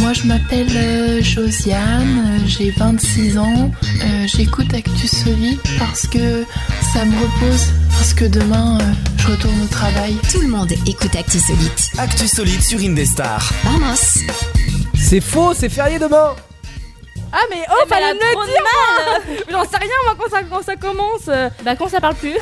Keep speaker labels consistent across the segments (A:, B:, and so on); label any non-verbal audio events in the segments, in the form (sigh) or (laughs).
A: Moi, je m'appelle euh, Josiane, euh, j'ai 26 ans. Euh, J'écoute Actus Solide parce que ça me repose, parce que demain, euh, je retourne au travail.
B: Tout le monde écoute Actisolite.
C: Actu solide sur Indestar.
B: Vamos
D: C'est faux, c'est férié demain
E: Ah mais oh, fallait me le dire
F: mal
E: Mais (laughs) J'en sais rien moi quand ça, quand ça commence euh, Bah quand ça parle plus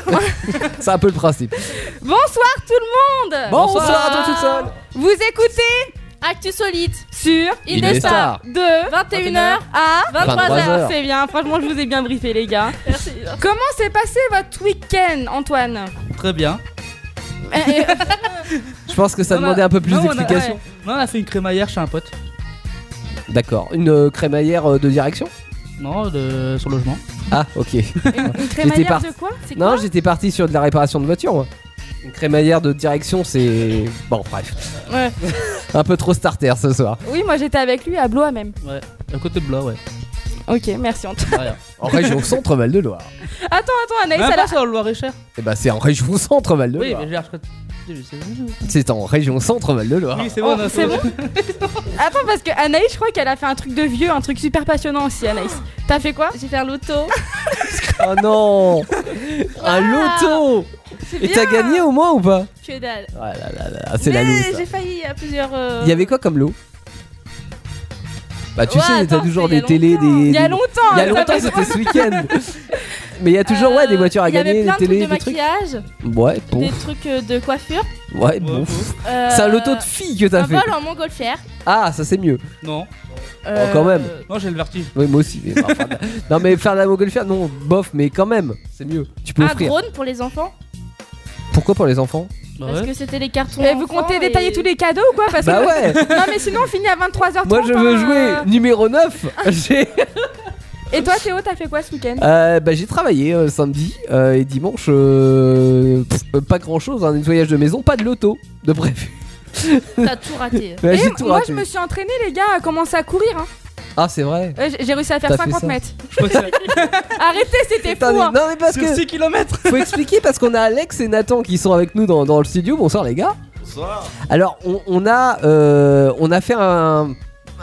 D: C'est un peu le principe.
E: (laughs) Bonsoir tout le monde
D: Bonsoir à toi toute seule
E: Vous écoutez
F: Actu solide
E: sur
D: Il est star.
E: de
F: 21h
E: 21h à
D: 23h.
E: 23h C'est bien, franchement je vous ai bien briefé les gars
F: Merci
E: Comment s'est passé votre week-end Antoine
G: Très bien.
D: Je pense que ça
G: On a-
D: demandait un peu plus
G: Non, on a-
D: d'explications.
G: ouais. Non, on a fait une crémaillère chez un pote.
D: D'accord. Une euh, crémaillère euh, de direction
G: Non, de... sur le logement.
D: Ah, ok.
E: Une crémaillère
D: parti.
E: de quoi C'est
D: Non,
E: quoi
D: j'étais parti sur de la réparation de voiture, moi. Une crémaillère de direction, c'est. Bon, bref.
E: Ouais.
D: Un peu trop starter ce soir.
E: Oui moi j'étais avec lui à Blois même
G: À côté de Blois, ouais.
E: Ok merci
D: (laughs)
E: Antoine
G: Derrière.
D: En
G: (laughs)
D: région centre Val de Loire.
E: Attends, attends Anaïs
G: Même
E: alors
G: pas sur le Loir-et-Cher.
D: Et bah, c'est en région centre Val de
G: Oui,
D: Loire.
G: mais j'ai l'air- je sais-
D: C'est en région centre Val de Loire.
G: Oui, c'est bon.
E: Oh,
G: on a-
E: c'est bon Attends parce que Anaïs je crois qu'elle a fait un truc de vieux, un truc super passionnant aussi Anaïs T'as fait quoi
F: J'ai fait l'auto
D: Oh non
G: Ah.
D: Un loto
F: (laughs) C'est
D: Et
F: bien
D: t'as gagné au moins ou pas
F: Que dalle
D: Oh là là là, c'est la
F: Mais
D: loose.
F: j'ai failli à plusieurs... euh,
D: Il y avait quoi comme lot Bah, tu
F: Ouais,
D: sais, t'as
F: attends,
D: toujours
F: c'était
D: des
F: il y a
D: télés, des.
E: Il y a
D: des-
E: longtemps
D: Il y a
E: hein, ça
D: longtemps,
E: fait-
D: c'était ce week-end. (laughs) Mais il y a toujours ouais, des
F: euh,
D: voitures à
F: Il
D: gagner,
F: y
D: des
F: avait plein de
D: télés, des
F: trucs
D: trucs.
F: de maquillage,
D: Ouais, bon.
F: des trucs euh, de coiffure.
D: Ouais, bon.
G: Ouais,
F: euh,
D: C'est un loto de filles que
F: Un
D: t'as fait.
F: vol en montgolfière.
D: Ah, ça c'est mieux.
G: Non,
F: Euh.
D: Oh, quand même.
G: non, j'ai le vertige.
D: Oui, moi aussi. mais
F: (laughs)
D: enfin, de- non, mais faire de la montgolfière, non, bof, mais quand même, c'est mieux. Tu peux
F: Un
D: offrir.
F: drone pour les enfants.
D: Pourquoi pour les enfants
G: Bah
F: Parce
G: ouais.
F: que c'était les cartons.
H: Eh,
E: Mais vous
F: enfants
E: comptez
F: et-
E: détailler tous les cadeaux ou quoi Parce que (laughs)
D: Bah
F: (laughs)
D: ouais
E: Non mais sinon on finit à 23h30
D: Moi je veux jouer
F: (laughs)
D: numéro 9 J'ai
E: hein, euh. Et toi Théo t'as fait quoi ce week-end
D: Euh, bah, j'ai travaillé euh, samedi euh, et dimanche, euh, pff, euh, pas grand chose, un nettoyage de maison, pas de loto de prévu. (laughs)
F: T'as tout raté. Ah,
D: Bah,
E: Et
D: j'ai
E: m-
D: tout
E: Eh, moi
D: raté.
E: je me suis entraînée les gars à commencer à courir hein.
D: Ah c'est vrai
E: Euh, J'ai j'ai réussi à faire
D: T'as fait
E: 50
D: ça
E: mètres
G: Je crois que c'est-
F: (laughs)
E: Arrêtez c'était fou
D: Putain, mais-
E: hein.
D: Non mais parce
G: Sur
D: que
G: 6 km
D: faut expliquer parce qu'on a Alex et Nathan qui sont avec nous dans, dans le studio. Bonsoir les gars. Alors on, on a euh, on a fait un,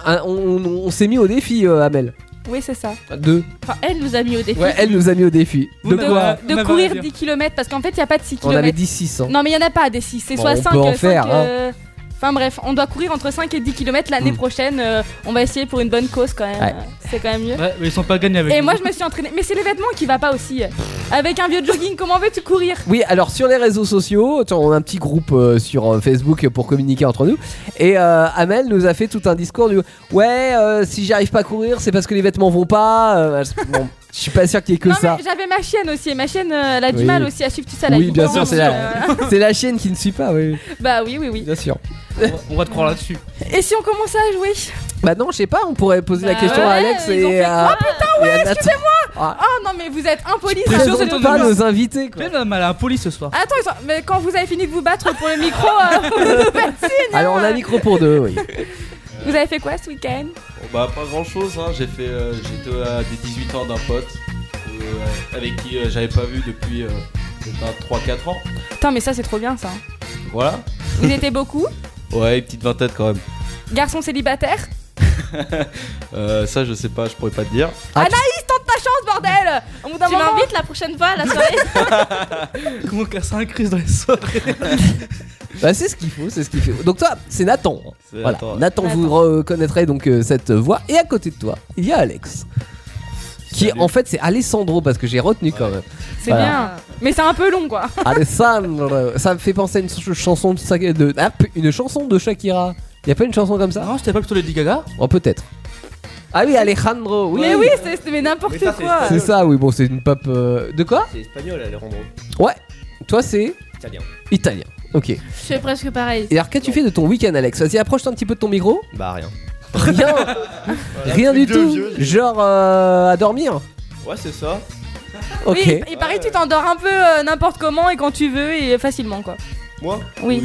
D: un- on, on- on s'est mis au défi euh, Amel.
E: Oui c'est ça
D: Deux.
F: Enfin, elle nous a mis au défi.
D: Ouais, elle nous a mis au défi.
G: Vous
D: De
G: n'avez-
D: quoi
G: Ouais, on
E: De
G: avait rien
E: courir
G: à dire.
E: 10 km parce qu'en fait il a pas de 6
D: On avait
E: km
D: dit hein. 600.
E: Non mais il y en a pas des 6 C'est
D: Bon,
E: soit
D: on
E: 5
D: peut en
E: euh,
D: faire, hein.
E: cinq, euh, Enfin bref on doit courir entre 5 et 10 km l'année
D: Mm.
E: prochaine euh, On va essayer pour une bonne cause quand même
D: Ouais.
E: euh, C'est quand même mieux
G: Ouais, mais ils sont pas gagnés avec
E: Et
G: nous.
E: moi je me suis entraînée Mais c'est les vêtements qui va pas aussi Avec un vieux jogging comment veux-tu courir
D: Oui, alors sur les réseaux sociaux, tu- on a un petit groupe euh, sur euh, Facebook pour communiquer entre nous. Et euh, Amel nous a fait tout un discours du Ouais, euh, si j'arrive pas à courir, c'est parce que les vêtements vont pas. euh, bon, je suis pas sûr qu'il y ait que
E: non,
D: ça.
E: mais j'avais ma chienne aussi, et ma chienne, euh, elle a du
D: Oui.
E: mal aussi à suivre tout ça. la
D: Oui,
E: vie.
D: bien sûr, c'est
E: Euh, (laughs)
D: C'est la chienne qui ne suit pas, oui,
E: Bah oui, oui, oui.
D: bien sûr.
G: On va- On va te croire
D: (laughs)
G: là-dessus.
E: Et si on commençait à jouer (laughs)
D: Bah non, je sais pas, on pourrait poser la
F: Bah
D: question à
E: ouais,
D: Alex
E: ils ont
D: et
E: fait
D: à. putain, ouais, excusez-moi
E: Oh non, mais vous êtes impolis. ça.
G: Précieux, c'est ton
D: Présente pas
G: honneur.
D: nos invités, quoi.
G: Mais madame, elle a un poli ce soir.
E: Attends, ils sont- mais quand vous avez fini de vous battre pour le micro, euh, (laughs)
D: Alors on a un micro pour deux, oui.
E: vous avez fait quoi ce week-end
I: Bon, bah pas grand chose, hein. j'ai fait, euh, j'étais à des 18 ans d'un pote euh, avec qui euh, j'avais pas vu depuis euh, peut-être un 3-4 ans.
E: Putain, mais ça, c'est trop bien ça.
I: Voilà.
E: Vous étiez beaucoup
I: Ouais, une petite vingtaine quand même.
E: Garçon célibataire
I: Euh, ça je sais pas, je pourrais pas te dire.
E: Tente ta chance, bordel Au bout d'un
F: Tu
E: moment-
F: m'invites la prochaine fois à la soirée.
G: Comment casser un crise dans les soirées
D: Bah c'est ce qu'il faut, c'est ce qu'il faut. Donc toi, c'est Nathan.
I: C'est-
D: Voilà,
I: Euh, attends,
D: Nathan, vous reconnaîtrez donc euh, cette voix. Et à côté de toi, il y a Alex. Qui
I: Salut.
D: en fait c'est Alessandro parce que j'ai retenu quand même.
E: C'est
D: Voilà.
E: bien. Mais c'est un peu long quoi.
D: Alessandro, ça me fait penser à une ch- chanson de, Sa- de- ah, p- une chanson de Shakira. Y a pas une chanson comme ça
G: Non, j'étais pas plutôt Lady Gaga
D: Oh peut-être. Ah oui Alejandro, oui.
E: mais oui, c'est c'est- mais n'importe
I: Mais ça, c'est-
E: quoi.
D: C'est ça, oui bon c'est une pop euh, de quoi
J: C'est espagnol, Alejandro.
D: Ouais. Toi c'est
J: Italien.
D: italien. Ok. Et
F: Je fais presque pareil.
D: alors qu'as-tu fait de ton week-end Alex Vas-y approche-toi un petit peu de ton
I: (laughs)
D: micro.
J: Bah, rien.
D: Rien. Rien du
I: truc de
D: tout.
I: vieux, j'ai-
D: Genre euh, à dormir.
I: Ouais, c'est ça.
D: Ok.
E: Oui, il paraît que tu t'endors un peu euh, n'importe comment et quand tu veux et facilement quoi.
I: Moi
E: Oui.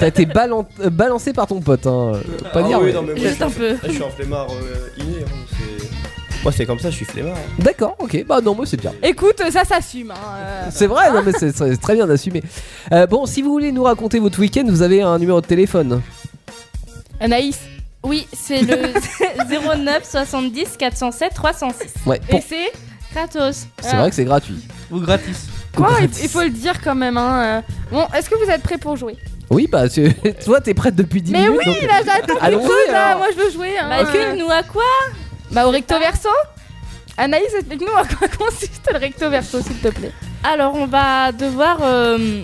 D: T'as été balan- euh, balancé par ton pote, hein. euh, Pas
J: Ah
D: dire.
J: oui,
D: mais-
J: non, mais moi, je
F: Juste
J: suis
F: un
J: un-
F: peu.
J: je suis un flemmard euh, inné. hein, c'est- Moi, c'est comme ça, je suis flemmard. hein.
D: D'accord, ok. Bah non, moi c'est bien.
E: Écoute, ça s'assume. hein, euh.
D: C'est vrai, non mais c'est c'est très bien d'assumer. Euh, bon, si vous voulez nous raconter votre week-end, vous avez un numéro de téléphone.
E: Anaïs, Oui, c'est (laughs) le 09 70 407 306.
D: Ouais,
H: Et
D: pour-
H: c'est
E: Kratos.
D: c'est vrai que c'est gratuit.
G: Ou gratis.
H: quoi
D: (laughs)
H: il,
D: Gratis.
H: il faut le dire quand même. Hein. euh. Bon, est-ce que vous êtes prêts pour jouer
D: Oui, bah, c'est- (laughs) toi, t'es prête depuis 10
H: Mais
D: minutes.
H: oui,
D: donc-
H: là, Bah, j'attends
D: Allons-y,
H: tout là.
D: alors.
H: Moi, je veux jouer. Hein.
E: Bah, explique-nous à quoi
H: Bah, au recto verso Anaïs, explique-nous à quoi consiste le recto verso, s'il te plaît.
E: Alors, on va devoir euh,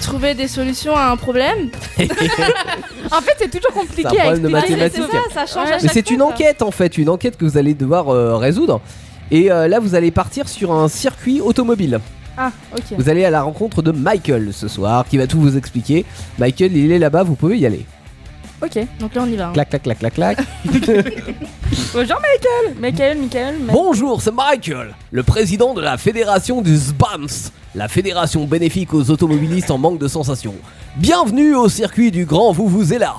E: trouver des solutions à un (laughs) problème.
H: En fait, c'est toujours
D: C'est
H: compliqué
D: un
H: à
D: problème de
H: expliquer.
E: Ah, c'est-
D: Mathématiques.
E: c'est ça, ça change
H: Ouais.
E: à
D: Mais
E: chaque
D: c'est
E: fois,
D: une
E: ça.
D: enquête en fait, une enquête que vous allez devoir euh, résoudre. Et euh, là, vous allez partir sur un circuit automobile.
H: Ah, ok.
D: Vous allez à la rencontre de Michael ce soir, qui va tout vous expliquer. Michael, il est là-bas, vous pouvez y aller.
H: Ok.
E: Donc là, on y va. hein.
D: Clac, clac, clac, clac, clac.
H: Bonjour, Michael. Michael, Michael. Ma-
D: Bonjour, c'est Michael, le président de la fédération du SBAMS, la fédération bénéfique aux automobilistes en manque de sensations. Bienvenue au circuit du Grand Vous Vous là.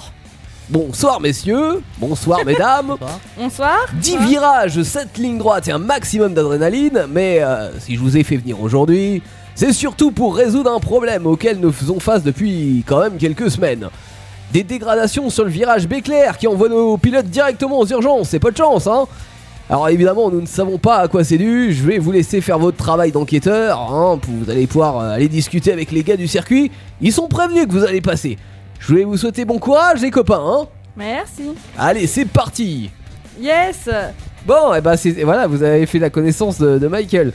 D: Bonsoir messieurs,
H: (laughs)
D: bonsoir mesdames.
H: Bonsoir.
D: 10 virages, 7 lignes droites et un maximum d'adrénaline, mais euh, si je vous ai fait venir aujourd'hui, c'est surtout pour résoudre un problème auquel nous faisons face depuis quand même quelques semaines. Des dégradations sur le virage Béclair qui envoie nos pilotes directement aux urgences, c'est pas de chance hein alors évidemment, nous ne savons pas à quoi c'est dû. Je vais vous laisser faire votre travail d'enquêteur. hein, pour- vous allez pouvoir euh, aller discuter avec les gars du circuit. Ils sont prévenus que vous allez passer. Je vais vous souhaiter bon courage, les copains. hein.
H: Merci.
D: allez, c'est parti.
H: Yes.
D: Bon, et bah c'est voilà, vous avez fait la connaissance de, de Michael.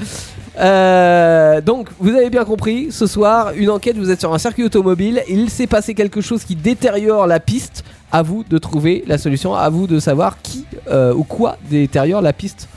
D: Euh, donc, vous avez bien compris, ce soir, une enquête, vous êtes sur un circuit automobile, il s'est passé quelque chose qui détériore la piste, à vous de trouver la solution, à vous de savoir qui euh, ou quoi détériore la piste.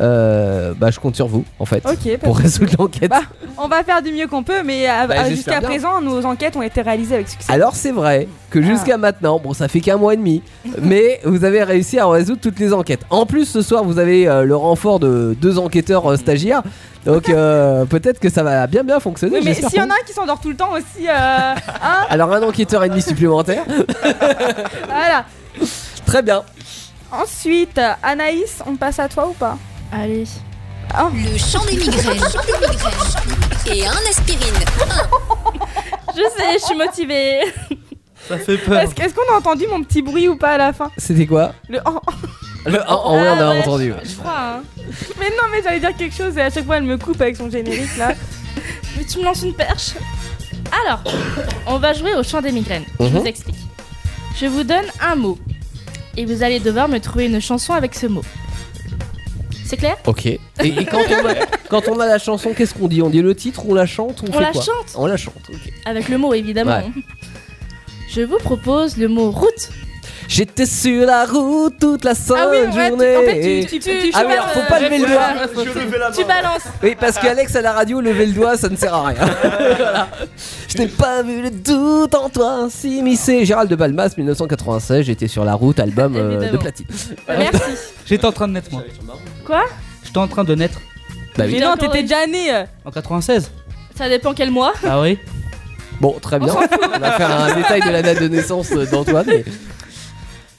D: Euh, bah, je compte sur vous, en fait,
H: Ok.
D: pour résoudre l'enquête.
H: Bah, On va faire du mieux qu'on peut, mais à-
D: Bah,
H: à-
D: j'espère
H: jusqu'à
D: bien.
H: présent, nos enquêtes ont été réalisées avec succès.
D: Alors c'est vrai que
H: Ah.
D: jusqu'à maintenant, bon ça fait qu'un mois et
H: (laughs)
D: demi, mais vous avez réussi à résoudre toutes les enquêtes. En plus ce soir vous avez euh, le renfort de deux enquêteurs euh, stagiaires, donc
H: (laughs)
D: euh, peut-être que ça va bien bien fonctionner.
H: Oui, mais
D: j'espère
H: s'il y
D: pour
H: en a un qui s'endort tout le temps aussi, euh, hein,
D: vous. Alors un enquêteur et demi
H: (laughs)
D: supplémentaire,
H: voilà.
D: très bien.
H: Ensuite, euh, Anaïs, on passe à toi ou pas
E: Allez.
B: Le chant des migraines. Et un aspirine.
E: Je sais, je suis motivée.
G: Ça fait peur.
H: Est-ce est-ce qu'on a entendu mon petit bruit ou pas à la fin
D: C'était quoi
H: Le oh, oh.
D: Le oh, oh, ouais, on
E: Ah
D: a
E: ouais,
D: entendu.
E: Je crois. hein.
H: Mais non, mais j'allais dire quelque chose et à chaque fois elle me coupe avec son générique là.
E: Mais tu me lances une perche. Alors, on va jouer au chant des migraines. Je vous
D: Mhm.
E: explique. Je vous donne un mot. Et vous allez devoir me trouver une chanson avec ce mot. C'est clair
D: Ok. Et, et quand, on a, quand on a la chanson, qu'est-ce qu'on dit On dit le titre, on la chante, on,
E: On
D: fait
E: la
D: quoi
E: chante
D: On la chante. ok.
E: Avec le mot, évidemment.
D: Ouais.
E: Je vous propose le mot route.
D: J'étais sur la route toute la sainte
H: ah oui, ouais, tu-
D: journée.
H: en fait tu, tu, tu, tu
D: Ah merde,
H: chantes,
D: faut
H: euh,
D: pas lever le doigt.
K: Je levais la main.
E: Tu balances.
D: Oui, parce qu'Alex à la radio, lever le doigt, ça ne sert à rien. Voilà. Je n'ai pas vu le doute en toi s'immiscer. Gérald de Balmas, 1996, j'étais sur la route, album euh, de
E: Évidemment.
D: platine.
H: Merci.
G: J'étais en train de naître, moi.
H: Quoi
G: J'étais en train de naître
D: Bah oui.
H: mais
E: J'étais
H: non,
E: encore
H: t'étais
E: une-
H: déjà née. euh.
G: en 96.
E: Ça dépend quel mois.
G: Ah oui
D: Bon, très bien. On va faire un détail de la date de naissance euh, d'Antoine. mais-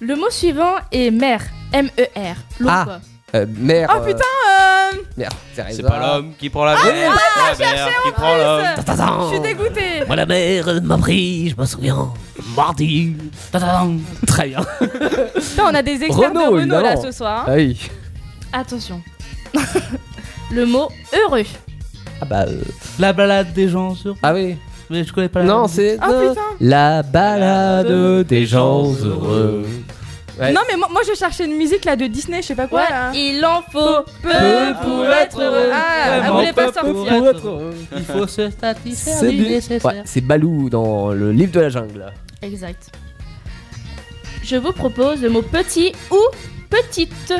E: Le mot suivant est mer.
H: E
E: M-E-R. L'eau,
D: Ah.
E: quoi.
D: Euh, mère.
H: Oh, putain, Euh,
D: euh, Mère, Teresa.
I: C'est pas l'homme qui prend la
J: Ah,
I: mer, c'est la mer qui prend l'homme.
H: je suis dégoûtée.
D: Moi, la mère m'a pris, je me souviens. Mardi.
G: Tadadam.
D: Très bien.
H: Putain, on a des experts
D: Renaud,
H: de Renault là
D: évidemment.
H: ce soir. hein.
D: Ah oui.
H: (laughs)
E: Attention. le mot heureux.
D: Ah bah. euh,
G: La balade des gens sur.
D: Ah oui.
G: Mais je connais pas la.
D: Non, c'est.
H: Ah,
D: non.
H: putain.
D: La balade des gens heureux. Ouais.
H: Non, mais moi, moi, je cherchais une musique là de Disney, je sais pas quoi.
E: Ouais,
H: là.
E: il en faut.
H: Peu
G: pour être heureux.
H: Ah, elle
G: Vraiment
H: voulait pas
G: peu
H: sortir.
G: pour
D: Pour
G: être
D: être
G: heureux. Il faut se satisfaire
D: C'est
G: du
D: bien.
G: nécessaire.
D: Ouais, c'est Balou dans le livre de la jungle.
E: Exact. Je vous propose le mot petit ou petite.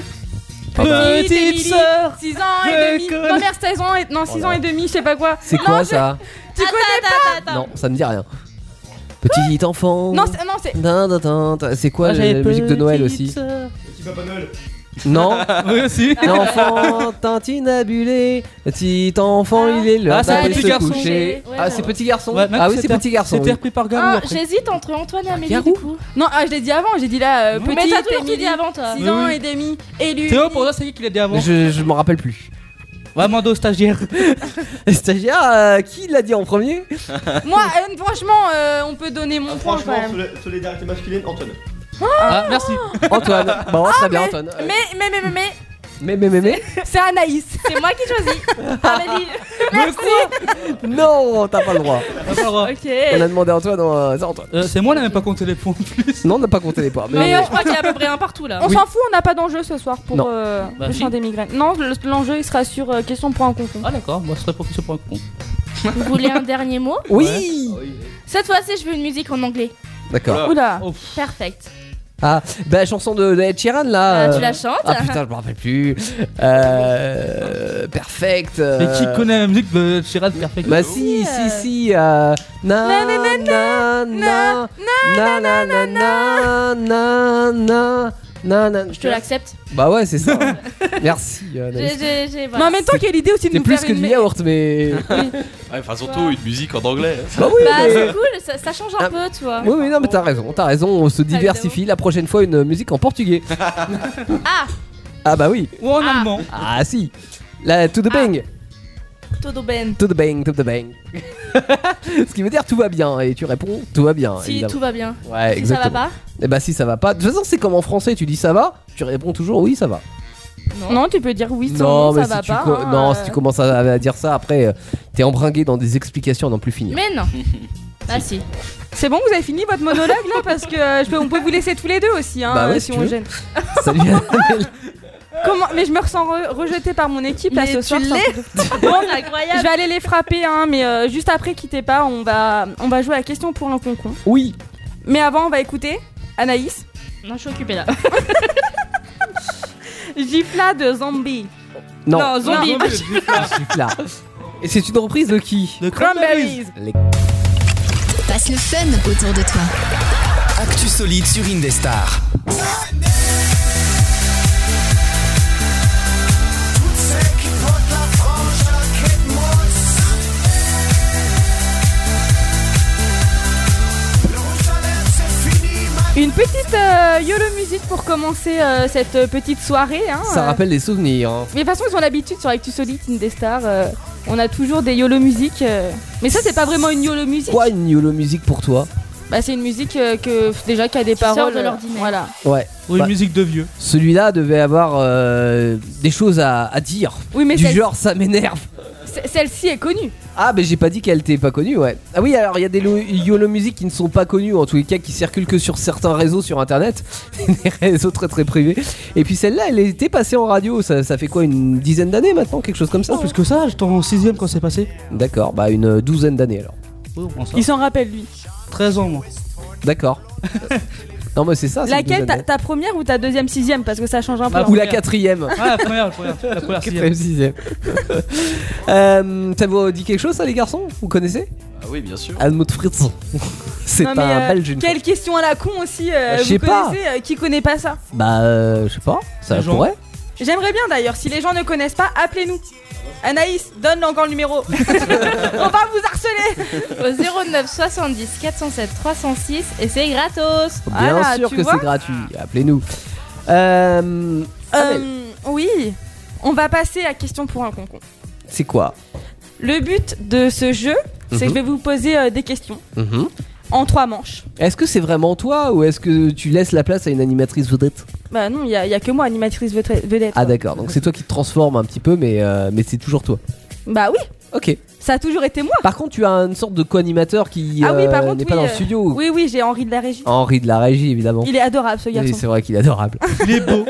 G: Petite
H: Lily,
G: sœur
H: 6 ans et
G: Je
H: demi.
G: connais.
H: Non, merde, 16 ans et. Non, 6
D: Oh là.
H: ans et demi, je sais pas quoi.
D: C'est quoi ça
H: Tu connais
D: Non, ça me dit rien. Petit enfant.
H: Non, c'est. Non, c'est.
D: Dun, dun, dun, dun. C'est quoi
G: Ah,
D: la
G: j'avais
D: la musique de Noël
G: petite (laughs)
D: aussi
G: sœur.
K: Petit Papa Noël.
D: Non
G: Oui, aussi.
D: (laughs) L'enfant tintinabulé, petit enfant, il est là.
G: Ah, c'est
D: après
G: petit
D: se
G: garçon.
D: coucher.
E: Ouais,
D: ah,
E: ouais.
D: c'est petit garçon.
G: Ouais, même
D: ah oui,
G: si
D: c'est
G: c'était-
D: petit garçon.
G: C'était
D: oui.
G: repris par Garou
E: Ah,
G: après.
E: J'hésite entre Antoine et Amélie
D: Garou
E: du coup.
H: Non, ah, je l'ai dit avant, j'ai dit là. euh,
G: Non.
H: petit,
E: Mais t'as toujours tout dit
H: Émilie,
E: avant toi.
G: Si.
H: 6 ans
G: Oui.
H: et demi. Élu.
G: Théo, pour toi, c'est qui qui l'a dit avant
D: Mais Je, je m'en rappelle plus.
G: Va demander au stagiaire.
D: Stagiaire, euh, qui l'a dit en premier
H: Moi, euh, franchement, euh, on peut donner mon
K: Ah,
H: point quand
K: franchement,
H: même.
K: solé- solidarité masculine, Antoine.
G: Ah, merci.
D: (laughs) Antoine. Bon, très bien, Antoine. Euh,
E: Mais, mais, mais, mais, mais,
D: Mais, mais, mais, mais.
E: c'est Anaïs.
F: C'est moi qui choisis. Amélie.
G: Mais quoi
D: (laughs) Non, t'as pas le droit.
G: Ah, pas le droit.
D: On
F: Ok.
D: a demandé à Antoine. euh, c'est Antoine.
G: Euh, C'est moi, on n'a même pas compté les points en plus.
D: Non, on n'a pas compté les points. Mais,
F: Mais euh, je crois qu'il y a à peu près un partout là.
E: On s'en fout, on n'a pas d'enjeu ce soir pour
D: Non.
E: euh,
G: Bah,
E: le
G: si.
E: chant des migraines. Non, le- l'enjeu il sera sur euh, question pour un concours.
G: Ah, d'accord, moi je serais pour que ce point con.
F: Vous voulez un dernier mot
D: Oui
F: Cette fois-ci, je veux une musique en anglais.
D: D'accord.
E: Oula.
G: Oh, pff.
F: Perfect.
D: Ah, bah, la chanson de, de Ed Sheeran là.
F: Euh, (laughs)
D: euh,
F: tu la chantes
E: hein.
D: Ah putain, je me rappelle plus. Euh. Perfect. euh,
G: Mais qui connaît la musique de Chirad Perfect
D: Bah si, si,
F: euh.
D: si. euh, Na na na na na na na na na na na na.
F: Je te l'accepte.
D: Bah ouais, c'est ça. Merci. euh,
F: J'ai-
D: Anaïs.
F: j'ai- j'ai-
E: Mais
F: voilà.
E: en même temps, quelle idée aussi de
D: C'est
E: nous
D: plus
E: faire
D: que
E: une
D: du
E: mé-
D: yaourt, mais.
I: Ouais, enfin, surtout une musique en anglais. hein.
D: Bah oui,
F: Bah,
D: mais-
F: c'est cool, ça, ça change un
D: Ah.
F: peu, tu vois.
D: Oui, oui, non, mais t'as raison, t'as raison, on se diversifie. La prochaine fois, une musique en portugais.
F: Ah.
D: Ah bah oui
G: Ou en
F: Ah.
G: allemand.
D: Ah si Là, to the
F: Ah.
D: bang
F: Todo Ben.
D: To the bang, to the bang. Ce qui veut dire tout va bien, et tu réponds tout va bien.
F: Si
D: évidemment.
F: tout va bien.
D: Ouais,
F: Si ça
D: exactement.
F: va pas
D: Et bah si ça va pas. De toute façon, c'est comme en français, tu dis ça va, tu réponds toujours oui, ça va.
E: Non, tu peux dire oui, sans
D: non,
E: non, ça
D: mais si,
E: va
D: tu
E: pas.
D: co-
E: hein,
D: non
E: euh.
D: si tu commences à, à dire ça, après, euh, t'es embringué dans des explications à n'en plus finir.
F: Mais non. Ah si.
E: C'est bon, vous avez fini votre monologue là Parce que euh, je peux- on peut vous laisser tous les deux aussi, hein,
D: Bah ouais,
E: euh,
D: si
E: si
D: tu
E: on
D: veux.
E: gêne.
D: Salut Annabelle.
E: Comment Mais je me ressens re- rejetée par mon équipe là
F: Mais
E: ce
F: tu
E: soir. c'est un
F: l'es.
E: truc de fou.
F: Bon,
E: Je
F: incroyable.
E: vais aller les frapper, hein, mais euh, juste après, quittez pas, on va, on va jouer à la question pour un concon.
D: (laughs) Oui
E: Mais avant, on va écouter Anaïs,
F: Non, je suis occupée (laughs) là.
E: Gifla de Zombie.
D: Non,
E: Zombie.
G: Ah, zombie, le
D: je suis là. Et c'est une reprise de qui
G: Le
E: Cranberries.
G: cranberries.
D: Les
B: Passe le fun autour de toi.
C: Actu solide sur Indestar.
E: Une petite euh, YOLO musique pour commencer euh, cette euh, petite soirée. Hein,
D: Ça
E: euh.
D: rappelle des souvenirs. hein.
E: Mais de toute façon, ils ont l'habitude sur Actu Solid, Indestar. euh, on a toujours des YOLO musiques. euh. Mais ça, c'est pas vraiment une YOLO musique.
D: Quoi une YOLO musique pour toi
E: Bah, c'est une musique euh, que déjà qui a des
F: Qui sort
E: paroles.
F: de
E: euh,
F: l'ordinaire.
E: Voilà.
D: Ouais.
G: Ou une
D: Bah.
G: musique de vieux.
D: Celui-là devait avoir euh, des choses à, à dire.
E: Oui, mais
D: du
E: celle-
D: genre, ça m'énerve.
E: c- celle-ci est connue.
D: Ah, mais j'ai pas dit qu'elle était pas connue, ouais. Ah oui, alors il y a des lo- YOLO musiques qui ne sont pas connues, en tous les cas qui circulent que sur certains réseaux sur internet. (laughs) des réseaux très très privés. Et puis celle-là, elle était passée en radio, ça, ça fait quoi, une dizaine d'années maintenant Quelque chose comme ça
G: Oh, Plus que ça, j'étais en 6ème quand c'est passé.
D: D'accord, bah une douzaine d'années alors.
G: Ouais, on s'en-
E: Il s'en rappelle, lui.
G: 13 ans, moi.
E: (laughs)
D: D'accord. non, mais c'est ça, c'est une
E: Laquelle
D: douzaine
E: ta, ta première ou ta deuxième, sixième Parce que ça change un peu. hein.
G: Ah,
D: d'années. Ou la
E: (laughs)
D: quatrième
G: Ah, la première, la première,
D: (laughs)
G: la première, sixième.
D: Quatrième, sixième. Euh, ça vous dit quelque chose, ça, les garçons Vous connaissez
I: Ah oui, bien sûr.
D: Helmut Fritz. C'est
E: Non,
D: un
E: mais, euh,
D: belge. une
E: Quelle question à la con aussi euh,
D: Bah, je
E: Vous
D: sais pas.
E: connaissez euh, qui connaît pas ça
D: fois. Bah, euh, je sais pas, ça
G: Les gens.
D: pourrait.
E: J'aimerais bien d'ailleurs, si les gens ne connaissent pas, appelez-nous. Anaïs, donne encore le numéro. (laughs) On va vous harceler.
F: Au 09 70 407 306 et c'est gratos.
D: Bien
E: Voilà,
D: sûr
E: Ah tu
D: que
E: vois.
D: c'est gratuit, appelez-nous. Euh, Abel,
E: Euh, oui, on va passer à question pour un concours.
D: c'est quoi
E: Le but de ce jeu, c'est que je vais vous poser euh, des questions
D: Mhm.
E: en trois manches.
D: Est-ce que c'est vraiment toi ou est-ce que tu laisses la place à une animatrice vedette
E: Bah non, il y, a- il y a que moi, animatrice vedette. vedette,
D: Ah
E: quoi.
D: d'accord, donc c'est toi qui te transforme un petit peu, mais, euh, mais c'est toujours toi.
E: Bah oui,
D: Ok.
E: ça a toujours été moi.
D: Par contre, tu as une sorte de co-animateur qui
E: Ah oui, par
D: euh,
E: contre,
D: n'est pas
E: oui,
D: dans le
E: euh,
D: studio.
E: Oui, oui, j'ai Henri de la régie.
D: Henri de la régie, évidemment.
E: Il est adorable ce
D: Oui,
E: garçon.
D: c'est vrai qu'il est
E: (laughs)
D: adorable.
G: Il est beau.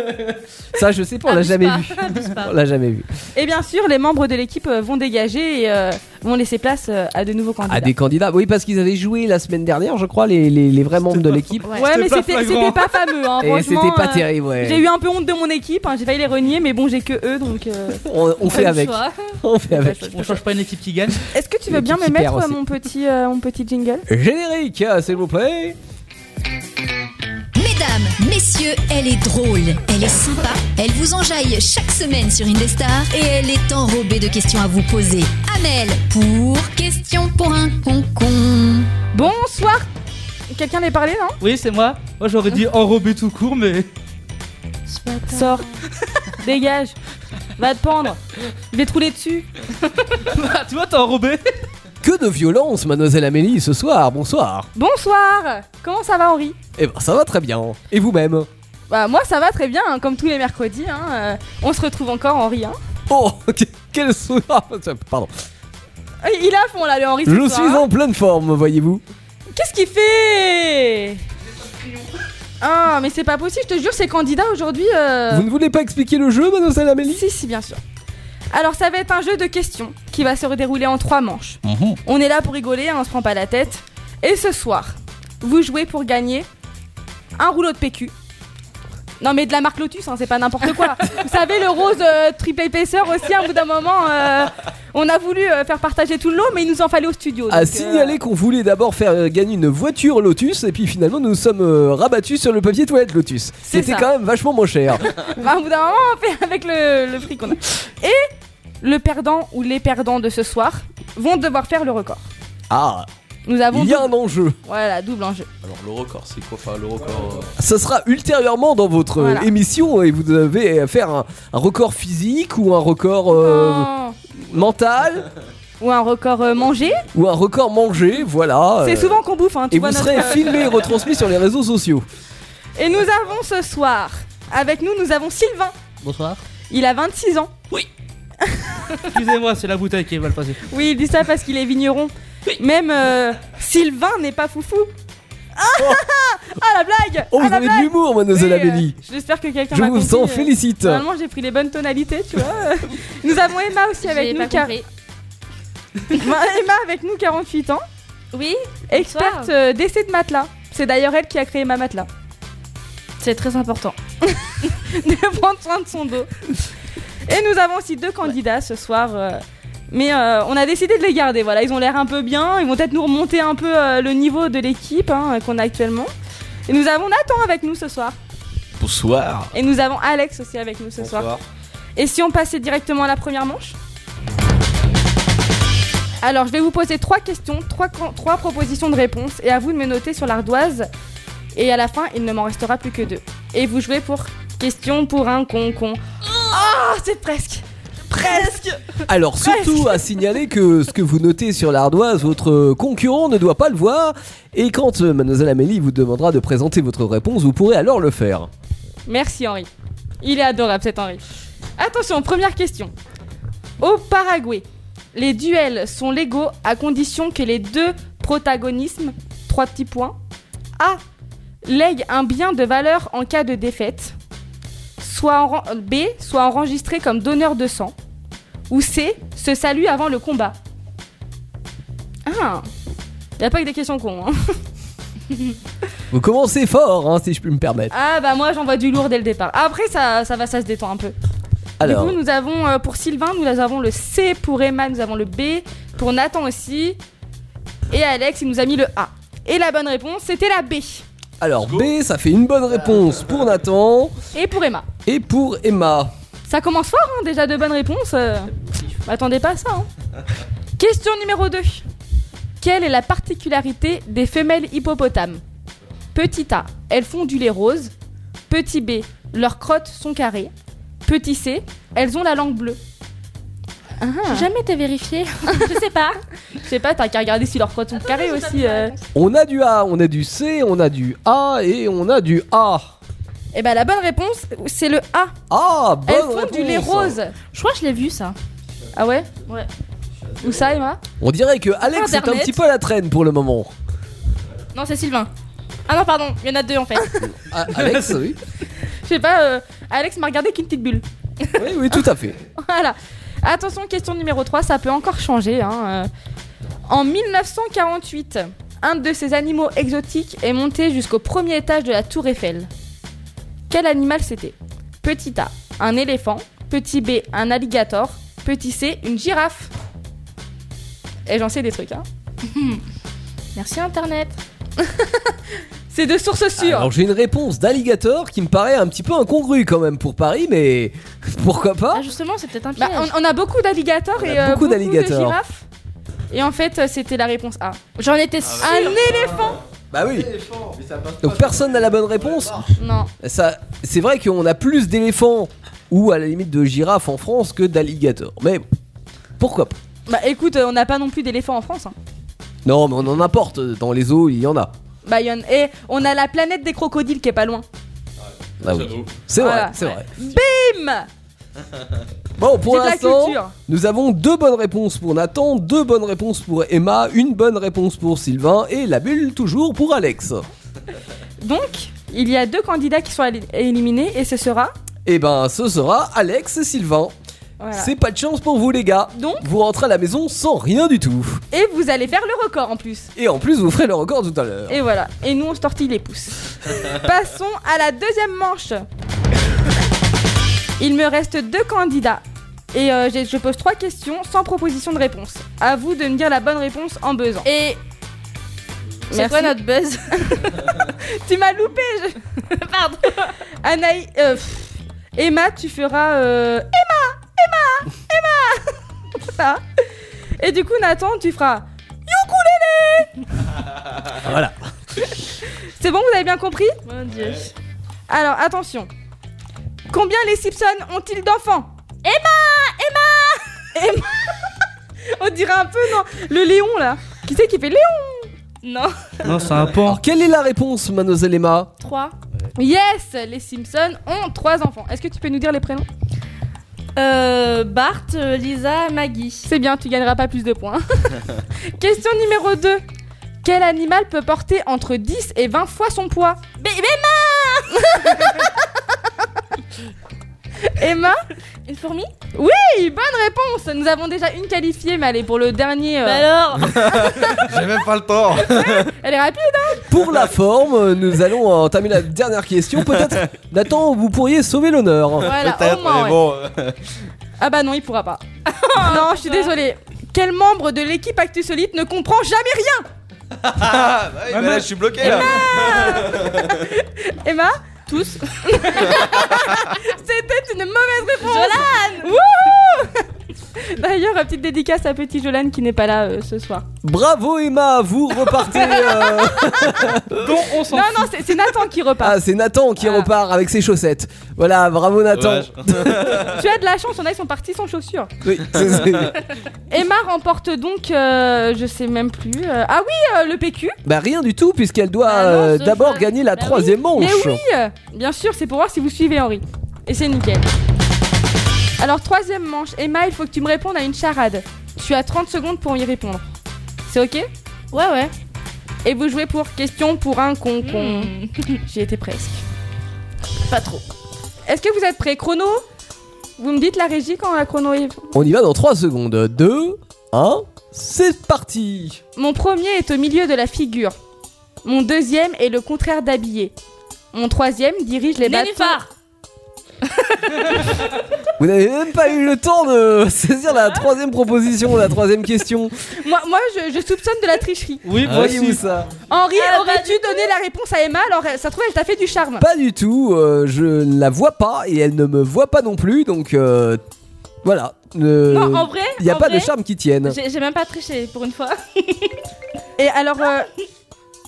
D: Ça, je sais
E: Ah,
D: pas, on l'a
F: Abuse
D: jamais
F: pas,
D: vu.
F: abuse pas.
D: On l'a jamais vu.
E: Et bien sûr, les membres de l'équipe euh, vont dégager et euh, vont laisser place euh, à de nouveaux candidats.
D: À des candidats. Oui, parce qu'ils avaient joué la semaine dernière, je crois, les, les, les vrais membres de l'équipe.
E: Ouais,
G: C'était
E: mais
G: pas
E: c'était
G: flagrant.
E: c'était pas fameux. Hein,
D: (laughs) Et
E: franchement,
D: c'était pas
E: euh,
D: terrible, ouais.
E: J'ai eu un peu honte de mon équipe, hein, j'ai failli les renier, mais bon, j'ai que eux donc. euh,
D: On, on fait
F: Comme
D: avec.
F: choix.
D: (laughs) On fait avec.
G: On change pas une équipe qui gagne.
E: (laughs) Est-ce que tu
D: Et
E: veux bien
D: qui-
E: me
D: qui
E: mettre
D: perd
E: euh,
D: aussi.
E: mon petit, euh, mon petit jingle
D: Générique, euh, s'il vous plaît.
B: Mesdames, messieurs, elle est drôle, elle est sympa, elle vous enjaille chaque semaine sur Indestar et elle est enrobée de questions à vous poser. Amel pour question pour un concon.
E: Bonsoir Quelqu'un n'est parlé, non
G: Oui, c'est moi. Moi, j'aurais dit enrobé tout court, mais. (laughs)
E: Sors (laughs) Dégage Va te pendre Je vais te rouler dessus
G: tu Ah, vois, t'es enrobé.
D: Que Que de violence, mademoiselle Amélie, ce soir. Bonsoir.
E: Bonsoir Comment ça va Henri
D: Eh ben, ça va très bien. Et vous-même
E: Bah moi ça va très bien, hein, comme tous les mercredis. hein, euh, on se retrouve encore Henri. Hein.
D: Oh, (laughs) que- quel soir (laughs) Pardon.
E: Euh, Il a fond là le Henri. ce
D: Je
E: soir,
D: suis
E: hein.
D: en pleine forme, voyez-vous.
E: Qu'est-ce qu'il fait Ah mais c'est pas possible, je te jure, ces candidats aujourd'hui... euh,
D: Vous ne voulez pas expliquer le jeu, mademoiselle Amélie
E: Si, si, bien sûr. Alors, ça va être un jeu de questions qui va se dérouler en trois manches.
D: Mhm.
E: On est là pour rigoler, hein, on se prend pas la tête. Et ce soir, vous jouez pour gagner un rouleau de PQ. Non, mais de la marque Lotus, hein, c'est pas
D: (laughs)
E: n'importe quoi. vous savez, le rose euh, triple épaisseur aussi, à bout d'un moment, euh, on a voulu euh, faire partager tout le lot, mais il nous en fallait au studio.
D: À
E: donc, euh,
D: signaler qu'on voulait d'abord faire euh, gagner une voiture Lotus et puis finalement nous nous sommes euh, rabattus sur le papier toilette Lotus.
E: C'est
D: C'était
E: ça.
D: quand même vachement moins
E: (laughs)
D: cher.
E: Bah, au bout d'un moment, on fait avec le, le prix qu'on a. Et le perdant ou les perdants de ce soir vont devoir faire le record.
D: Ah,
E: Nous avons
D: il y a un enjeu.
E: Voilà, double enjeu.
I: Alors le record, c'est quoi Enfin le record. euh,
D: Ça sera ultérieurement dans votre euh,
E: Voilà.
D: émission et vous devez euh, faire un, un record physique ou un record euh,
E: Non.
D: mental
E: Oh, Ou un record euh, mangé.
D: ou un record mangé, voilà.
E: C'est
D: euh,
E: souvent qu'on bouffe. Hein, tu
D: Et
E: vois
D: vous
E: notre- (laughs)
D: serez filmé et retransmis sur les réseaux sociaux.
E: Et nous avons ce soir, avec nous, nous avons Sylvain.
L: Bonsoir.
E: Il a 26 ans.
G: Excusez-moi, c'est la bouteille qui est mal passée.
E: Oui, il dit ça parce qu'il est vigneron. Même euh, Sylvain n'est pas foufou. Ah, ah, la blague
D: Oh,
E: Ah,
D: vous
E: la
D: avez
E: blague
D: de l'humour, mademoiselle
E: Oui, euh,
D: Amélie.
E: J'espère que quelqu'un
D: Je
E: m'a
D: vous en
E: compris, euh,
D: félicite.
E: Normalement, j'ai pris les bonnes tonalités, tu vois. (laughs) nous avons Emma aussi avec
F: J'ai
E: nous.
F: pas
E: car- (laughs) Bah,
F: compris.
E: Emma avec nous, 48 ans.
F: Oui,
E: Experte euh, d'essai de matelas. C'est d'ailleurs elle qui a créé ma matelas.
F: c'est très important.
E: (laughs) de prendre soin de son dos. Et nous avons aussi deux candidats ce soir. euh, mais euh, on a décidé de les garder. Voilà, ils ont l'air un peu bien. Ils vont peut-être nous remonter un peu euh, le niveau de l'équipe hein, qu'on a actuellement. Et nous avons Nathan avec nous ce soir.
I: Bonsoir.
E: Et nous avons Alex aussi avec nous ce soir. Et si on passait directement à la première manche Alors, je vais vous poser trois questions, trois, con- trois propositions de réponse, et à vous de me noter sur l'ardoise. Et à la fin, il ne m'en restera plus que deux. Et vous jouez pour question pour un con con. Ah, c'est presque Presque
D: Alors surtout à signaler que ce que vous notez sur l'ardoise, votre euh, concurrent ne doit pas le voir. Et quand euh, mademoiselle Amélie vous demandera de présenter votre réponse, vous pourrez alors le faire.
E: Merci Henri. Il est adorable cet Henri. Attention, première question. Au Paraguay, les duels sont légaux à condition que les deux protagonismes, trois petits points, A, lèguent un bien de valeur en cas de défaite, soit en- B, soit enregistré comme donneur de sang, ou C, se salue avant le combat. Ah, il a pas que des questions cons. hein.
D: Vous commencez fort, hein, si je puis me permettre.
E: Ah bah moi j'envoie du lourd dès le départ. Après ça, ça va, ça se détend un peu.
D: Alors,
E: Du coup, nous avons euh, pour Sylvain, nous avons le C, pour Emma, nous avons le B, pour Nathan aussi, et Alex, il nous a mis le A. Et la bonne réponse, c'était la B.
D: alors B, ça fait une bonne réponse pour Nathan
E: Et pour Emma.
D: et pour Emma.
E: Ça commence fort, hein, déjà de bonnes réponses. euh, Attendez pas à ça. hein. Question numéro 2. Quelle est la particularité des femelles hippopotames Petit A, elles font du lait rose. Petit B, leurs crottes sont carrées. Petit C, elles ont la langue bleue.
F: J'ai jamais été vérifié. Ah (laughs) Je sais pas. Ah,
E: Je sais pas, t'as qu'à regarder si leurs crottes sont carrées aussi. euh.
D: On a du A, on a du C, on a du A et on a du A.
E: Eh ben la bonne réponse, c'est le A.
D: Ah, bonne
E: Elles font du lait
D: réponse.
E: rose.
F: Je crois que je l'ai vu ça.
E: Ah ouais
F: Ouais.
E: Où ça, Emma
D: On dirait que Alex est un
F: Internet.
D: petit peu à la traîne pour le moment.
F: Non, c'est Sylvain. Ah non, pardon, il y en a deux (laughs) en fait.
D: Ah, Alex, oui.
E: Je sais pas, euh, Alex m'a regardé qu'une petite bulle.
D: (laughs)
E: (laughs)
D: Oui, oui, tout à fait.
E: Voilà. Attention, question numéro 3, ça peut encore changer. hein, euh. En 1948, un de ces animaux exotiques est monté jusqu'au premier étage de la tour Eiffel. Quel animal c'était Petit A, un éléphant. Petit B, un alligator. Petit C, une girafe. Et j'en sais des trucs, hein.
F: (laughs) Merci Internet.
E: (laughs) C'est de source sûre.
D: Alors j'ai une réponse d'alligator qui me paraît un petit peu incongrue quand même pour Paris, mais (laughs) pourquoi
F: Ah,
D: pas
F: justement, c'est peut-être un piège.
E: Oh. Bah, on, on a beaucoup d'alligators
D: On a
E: et euh,
D: beaucoup
E: beaucoup,
D: d'alligators.
E: de girafes. Et en fait, euh, c'était la réponse A.
F: J'en étais sûre.
E: Un éléphant
D: Bah oui. Donc personne n'a la bonne réponse.
E: Non.
D: Ça, c'est vrai qu'on a plus d'éléphants ou à la limite de girafes en France que d'alligators. Mais bon, pourquoi pas
E: Bah écoute, euh, on n'a pas non plus d'éléphants en France. hein.
D: Non, mais on en apporte. Dans les eaux, il y en a.
E: Bah, il y en- Et on a la planète des crocodiles qui est pas loin.
D: Ah oui.
I: J'avoue.
D: C'est vrai,
E: Voilà.
D: c'est vrai.
E: Bim
D: Bon, pour
E: J'ai de la
D: l'instant,
E: culture.
D: nous avons deux bonnes réponses pour Nathan, deux bonnes réponses pour Emma, une bonne réponse pour Sylvain et la bulle toujours pour Alex.
E: Donc, il y a deux candidats qui sont éli- éliminés et ce sera.
D: Et ben, ce sera Alex et Sylvain.
E: Voilà.
D: C'est pas de chance pour vous, les gars.
E: Donc,
D: Vous rentrez à la maison sans rien du tout.
E: et vous allez faire le record en plus.
D: Et en plus, vous ferez le record tout à l'heure.
E: Et voilà. Et nous, on se tortille
D: (laughs)
E: les pouces. Passons à la deuxième manche. Il me reste deux candidats. Et euh, j'ai- je pose trois questions sans proposition de réponse. À vous de me dire la bonne réponse en buzzant.
F: Et c'est
E: Merci.
F: quoi notre buzz
E: (laughs) Tu m'as loupé
F: (laughs)
E: je- Pardon Anaï... euh, pff. Emma, tu feras... euh, Emma Emma (laughs) Emma Ça. Et du coup, Nathan, tu feras...
D: Voilà.
E: C'est bon, vous avez bien compris
F: Mon dieu.
E: Alors, attention. Combien les Simpsons ont-ils d'enfants Emma Emma Emma On dirait un peu, non Le Léon, là. Qui c'est qui fait Léon Non.
G: Non, c'est un pan.
D: Alors, quelle est la réponse, mademoiselle Emma
F: 3.
E: Yes Les Simpsons ont trois enfants. Est-ce que tu peux nous dire les prénoms
F: Euh, Bart, euh, Lisa, Maggie.
E: C'est bien, tu gagneras pas plus de points. (laughs) Question numéro 2. Quel animal peut porter entre 10 et 20 fois son poids (laughs) Emma
F: Une fourmi
E: Hey, bonne réponse Nous avons déjà une qualifiée, mais elle est pour le dernier. euh,
F: Bah alors
J: J'ai même pas le temps.
E: Elle est rapide
D: Pour la forme, euh, nous allons entamer la dernière question. Peut-être, Nathan, vous pourriez sauver l'honneur.
E: Voilà, au
J: Peut-être,
E: moins,
J: mais
E: ouais.
J: bon. euh,
E: Ah bah non, il pourra pas. non, je suis désolée. Quel membre de l'équipe Actu Solide ne comprend jamais rien
J: Ah, bah oui, bah là, je suis bloqué là.
E: Emma Tous. C'était une mauvaise réponse. Jolan D'ailleurs, petite dédicace à petit Jolan qui n'est pas là euh, ce soir.
D: Bravo, Emma, vous repartez. euh,
G: Dont on s'en
E: Non, non, c'est- c'est Nathan qui repart.
D: Ah, c'est Nathan qui
E: Ah.
D: repart avec ses chaussettes. Voilà, bravo, Nathan.
J: Dommage.
E: tu as de la chance, on a, ils sont partis sans chaussures.
D: Oui, c'est- c'est-
E: Emma remporte donc, euh, je sais même plus. euh, ah oui, euh, le PQ.
D: Bah rien du tout puisqu'elle doit
F: Bah non,
D: euh,
F: ce
D: d'abord
F: jeu-
D: gagner la
F: Bah oui.
D: troisième manche.
E: Mais oui, euh, bien sûr, c'est pour voir si vous suivez Henri. Et c'est nickel. Alors, troisième manche. Emma, il faut que tu me répondes à une charade. Tu as 30 secondes pour y répondre. C'est ok
F: Ouais, ouais.
E: Et vous jouez pour question pour un con con.
F: Hmm.
E: (laughs) J'y étais presque.
F: Pas trop.
E: Est-ce que vous êtes prêts Chrono Vous me dites la régie quand la chrono est.
D: On y va dans 3 secondes. 2, 1, c'est parti
E: Mon premier est au milieu de la figure. Mon deuxième est le contraire d'habillé. Mon troisième dirige les bateaux.
F: Nénuphar
D: Vous n'avez même pas eu le temps de (laughs) saisir la troisième proposition, la troisième question.
E: Moi, moi je, je soupçonne de la tricherie.
G: Ah, Oui, moi
D: Voyez-vous
G: aussi.
D: ça
E: Henri
F: Ah, bah,
E: aurait
F: du
E: dû donner la réponse à Emma, alors elle- ça se trouve, elle t'a fait du charme.
D: Pas du tout, euh, je ne la vois pas et elle ne me voit pas non plus, donc euh, voilà. Euh,
F: Non, en vrai,
D: Il n'y a
F: en
D: pas
F: vrai,
D: de charme qui tienne.
F: J'ai j'ai même pas triché pour une fois.
E: Et alors. euh,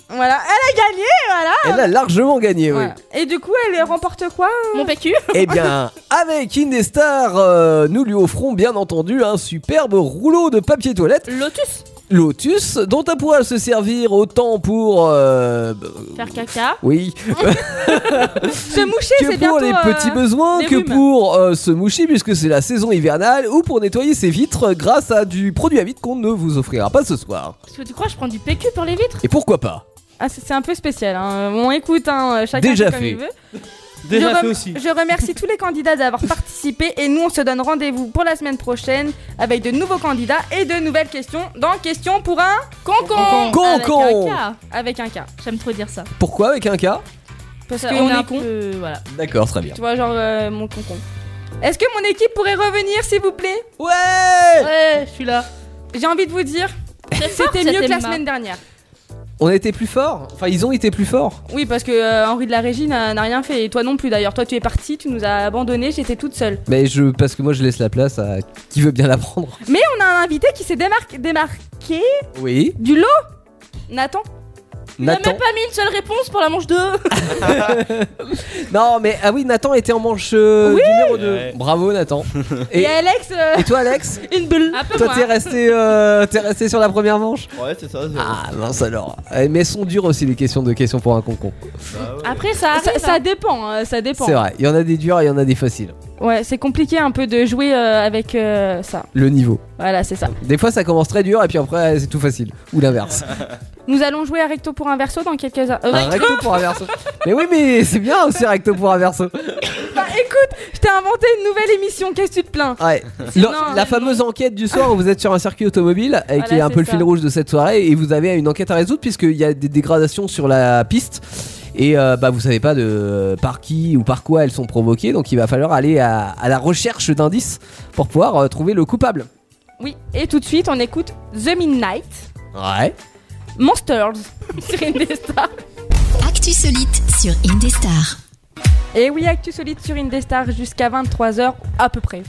E: voilà, elle a gagné, voilà.
F: Ah,
D: Elle a largement gagné, oui.
E: Voilà. Et du coup, elle remporte quoi
F: Mon PQ (laughs)
D: Eh bien, avec Indestar, euh, nous lui offrons bien entendu un superbe rouleau de papier toilette
F: Lotus
D: Lotus, dont elle pourra se servir autant pour. euh, bah,
F: Faire caca.
D: oui,
E: Se moucher,
D: que
E: c'est
D: pour
E: bientôt.
D: les
E: euh,
D: petits besoins,
E: des
D: que
E: rhumes.
D: pour euh, se moucher puisque c'est la saison hivernale, ou pour nettoyer ses vitres grâce à du produit à vitre qu'on ne vous offrira pas ce soir.
F: Parce que tu crois, je prends du PQ pour les vitres
D: Et pourquoi pas
E: Ah, c'est c'est un peu spécial. Hein. Bon, écoute, hein, chacun
D: Déjà
E: fait comme
D: fait.
E: il veut. je,
G: Déjà
E: rem-
G: fait aussi.
E: je remercie tous les candidats d'avoir participé et nous, on se donne rendez-vous pour la semaine prochaine avec de nouveaux candidats et de nouvelles questions dans Question pour un concon
F: Avec
D: Concon
F: un K.
E: avec un K.
F: J'aime trop dire ça.
D: Pourquoi avec un K
E: Parce
F: Ça,
E: qu'on
F: un
E: est con.
F: peu- voilà.
D: D'accord, très bien.
E: Tu vois, genre euh, mon concon. Est-ce que mon équipe pourrait revenir, s'il vous plaît
D: Ouais
F: Ouais, je suis là.
E: J'ai envie de vous dire, c'était mieux que la semaine dernière.
D: On a été plus fort Enfin, ils ont été plus forts
E: Oui, parce que euh, Henri de la Régie n'a n'a rien fait et toi non plus d'ailleurs. Toi, tu es parti, tu nous as abandonné, j'étais toute seule.
D: Mais je. Parce que moi je laisse la place à qui veut bien la prendre.
E: On a un invité qui s'est démarqué- démarqué
D: Oui.
E: du lot Nathan
F: Il n'a
D: Nathan.
F: même pas mis une seule réponse pour la manche 2.
D: Non, mais ah oui, Nathan était en manche euh, numéro 2.
I: Ouais.
D: Bravo, Nathan. Et,
E: (laughs) Et Alex, euh,
D: et toi, Alex
E: une bulle. Un peu
D: Toi,
E: moins.
D: t'es resté, euh, t'es resté sur la première manche
J: Ouais, c'est ça. c'est-
D: Ah, mince alors. Eh, Mais elles sont dures aussi, les questions de questions pour un concon.
J: bah, ouais.
F: Ah Après, ça
E: Ça,
F: arrive.
E: ça
F: hein.
E: dépend, euh, ça dépend.
D: C'est vrai, il y en a des dures et il y en a des faciles.
E: Ouais, c'est compliqué un peu de jouer euh, avec euh, ça.
D: Le niveau.
E: Voilà, c'est ça.
D: Des fois, ça commence très dur et puis après, c'est tout facile. Ou l'inverse.
E: Nous allons jouer à recto pour un verso dans quelques heures. Euh,
D: Un
E: recto-
D: recto pour un verso. Mais oui, mais c'est bien aussi, recto pour un verso.
E: Bah, écoute, je t'ai inventé une nouvelle émission, qu'est-ce que tu te plains
D: Ouais.
E: Sinon,
D: la, la fameuse enquête du soir où vous êtes sur un circuit automobile et qui
E: Voilà,
D: est un peu
E: c'est
D: le fil
E: ça.
D: rouge de cette soirée et vous avez une enquête à résoudre puisqu'il y a des dégradations sur la piste et euh, bah vous savez pas de par qui ou par quoi elles sont provoquées donc il va falloir aller à, à la recherche d'indices pour pouvoir euh, trouver le coupable.
E: Oui, et tout de suite, on écoute The Midnight,
D: Ouais.
E: Monsters, (laughs) sur Indestar.
B: Actu Solite sur Indestar.
E: Et oui, Actu Solide sur Indestar jusqu'à 23h à peu près.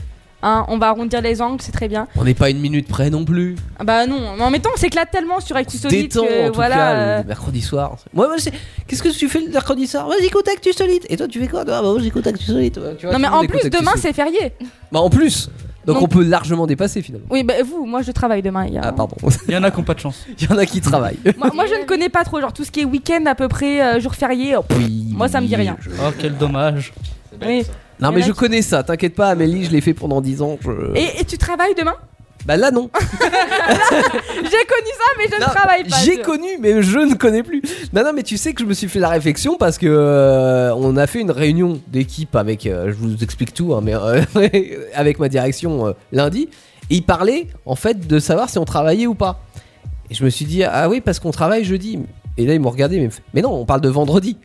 E: Hein, on va arrondir les angles, c'est très bien.
D: On n'est pas une minute près non plus.
E: Ah Bah non, mais en même temps, on s'éclate tellement sur Actu Solide
D: Détends
E: que
D: en tout
E: voilà.
D: cas
E: euh,
D: le mercredi soir. Moi, moi, je sais- qu'est-ce que tu fais le mercredi soir Vas-y écoute Actu Solide. Et toi tu fais quoi Ah, bah, moi, j'écoute Actu Solide. Tu vois,
E: Non
D: euh, tout
E: mais
D: le monde
E: en
D: écoute
E: plus,
D: Actu
E: demain
D: Solide.
E: c'est férié.
D: Bah en plus. Donc,
E: Donc-
D: on peut largement dépasser finalement.
E: Oui, bah vous, moi je travaille demain. il y a-
D: Ah pardon. (laughs)
G: Il y en a qui n'ont pas de chance.
D: Il y en a qui travaillent.
E: moi, moi, je ne connais pas trop, genre tout ce qui est week-end à peu près, euh, jour férié. oh, pff, moi ça me dit rien.
G: Oh, quel dommage.
E: Oui.
D: Non,
E: Il y
D: mais
E: en a
D: je
E: qui-
D: connais ça, t'inquiète pas, Amélie, je l'ai fait pendant 10 ans. je-
E: Et, et tu travailles demain
D: Bah là, non.
E: J'ai connu ça, mais je
D: Non,
E: ne travaille pas.
D: J'ai
E: je-
D: connu, mais je ne connais plus. Non, non, mais tu sais que je me suis fait la réflexion parce que euh, on a fait une réunion d'équipe avec, euh, je vous explique tout, hein, mais euh, (laughs) avec ma direction euh, lundi. Et ils parlaient en fait de savoir si on travaillait ou pas. Et je me suis dit, ah oui, parce qu'on travaille jeudi. Et là, ils m'ont regardé, mais, ils me font, mais non, on parle de vendredi.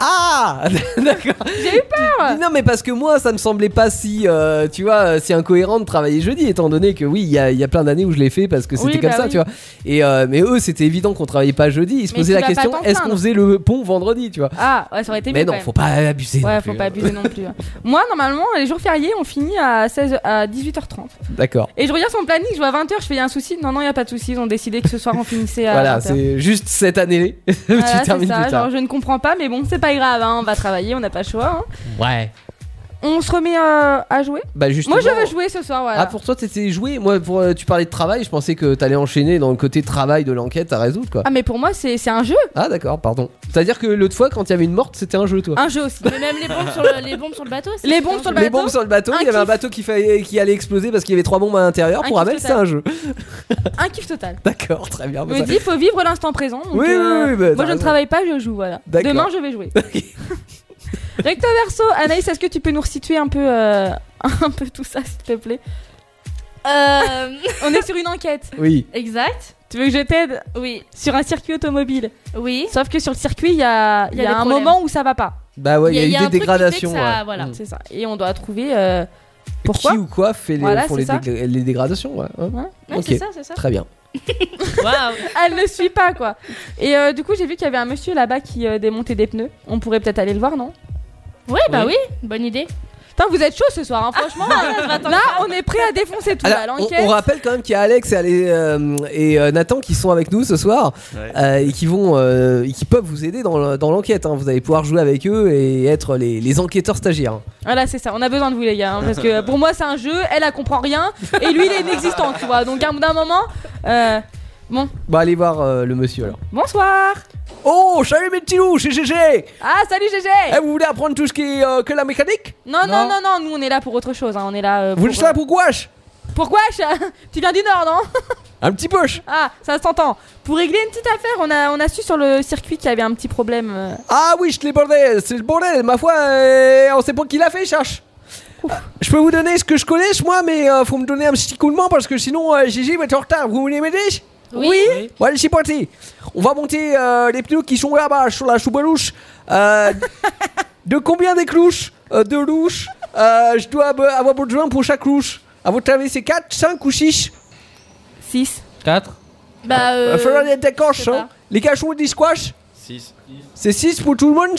D: Ah (laughs) D'accord
E: J'ai eu peur.
D: Non, mais parce que moi, ça me semblait pas si, euh, tu vois, si incohérent de travailler jeudi, étant donné que oui, il y a, il y a plein d'années où je l'ai fait parce que c'était
E: Oui,
D: comme
E: bah
D: ça,
E: oui.
D: tu vois. Et euh, mais eux, c'était évident qu'on travaillait pas jeudi. Ils se
E: Mais
D: posaient
E: tu
D: la
E: vas pas
D: question
E: t'en
D: est-ce qu'on
E: plaindre.
D: faisait le pont vendredi, tu vois
E: Ah, ouais, ça aurait été
D: Mais
E: mieux.
D: non,
E: quand même.
D: faut pas abuser. non
E: Ouais,
D: plus,
E: faut pas
D: hein.
E: abuser
D: (laughs)
E: non plus. Moi, normalement, les jours fériés, on finit à, 16, à 18h30.
D: D'accord.
E: Et je regarde son planning, je vois 20h, je fais y a un souci. Non, non, il a pas de souci. Ils ont décidé que ce soir, on finissait à
D: Voilà,
E: 20h.
D: c'est juste cette année. (laughs) tu
E: Voilà, c'est
D: termines
E: ça.
D: plus tard.
E: Genre, je ne comprends pas, mais bon, c'est pas grave. hein, on va travailler, on n'a pas le choix. hein.
D: Ouais.
E: On se remet euh, à jouer.
D: Bah justement.
E: Moi, je veux jouer ce soir. Voilà.
D: Ah pour toi t'étais joué moi pour euh, tu parlais de travail je pensais que t'allais enchaîner dans le côté travail de l'enquête à résoudre quoi
E: Ah, mais pour moi, c'est c'est un jeu.
D: ah d'accord pardon c'est à dire que l'autre fois quand il y avait une morte c'était un jeu toi
E: Un jeu
D: (laughs)
E: aussi.
F: Mais même les bombes sur le, les bombes sur le bateau. c'est-
E: Les bombes sur le
D: les
E: bateau.
D: bombes sur le bateau,
E: un
D: il y avait un
E: kiff.
D: bateau qui, faillait- qui allait exploser parce qu'il y avait trois bombes à l'intérieur.
E: Un
D: Pour
E: kiff
D: Amel,
E: total.
D: c'est un jeu.
E: Un kiff total.
D: (laughs) D'accord, très bien.
E: Je
D: bah
E: me
D: ça-
E: dis, faut vivre l'instant présent. donc,
D: Oui,
E: euh,
D: oui, oui, bah, t'as
E: moi, je ne
D: raison.
E: travaille pas, je joue. Voilà.
D: D'accord.
E: Demain, je
D: (laughs)
E: vais jouer. (laughs) Recto verso, Anaïs, est-ce que tu peux nous resituer un peu, euh, (laughs) un peu tout ça, s'il te plaît
F: Euh,
E: (laughs) On est sur une enquête.
D: Oui.
F: exact.
E: Tu veux que je t'aide
F: Oui.
E: sur un circuit automobile
F: Oui.
E: Sauf que sur le circuit, il y a, il y
F: Il y a
E: a
F: des
E: un
F: problèmes.
E: moment où ça va pas.
D: Bah ouais, il y,
F: un
D: a eu
F: truc
D: des
F: qui fait que
D: dégradations.
F: ça-
D: ouais.
F: voilà.
D: Mm.
E: C'est ça. Et on doit trouver euh, pourquoi.
D: Qui ou quoi fait les,
E: Voilà,
D: font
E: c'est
D: les,
E: ça.
D: dég- les dégradations ouais, hein.
E: Ouais.
F: Ouais,
D: Ok,
F: C'est ça, c'est ça.
D: très bien.
F: Waouh.
E: Elle ne suit pas, quoi. Et euh, du coup, j'ai vu qu'il y avait un monsieur là-bas qui euh, démontait des pneus. On pourrait peut-être aller le voir, non
F: Ouais, bah oui. Bonne idée.
E: Putain, vous êtes chaud ce soir, hein,
F: (laughs)
E: franchement. euh, là, on est prêt à défoncer tout. là,
D: Alors, on,
E: l'enquête.
D: on rappelle quand même qu'il y a Alex et, Alé- euh, et, euh, Nathan qui sont avec nous ce soir
J: Ouais.
D: euh, et qui vont, euh, et qui peuvent vous aider dans le- dans l'enquête. hein. Vous allez pouvoir jouer avec eux et être les, les enquêteurs stagiaires.
E: Voilà, c'est ça. On a besoin de vous, les gars. hein, parce que pour moi, c'est un jeu. Elle, elle comprend rien. Et lui, il est inexistant, tu vois. Donc, à un bout d'un moment. euh,
D: Bon, allez voir euh, le monsieur alors.
E: Bonsoir.
D: Oh, salut mes petits loups, c'est GG.
E: Ah, salut GG.
D: Eh, vous voulez apprendre tout ce qui est euh, que la mécanique
E: Non, non, non,
G: Non.
E: non. Nous, on est là pour autre chose. hein, On est là. euh,
D: Vous
E: pour,
D: le savez pourquoi je-
E: Pourquoi je- Tu viens du Nord, non
D: Un petit peu je-
E: Ah, ça s'entend. Pour régler une petite affaire, on a, on a su sur le circuit qu'il y avait un petit problème. euh.
D: Ah oui, je l'ai bordel, c'est le bordel, ma foi, euh, on sait pas qui l'a fait, cherche. Je peux vous donner ce que je connais, moi, mais euh, faut me donner un petit coup de main parce que sinon, euh, Gigi va être en retard. Vous voulez m'aider
F: Oui.
D: Bon, allez, c'est parti. On va monter euh, les pneus qui sont là-bas sur la choubalouche. Euh, de combien des clouches Euh, De louches Euh, Je dois ab- avoir besoin pour chaque louche. À votre avis, c'est 4, 5 ou 6
E: 6.
G: 4.
F: Bah.
D: Il
F: Euh,
D: va falloir être d'accord,
F: je sais
D: hein.
F: pas.
D: Les cachons et des squash
J: 6.
D: C'est 6 pour tout le monde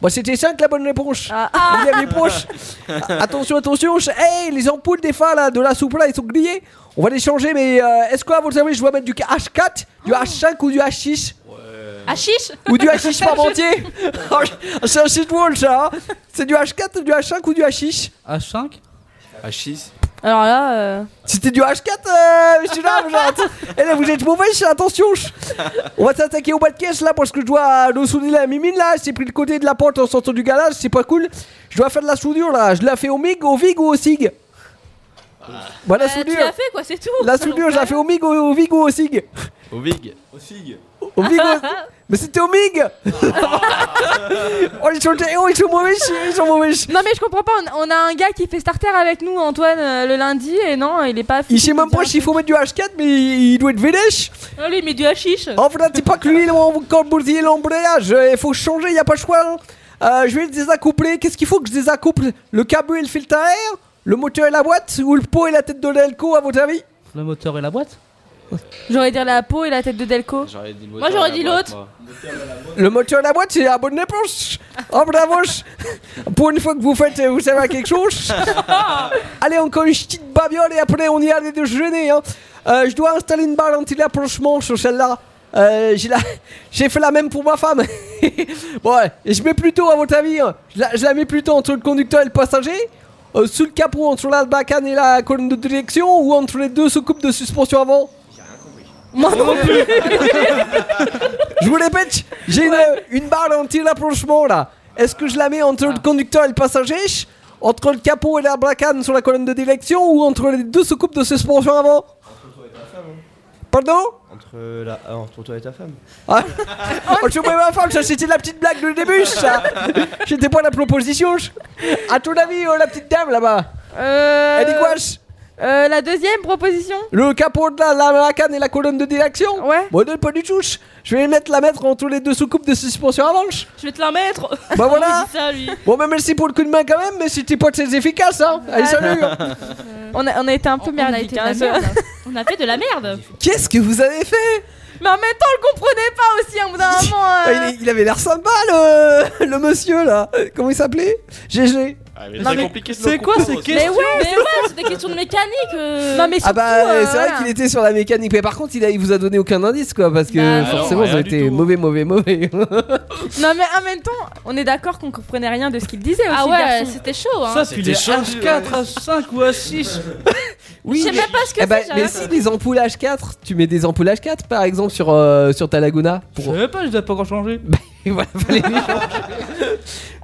D: Bon, c'était 5 la bonne réponse.
E: Ah.
D: Vous avez proche. Ah, attention, attention. je- Hey, les ampoules des phares là, de la soupe là, ils sont grillées.
F: Oh.
D: On va les changer, mais euh, est-ce quoi, à votre avis, je dois mettre du H4, du H5 ou du H6
J: Ouais.
F: Ah,
E: Hachiche
D: Ou du
F: (laughs)
D: hashish parmentier Oh, (laughs) C'est un shit wall ça hein. C'est du H4, du H5 ou du hashish
G: H5
I: H6
E: Alors là, euh,
D: C'était du H4, euh, monsieur là, vous êtes- Eh là, vous êtes mauvais, chien, attention chien. On va s'attaquer au bas de caisse là, parce que je dois euh, nous souder la mimine là, j'ai pris le côté de la porte en sortant du garage, c'est pas cool. Je dois faire de la soudure là, je la fais au MIG, au VIG ou au SIG Bah la
F: Euh, tu l'as
D: soudure
F: fait quoi, c'est tout.
D: La soudure, je la fais au MIG, au, au VIG ou au SIG
I: Au VIG. Au SIG.
D: Au
F: (laughs)
D: MIG au- Mais c'était au MIG Oh, ils sont, oh, ils sont mauvais, chiens, ils sont mauvais chiens.
E: Non mais je comprends pas, on- on a un gars qui fait starter avec nous, Antoine, euh, le lundi, et non, il est pas...
D: Il sait même pas s'il faut mettre du H4, mais il il doit être vénèche
F: Oh, lui, mais du hashish.
D: En fait, c'est pas que lui, il a encore bousillé l'embrayage. Euh, Il faut changer, il n'y a pas le choix. hein. Euh, je vais le désaccoupler. Qu'est-ce qu'il faut que je désaccouple Le câble et le filtre à air Le moteur et la boîte Ou le pot et la tête de l'elco, à votre avis
G: Le moteur et la boîte
E: J'aurais dire la peau et la tête de Delco.
I: J'aurais dit le
F: Moi, j'aurais dit l'autre.
D: Le moteur et la boîte, c'est la bonne réponse. Oh, bravo Pour une fois que vous faites, euh, vous savez à quelque chose. Allez, encore une petite babiole et après, on y allait déjeuner. Hein. Euh, je dois installer une barre anti-rapprochement sur celle-là. Euh, j'ai, la- j'ai fait la même pour ma femme. (laughs) bon, ouais. et je mets plutôt, à votre avis, hein, je, la, je la mets plutôt entre le conducteur et le passager, euh, sous le capot, entre la bacane et la colonne de direction, ou entre les deux soucoupes de suspension avant Je vous répète, j'ai une- une, barre anti-rapprochement là. Est-ce que je la mets entre le conducteur et le passager Entre le capot et la bracane sur la colonne de direction ou entre les deux soucoupes de suspension avant Pardon
J: Entre, la... ah, entre toi et ta femme.
D: ah. Oh, je vois ma femme, ça c'était la petite blague de début ça C'était pas la proposition je- À ton avis, euh, la petite dame là-bas,
E: Euh...
D: elle dit quoi
E: euh, La deuxième proposition
D: Le capot de la, la bracane et la colonne de direction
E: Ah Ouais.
D: Bon, non, pas du tout Je vais mettre la mettre entre les deux soucoupes de suspension avant je-
F: Je vais te la mettre.
D: Bah
F: (laughs)
D: voilà
F: Il dit ça, lui.
D: Bon, mais merci pour le coup de main quand même, mais c'était pas très efficace, hein Allez, salut hein.
E: on a, on a été un peu
F: On a
E: merdique.
F: été de
E: hein,
F: la
E: ça.
F: merde. On a fait de la merde.
D: (laughs) Qu'est-ce que vous avez fait
E: Mais en même temps, on le comprenait pas aussi, hein, au bout d'un moment...
D: Ah,
E: euh,
D: il, est- il avait l'air sympa, le, (laughs) le monsieur, là Comment il s'appelait GG
I: Ah,
G: Non, mais
I: compliqué ce
G: C'est quoi
I: concours,
G: ces
I: ça.
G: questions
F: Mais ouais, c'est des questions de mécanique. euh.
E: Non mais
D: Ah
E: surtout,
D: bah,
E: euh,
D: c'est vrai
E: voilà.
D: qu'il était sur la mécanique, mais par contre, il, a- il vous a donné aucun indice, quoi, parce que
F: Bah,
I: non,
D: forcément,
I: rien
D: ça a
I: du
D: été
I: tout.
D: mauvais, mauvais, mauvais.
E: Non mais en même temps, on est d'accord qu'on comprenait rien de ce qu'il disait aussi.
F: Ah
E: le
F: ouais,
E: garçon.
D: Bah,
F: c'était chaud. Hein.
G: Ça, tu les
I: C'était
G: H4,
I: chargé,
G: H5 ou H6
D: (laughs) oui,
F: je sais même pas ce que
D: eh bah,
F: c'est.
D: mais
F: j'arrête.
D: si, des ampoules H4, tu mets des ampoules H4, par exemple, sur, euh, sur ta Laguna
G: Je
D: pour... (laughs)
G: savais pas, je les ai pas encore changé.
D: Et voilà, fallait les changer.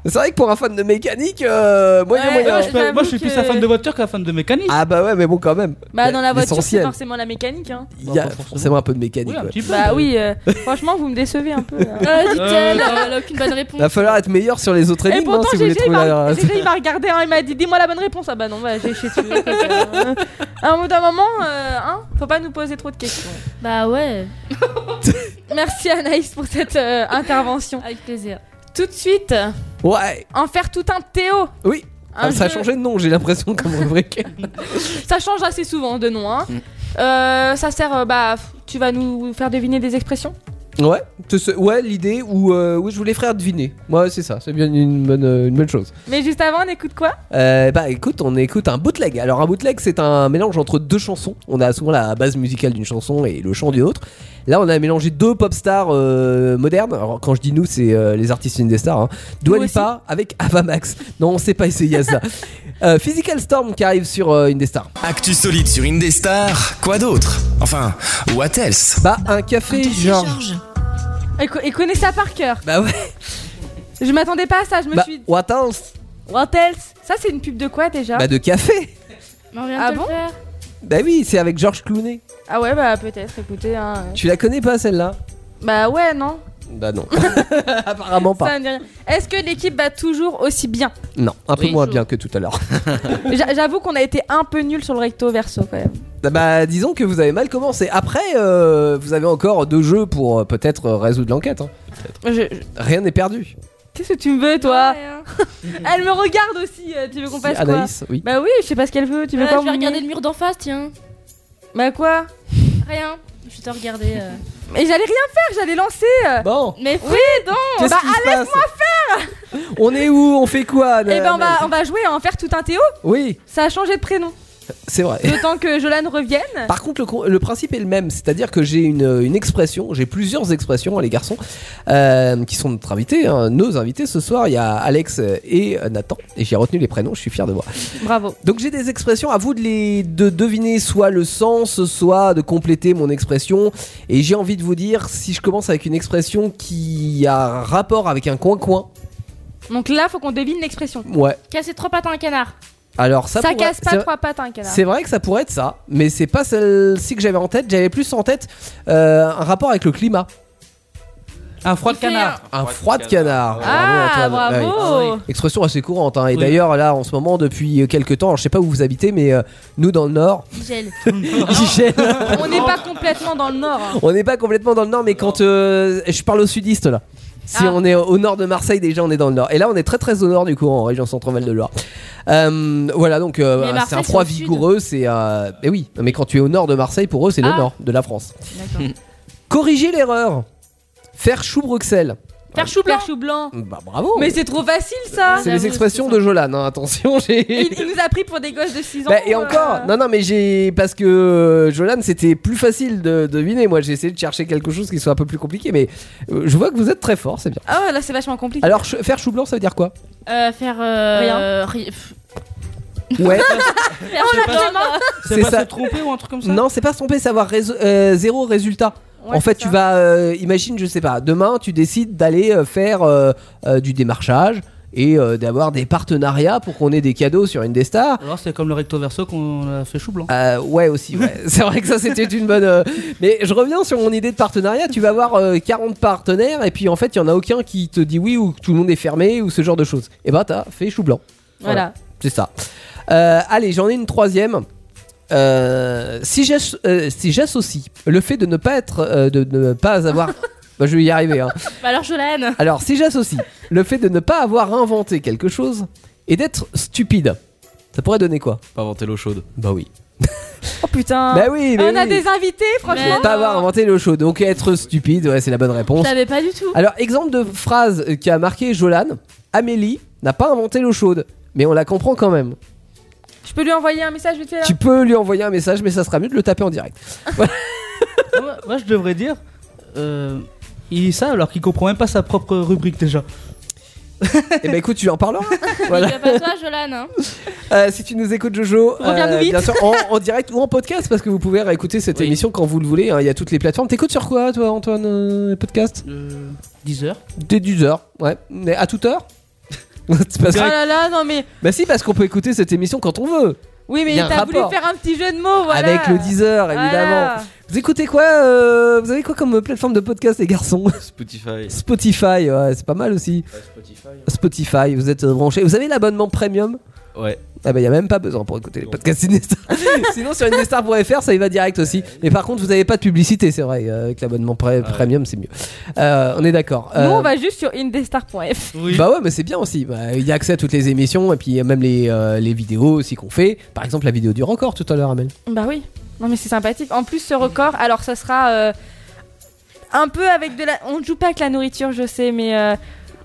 D: C'est vrai que pour un fan de mécanique, euh, moyen,
E: Ouais,
D: moyen.
E: ouais,
G: Je peux- moi, je suis
E: j'avoue
G: plus
E: que-
G: un fan de voiture qu'un fan de mécanique.
D: Ah bah ouais, mais bon, quand même.
E: Bah dans la voiture, c'est
D: L'essentiel.
E: forcément la mécanique. Hein.
D: Il y a
G: Bah, pas
D: forcément.
G: forcément.
D: un peu de mécanique.
G: oui, un
D: ouais.
G: petit peu.
E: Bah oui, euh, (laughs) franchement, vous me décevez un peu. là.
F: Euh,
E: (laughs)
F: dit-elle,
G: Euh,
F: euh, elle a aucune bonne réponse.
D: Il va falloir être meilleur sur les autres
E: Et
D: énigmes hein,
E: Eh, pourtant,
D: si vous voulez
E: GG, il
D: trouver la.
E: m'a GG, il m'a regardé, hein, il m'a dit Dis-moi la bonne réponse. Ah bah non, bah, j'ai chez tu veux, écoute, euh, À un bout d'un moment, euh, hein, faut pas nous poser trop de questions. Ah
F: Bah ouais,
E: Merci Anaïs pour cette euh, intervention.
F: avec plaisir.
E: Tout de suite,
D: Ouais,
E: en faire tout un Théo.
D: oui.
E: Un
D: Ah, ça a
E: jeu-
D: changé de nom, j'ai l'impression, comme rubrique.
E: Ça change assez souvent de nom. hein.
D: Mm.
E: Euh, ça sert, euh, bah, f- tu vas nous faire deviner des expressions
D: ouais, c'est ce- ouais l'idée où, euh, où je voulais faire deviner. Ouais, c'est ça, c'est bien une bonne, euh, une bonne chose.
E: Mais juste avant, on écoute quoi
D: Euh, bah écoute, on écoute un bootleg. Alors, un bootleg, c'est un mélange entre deux chansons. On a souvent la base musicale d'une chanson et le chant d'une autre. Là, on a mélangé deux pop stars euh, modernes. Alors, quand je dis nous, c'est euh, les artistes une des stars. Hein. Dua
E: Nous
D: Lipa avec Ava Max. Non, on s'est pas essayé (laughs) à ça. Euh, Physical Storm qui arrive sur euh, une des stars.
C: Actu solide sur Indestar, quoi d'autre Enfin, what else
D: Bah, un café, genre.
E: Il co- il connaît ça par cœur.
D: Bah ouais.
E: Je m'attendais pas à ça, je me
D: Bah,
E: suis dit.
D: what else
E: What else Ça, c'est une pub de quoi déjà
D: Bah de café.
F: Mais on vient de
E: Ah
F: te le
E: bon
F: faire.
D: Bah oui, c'est avec Georges Clooney.
E: Ah ouais, bah peut-être, écoutez. hein, euh.
D: Tu la connais pas celle-là
E: Bah ouais, non
D: Bah non. (laughs) Apparemment pas.
E: Ça me dit rien. Est-ce que l'équipe va toujours aussi bien
D: Non, un peu
F: Oui.
D: moins bien que tout à l'heure. (laughs)
E: J'a- J'avoue qu'on a été un peu nul sur le recto verso quand même.
D: bah disons que vous avez mal commencé. Après, euh, vous avez encore deux jeux pour euh, peut-être euh, résoudre l'enquête. hein.
E: Je- je-
D: Rien n'est perdu.
E: Qu'est-ce que tu me veux, toi
F: Ouais, hein.
E: (laughs) Elle me regarde aussi. euh, Tu veux qu'on
D: Si,
E: fasse quoi
D: Anaïs, oui.
E: Bah oui, je sais pas ce qu'elle veut. Tu veux
F: Euh,
E: quoi
F: je vais
E: mon-
F: regarder le mur d'en face, tiens.
E: Bah quoi
F: Rien. Je vais te regarder. euh.
E: Mais j'allais rien faire, j'allais lancer. euh.
D: Bon,
F: Mais
E: Oui,
D: qu'est-ce
E: bah,
D: qui se passe On est où On fait quoi
E: Eh ben on
D: Anaïs
E: va, on va jouer à en faire tout un Théo.
D: Oui. (laughs)
E: Ça a changé de prénom.
D: C'est vrai.
E: D'autant que Jolan revienne.
D: Par contre, le, con- le principe est le même, c'est-à-dire que j'ai une, euh, une expression, j'ai plusieurs expressions, hein, les garçons, euh, qui sont notre invité, hein, nos invités ce soir. Il y a Alex et Nathan, et j'ai retenu les prénoms, je suis fier de moi.
E: Bravo.
D: Donc j'ai des expressions, à vous de, les, de deviner soit le sens, soit de compléter mon expression. Et j'ai envie de vous dire, si je commence avec une expression qui a un rapport avec un coin-coin,
E: Donc là, faut qu'on devine l'expression.
D: ouais,
F: Casser trois pattes à un canard.
D: alors ça
E: Ça,
D: pourrait-
E: casse pas
D: c'est-
E: trois pattes à un canard.
D: C'est vrai que ça pourrait être ça, mais c'est pas celle-ci que j'avais en tête. J'avais plus en tête euh, un rapport avec le climat.
G: Un froid de
E: Il fait
G: canard.
D: Un froid de canard.
E: Ah,
D: Antoine.
E: bravo.
D: Ouais. Expression assez courante. hein. Et
G: Oui.
D: d'ailleurs, là, en ce moment, depuis quelques temps, alors, je sais pas où vous habitez, mais euh, nous, dans le Nord,
F: Gel.
D: il gèle.
E: On n'est pas complètement dans le nord. hein.
D: on n'est pas complètement dans le Nord, mais quand euh, je parle aux sudistes, là. Si
E: Ah.
D: on est au nord de Marseille, déjà on est dans le nord. Et là, on est très très au nord du coup, en région centre-val de Loire. Euh, voilà, donc euh,
F: Mais
D: c'est
F: Marseille,
D: un
F: c'est
D: froid
F: au sud.
D: vigoureux. C'est. Euh... eh oui, mais quand tu es au nord de Marseille, pour eux, c'est le
E: Ah.
D: nord de la France.
F: D'accord.
D: (laughs) Corriger l'erreur. Faire chou Bruxelles.
F: Faire chou blanc.
E: Père chou blanc.
D: Bah bravo.
E: Mais c'est trop facile ça.
D: c'est les
F: j'avoue,
D: expressions
F: c'est
D: de Jolan. hein, Attention, (laughs) j'ai.
E: Il, il nous a pris pour des gosses de 6 ans.
D: Bah, et
E: euh,
D: encore, non, non, mais j'ai. Parce que euh, Jolan, c'était plus facile de deviner. Moi, j'ai essayé de chercher quelque chose qui soit un peu plus compliqué, mais euh, je vois que vous êtes très fort, c'est bien.
E: Ah ouais, là c'est vachement compliqué.
D: Alors, ch- faire chou blanc, ça veut dire quoi
F: Euh, faire. euh,
E: Rien.
F: ri- pff,
D: Ouais, Ah,
E: Faire chou blanc.
G: C'est
D: C'est
G: pas
D: ça.
G: se tromper ou un truc comme ça
D: non, c'est pas se tromper, c'est avoir réso- euh, zéro résultat.
E: Ouais,
D: en fait,
E: c'est
D: tu
E: ça.
D: vas. euh, imagine, je sais pas, demain, tu décides d'aller euh, faire euh, euh, du démarchage et euh, d'avoir des partenariats pour qu'on ait des cadeaux sur une des stars.
G: Alors c'est comme le recto verso qu'on a fait chou blanc.
D: Euh, ouais aussi, ouais. c'est vrai que ça c'était une bonne... euh, Mais je reviens sur mon idée de partenariat, tu vas avoir euh, 40 partenaires et puis en fait il y en a aucun qui te dit oui ou que tout le monde est fermé ou ce genre de choses. Et bah t'as fait chou blanc,
E: Voilà.
D: c'est ça. Euh, allez, j'en ai une troisième. Euh, si j'as- euh, si j'associe le fait de ne pas être... euh, de, de ne pas avoir... Bah, je vais y arriver. hein.
F: Bah alors, Jolan.
D: Alors si j'associe le fait de ne pas avoir inventé quelque chose et d'être stupide, ça pourrait donner quoi
I: Pas inventer l'eau chaude.
D: Bah oui.
E: Oh putain.
D: Bah oui, mais
E: on a
D: oui.
E: des invités, franchement. euh,
F: Mais-
D: Pas avoir inventé l'eau chaude, donc être stupide, ouais, c'est la bonne
F: Je
D: réponse.
F: l'avais pas du tout.
D: Alors, exemple de phrase euh, qui a marqué Jolan Amélie n'a pas inventé l'eau chaude, mais on la comprend quand même.
E: Je peux lui envoyer un message vite fait là
D: Tu peux lui envoyer un message, mais ça sera mieux de le taper en direct.
G: Ah, moi- Moi je devrais dire. euh, Il dit ça alors qu'il comprend même pas sa propre rubrique déjà.
D: Et ben écoute, tu en
E: (laughs)
D: parleras. voilà.
F: Big up à toi, Jolan. hein.
D: Euh, si tu nous écoutes, Jojo, euh,
E: Reviens-nous vite.
D: bien sûr, en, en direct ou en podcast, parce que vous pouvez réécouter cette
G: Oui.
D: émission quand vous le voulez. hein, Il y a toutes les plateformes. T'écoutes sur quoi, toi, Antoine, euh, podcast
G: 10 heures.
D: Dès 10h, ouais. Mais à toute heure (laughs) C'est parce
E: Oh
D: que-
E: là là, non mais.
D: Bah si, parce qu'on peut écouter cette émission quand on veut.
E: Oui, mais
D: Y a un
E: t'as voulu
D: rapport.
E: faire un petit jeu de mots, voilà.
D: Avec le 10h, évidemment.
E: Voilà.
D: Vous écoutez quoi euh, Vous avez quoi comme plateforme de podcast, les
E: (laughs)
D: garçons
I: Spotify.
D: Spotify, ouais, c'est pas mal aussi.
I: Spotify.
D: Spotify, vous êtes euh, branchés. Vous avez l'abonnement premium
I: Ouais.
D: Ah bah y a même pas besoin pour écouter les podcasts
E: (laughs)
D: Indestar. Sinon sur indestar.fr ça y va direct aussi. Mais par contre vous avez pas de publicité, c'est vrai. euh, Avec l'abonnement pre- premium c'est mieux. Euh, on est d'accord.
E: Nous,
D: Euh,
E: on va juste sur indestar.f.
G: Oui.
D: Bah ouais, mais c'est bien aussi. Bah, il y a accès à toutes les émissions et puis euh, même les, euh, les vidéos aussi qu'on fait. Par exemple la vidéo du record tout à l'heure, Amel.
E: Bah oui. Non mais c'est sympathique. En plus, ce record, alors ça sera. euh, Un peu avec de la. On ne joue pas avec la nourriture, je sais, mais. euh,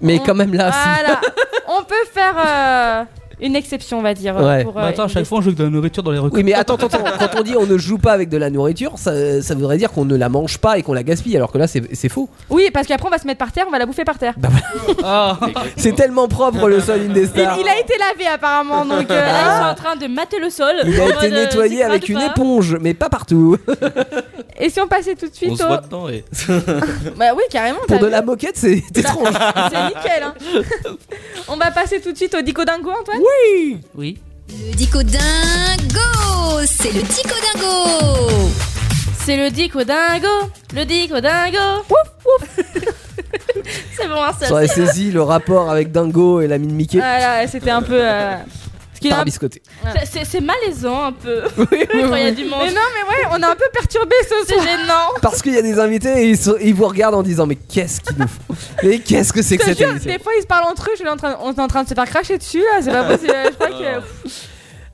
D: Mais
E: on-
D: quand même là, Ah, si. (laughs)
E: Voilà. on peut faire euh, une exception, on va dire.
D: Ouais.
E: pour,
G: Bah,
E: euh,
G: attends, à chaque fois on joue avec de la nourriture dans les records.
D: Oui, mais attends, attends, attends. quand on dit on ne joue pas avec de la nourriture, ça, ça voudrait dire qu'on ne la mange pas et qu'on la gaspille, alors que là, c'est c'est faux.
E: Oui, parce qu'après, on va se mettre par terre, on va la bouffer par terre.
G: (laughs) Ah,
D: C'est tellement propre le sol
E: Il,
D: Indestar.
E: il a été lavé, apparemment, donc. euh,
F: Là, ils sont en train de mater le sol.
D: Ah.
E: (laughs)
D: Il a
F: En
D: été
F: mode, euh,
D: nettoyé
F: c'est quoi,
D: avec
F: de
D: une
F: pas
D: éponge, mais pas partout.
E: Et si on passait tout de
I: On
E: suite
I: se
E: au.
I: voit dedans et.
E: Bah oui, carrément.
D: Pour
E: t'as
D: de
E: vu.
D: la moquette,
E: (laughs)
D: c'est étrange.
E: C'est nickel. hein. (laughs) on va passer tout de suite au Dico Dingo, Antoine.
G: oui.
B: Le Dico Dingo C'est le Dico Dingo
F: C'est le dico dingo. Le dico dingo. Ouf, ouf. (laughs) c'est bon, hein, ça. Ah
D: Ça aurait saisi le rapport avec Dingo et l'ami de Mickey.
E: Voilà, c'était un peu. euh, Parce qu'il Euh, a un-
D: Par biscoté.
F: c'est- C'est c'est malaisant un
E: (laughs)
F: peu.
D: oui,
F: Quand il y a du
E: Mais
F: monde.
E: non, mais ouais, on est un peu perturbé ce
F: C'est
E: soir.
F: gênant.
D: Parce qu'il y a des invités et ils, sont- ils vous regardent en disant Mais qu'est-ce qu'ils nous font Mais qu'est-ce que c'est que
E: Je
D: cette
E: te jure,
D: émission
E: des fois ils se parlent entre eux, je suis en train, on est en train de se faire cracher dessus là, c'est pas possible. Je crois que.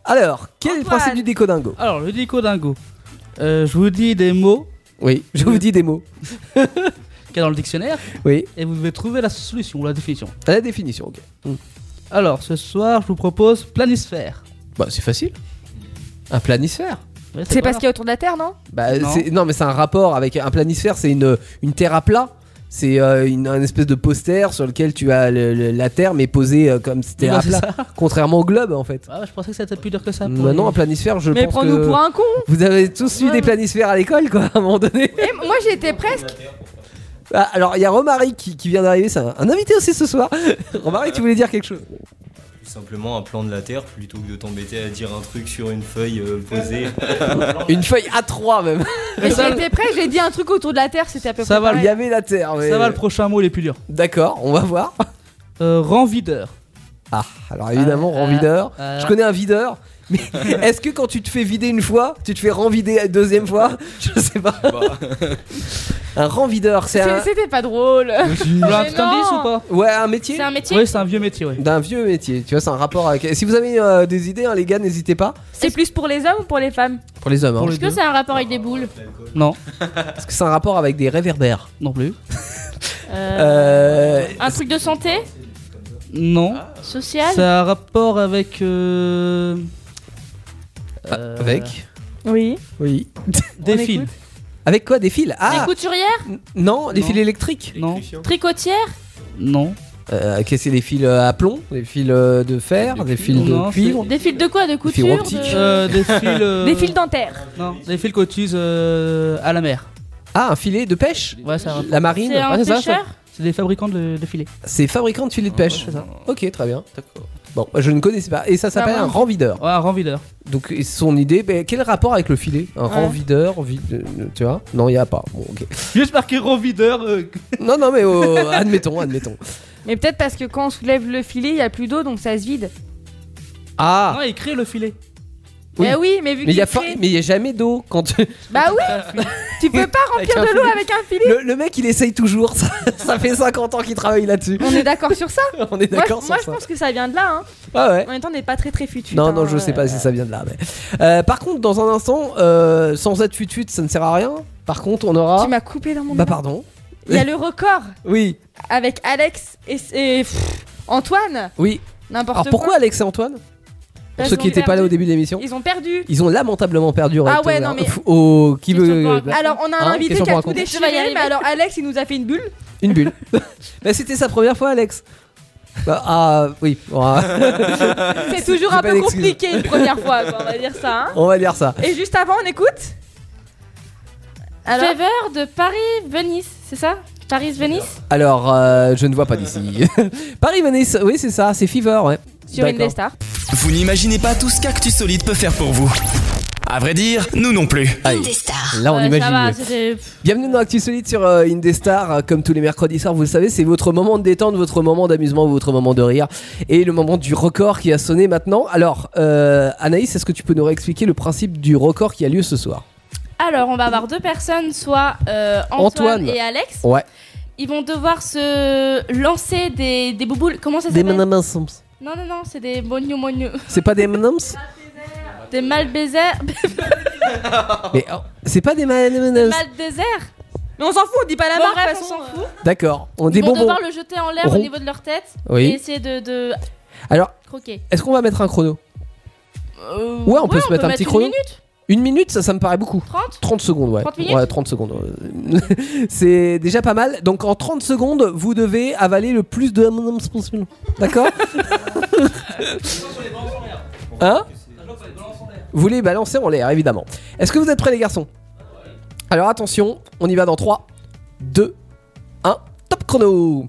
D: Alors, quel est le
E: Antoine.
D: principe du déco Dingo
G: Alors le dico dingo. Euh, je vous dis des mots
D: Oui, je vous dis des mots.
G: qu'il y a dans le dictionnaire
D: Oui,
G: et vous devez trouver la solution, la définition.
D: la définition, ok.
G: Alors ce soir je vous propose planisphère.
D: Bah, c'est facile. Un planisphère
G: Ouais,
E: C'est
G: pas
E: parce qu'il y a autour de la Terre, non
D: Bah,
G: Non.
D: c'est- non, mais c'est un rapport avec un planisphère, c'est une, une terre à plat. C'est euh, une, un espèce de poster sur lequel tu as le- le- la terre, mais posée euh, comme si c'était
G: Ouais,
D: à
G: Bah, c'est
D: plat. Contrairement au globe, en fait.
G: mal. Ah, je pensais que c'était plus dur que ça. pour
D: Maintenant,
G: les-
D: un planisphère, je
E: Mais
D: pense
E: prends-nous
D: que
E: pour un con
D: vous avez tous eu
E: Ouais.
D: des planisphères à l'école, quoi, à un moment
G: (laughs)
D: donné.
E: Et Moi j'étais presque.
D: Ah, alors, il y a Romaric qui, qui vient d'arriver, c'est un, un invité aussi ce soir. (laughs) Romaric, tu voulais dire quelque chose
L: Tout simplement un plan de la Terre plutôt que de t'embêter à dire un truc sur une feuille euh, posée.
D: Une feuille A3 même.
E: Et J'étais presque, j'ai dit un truc autour de la Terre, c'était à peu
G: Ça
E: près.
G: va,
D: Il
E: pareil.
D: y avait la terre. Mais...
G: Ça va, le prochain mot, il est plus dur.
D: D'accord, on va voir.
G: Euh, rang videur.
D: Ah,
F: Euh,
D: alors évidemment,
G: Ah,
D: rend
G: ah,
D: videur.
G: ah.
D: Je connais un videur.
F: (laughs)
D: Mais est-ce que quand tu te fais vider une fois, tu te fais renvider la deuxième fois Je sais pas. (laughs) un renvideur, c'est
E: C'est-
D: un,
E: C'était pas drôle.
G: Tu veux un
E: Mais
G: petit indice
E: non.
G: ou pas
D: ouais, un métier
F: C'est un métier
G: Oui, c'est un vieux métier, ouais.
D: d'un vieux métier. Tu vois, c'est un rapport avec. Si vous avez euh, des idées, hein, les gars, n'hésitez pas.
E: C'est plus pour les hommes ou pour les femmes
D: Pour les hommes, hein.
G: Pour les
F: Est-ce que
G: deux.
F: c'est un rapport avec des boules
G: Non,
D: parce que c'est un rapport avec des réverbères.
G: non plus.
D: Euh,
F: Un truc de santé
G: Non.
E: Ah.
F: Social
G: Ça a un rapport avec. euh, euh,
D: Ah, Avec.
E: Oui.
D: Oui.
G: Des
E: On
G: fils.
D: Avec quoi Des fils
F: Des
D: Ah
F: couturières
D: n- Non, des
G: Non.
D: fils électriques.
G: Non,
F: Tricotières
G: non.
D: Euh, Qu'est-ce que c'est Des fils euh, à plomb, des fils euh, de fer, des fils
G: Non,
D: de
G: c'est-
D: cuivre.
F: Des fils de quoi De
D: fibres
F: couture
D: optiques.
F: de-
G: Euh, des fils. euh,
E: Des fils dentaires.
G: Non, des fils cotisent euh, à la mer.
D: Ah, un filet de pêche
G: Ouais, ça.
D: La marine
F: C'est un
G: Ouais, c'est ça,
F: pêcheur
G: C'est des fabricants de, de filets.
D: C'est fabricant de filets de pêche.
G: c'est ça.
D: Ok, très bien. Bon, je ne connaissais pas.
E: Bah,
D: Et ça s'appelle un renvideur.
G: Ouais, un rang videur.
D: Donc, et son idée, ben, quel rapport avec le filet Un renvideur, vide- euh, tu vois Non, il n'y a pas. Bon, ok. (laughs)
G: Juste marqué rang videur. euh,
D: Non, non, mais euh, admettons, admettons.
E: Mais peut-être parce que quand on soulève le filet, il y a plus d'eau donc ça se vide.
D: Ah
G: Non, il crée le filet.
D: Oui.
E: Eh oui, mais
D: Mais
E: vu
D: il
E: qu'il
D: n'y a, fa-
E: crée-
D: mais y a jamais d'eau quand tu- (laughs)
E: Bah oui,
G: Ah.
E: tu peux pas
D: Avec
E: remplir
D: un
E: de l'eau avec un filet.
D: le, le mec il essaye toujours, (laughs) ça, ça fait 50 ans qu'il travaille là-dessus.
E: On est d'accord sur ça
D: (laughs) On est
E: Moi,
D: d'accord
E: moi,
D: sur
E: je
D: ça.
E: pense que ça vient de là. Hein.
D: Ah ouais.
E: En même temps, on n'est pas très très futur. hein.
D: Non, non, je sais pas si ça vient de là. Mais... Euh, par contre, dans un instant, euh, sans être fut ça ne sert à rien. Par contre, on aura.
E: Tu m'as coupé dans mon.
D: Bah,
E: élan.
D: pardon.
E: Il y a le record
D: Oui,
E: avec Alex et, et- pff, Antoine.
D: oui.
E: N'importe
D: Alors
E: quoi.
D: pourquoi Alex et Antoine Pour
E: Parce
D: ceux qui
E: qu'ils
D: n'étaient pas là
E: perdu.
D: au début de l'émission,
E: Ils ont perdu.
D: ils ont lamentablement perdu.
E: Ah
D: au-
E: ouais, non, mais-
D: au qui
F: Question pour
D: veut
F: un-
D: blague.
E: Alors, on a un
D: Hein,
E: invité
D: question
E: qui
D: pour
E: a
D: un
E: tout
D: con.
F: Je vais y
E: déchiré,
F: arriver.
E: mais alors Alex, il nous a fait une bulle.
D: une bulle. (laughs) bah, c'était sa première fois, Alex. Bah, ah oui, bon, ah,
E: C'est toujours
D: j'ai
E: un
D: pas
E: peu
D: d'excuse.
E: compliqué une première fois, quoi, on va dire ça. hein.
D: on va dire ça.
E: Et juste avant, on écoute. Alors,
F: Faveur de Paris-Venise, c'est ça Paris-Venise
D: Alors, euh, je ne vois pas d'ici. (laughs) Paris Venice, oui c'est ça, c'est Fever, ouais.
E: sur
D: D'accord.
E: Indestar.
C: Vous n'imaginez pas tout ce qu'Actus Solide peut faire pour vous. À vrai dire, nous non plus.
B: Indestar.
E: euh,
D: Là on
F: Ouais,
D: imagine.
F: Ça va,
D: mieux.
F: c'était.
D: Bienvenue dans Actu Solide sur euh, Indestar, euh, comme tous les mercredis soirs, vous le savez, c'est votre moment de détente, votre moment d'amusement, votre moment de rire, et le moment du record qui a sonné maintenant. Alors, euh, Anaïs, est-ce que tu peux nous réexpliquer le principe du record qui a lieu ce soir
F: Alors, on va avoir deux personnes, soit euh, Antoine,
D: Antoine.
F: et Alex.
D: Ouais.
F: Ils vont devoir se lancer des, des bouboules. Comment ça
D: Des
F: s'appelle
D: M&M's.
F: Non, non, non, c'est des mognons mognons.
D: C'est pas des M&M's
F: Des mal baisers.
D: Mais oh, c'est pas des M&M's.
F: mal désert.
E: Mais on s'en fout, on dit pas la
F: Bon,
E: marque, de
F: bref,
E: toute
F: on
E: façon.
F: s'en fout.
D: D'accord, on
F: Ils
D: des
F: vont
D: bonbons.
F: devoir le jeter en l'air
D: Rond.
F: au niveau de leur tête
D: Oui.
F: et essayer de, de
D: Alors,
F: croquer.
D: est-ce qu'on va mettre un chrono
F: Euh,
D: Ouais, on peut se mettre un petit
F: une
D: chrono.
F: minute,
D: Une minute, ça, ça me paraît beaucoup.
F: 30
D: 30 secondes, ouais.
F: 30 minutes
D: ouais, 30 secondes. euh, (laughs) c'est déjà pas mal. Donc en 30 secondes, vous devez avaler le plus de M&M's possible. D'accord Hein Vous les balancez en l'air, évidemment. Est-ce que vous êtes prêts, les garçons Alors attention, on y va dans 3, 2, 1, top chrono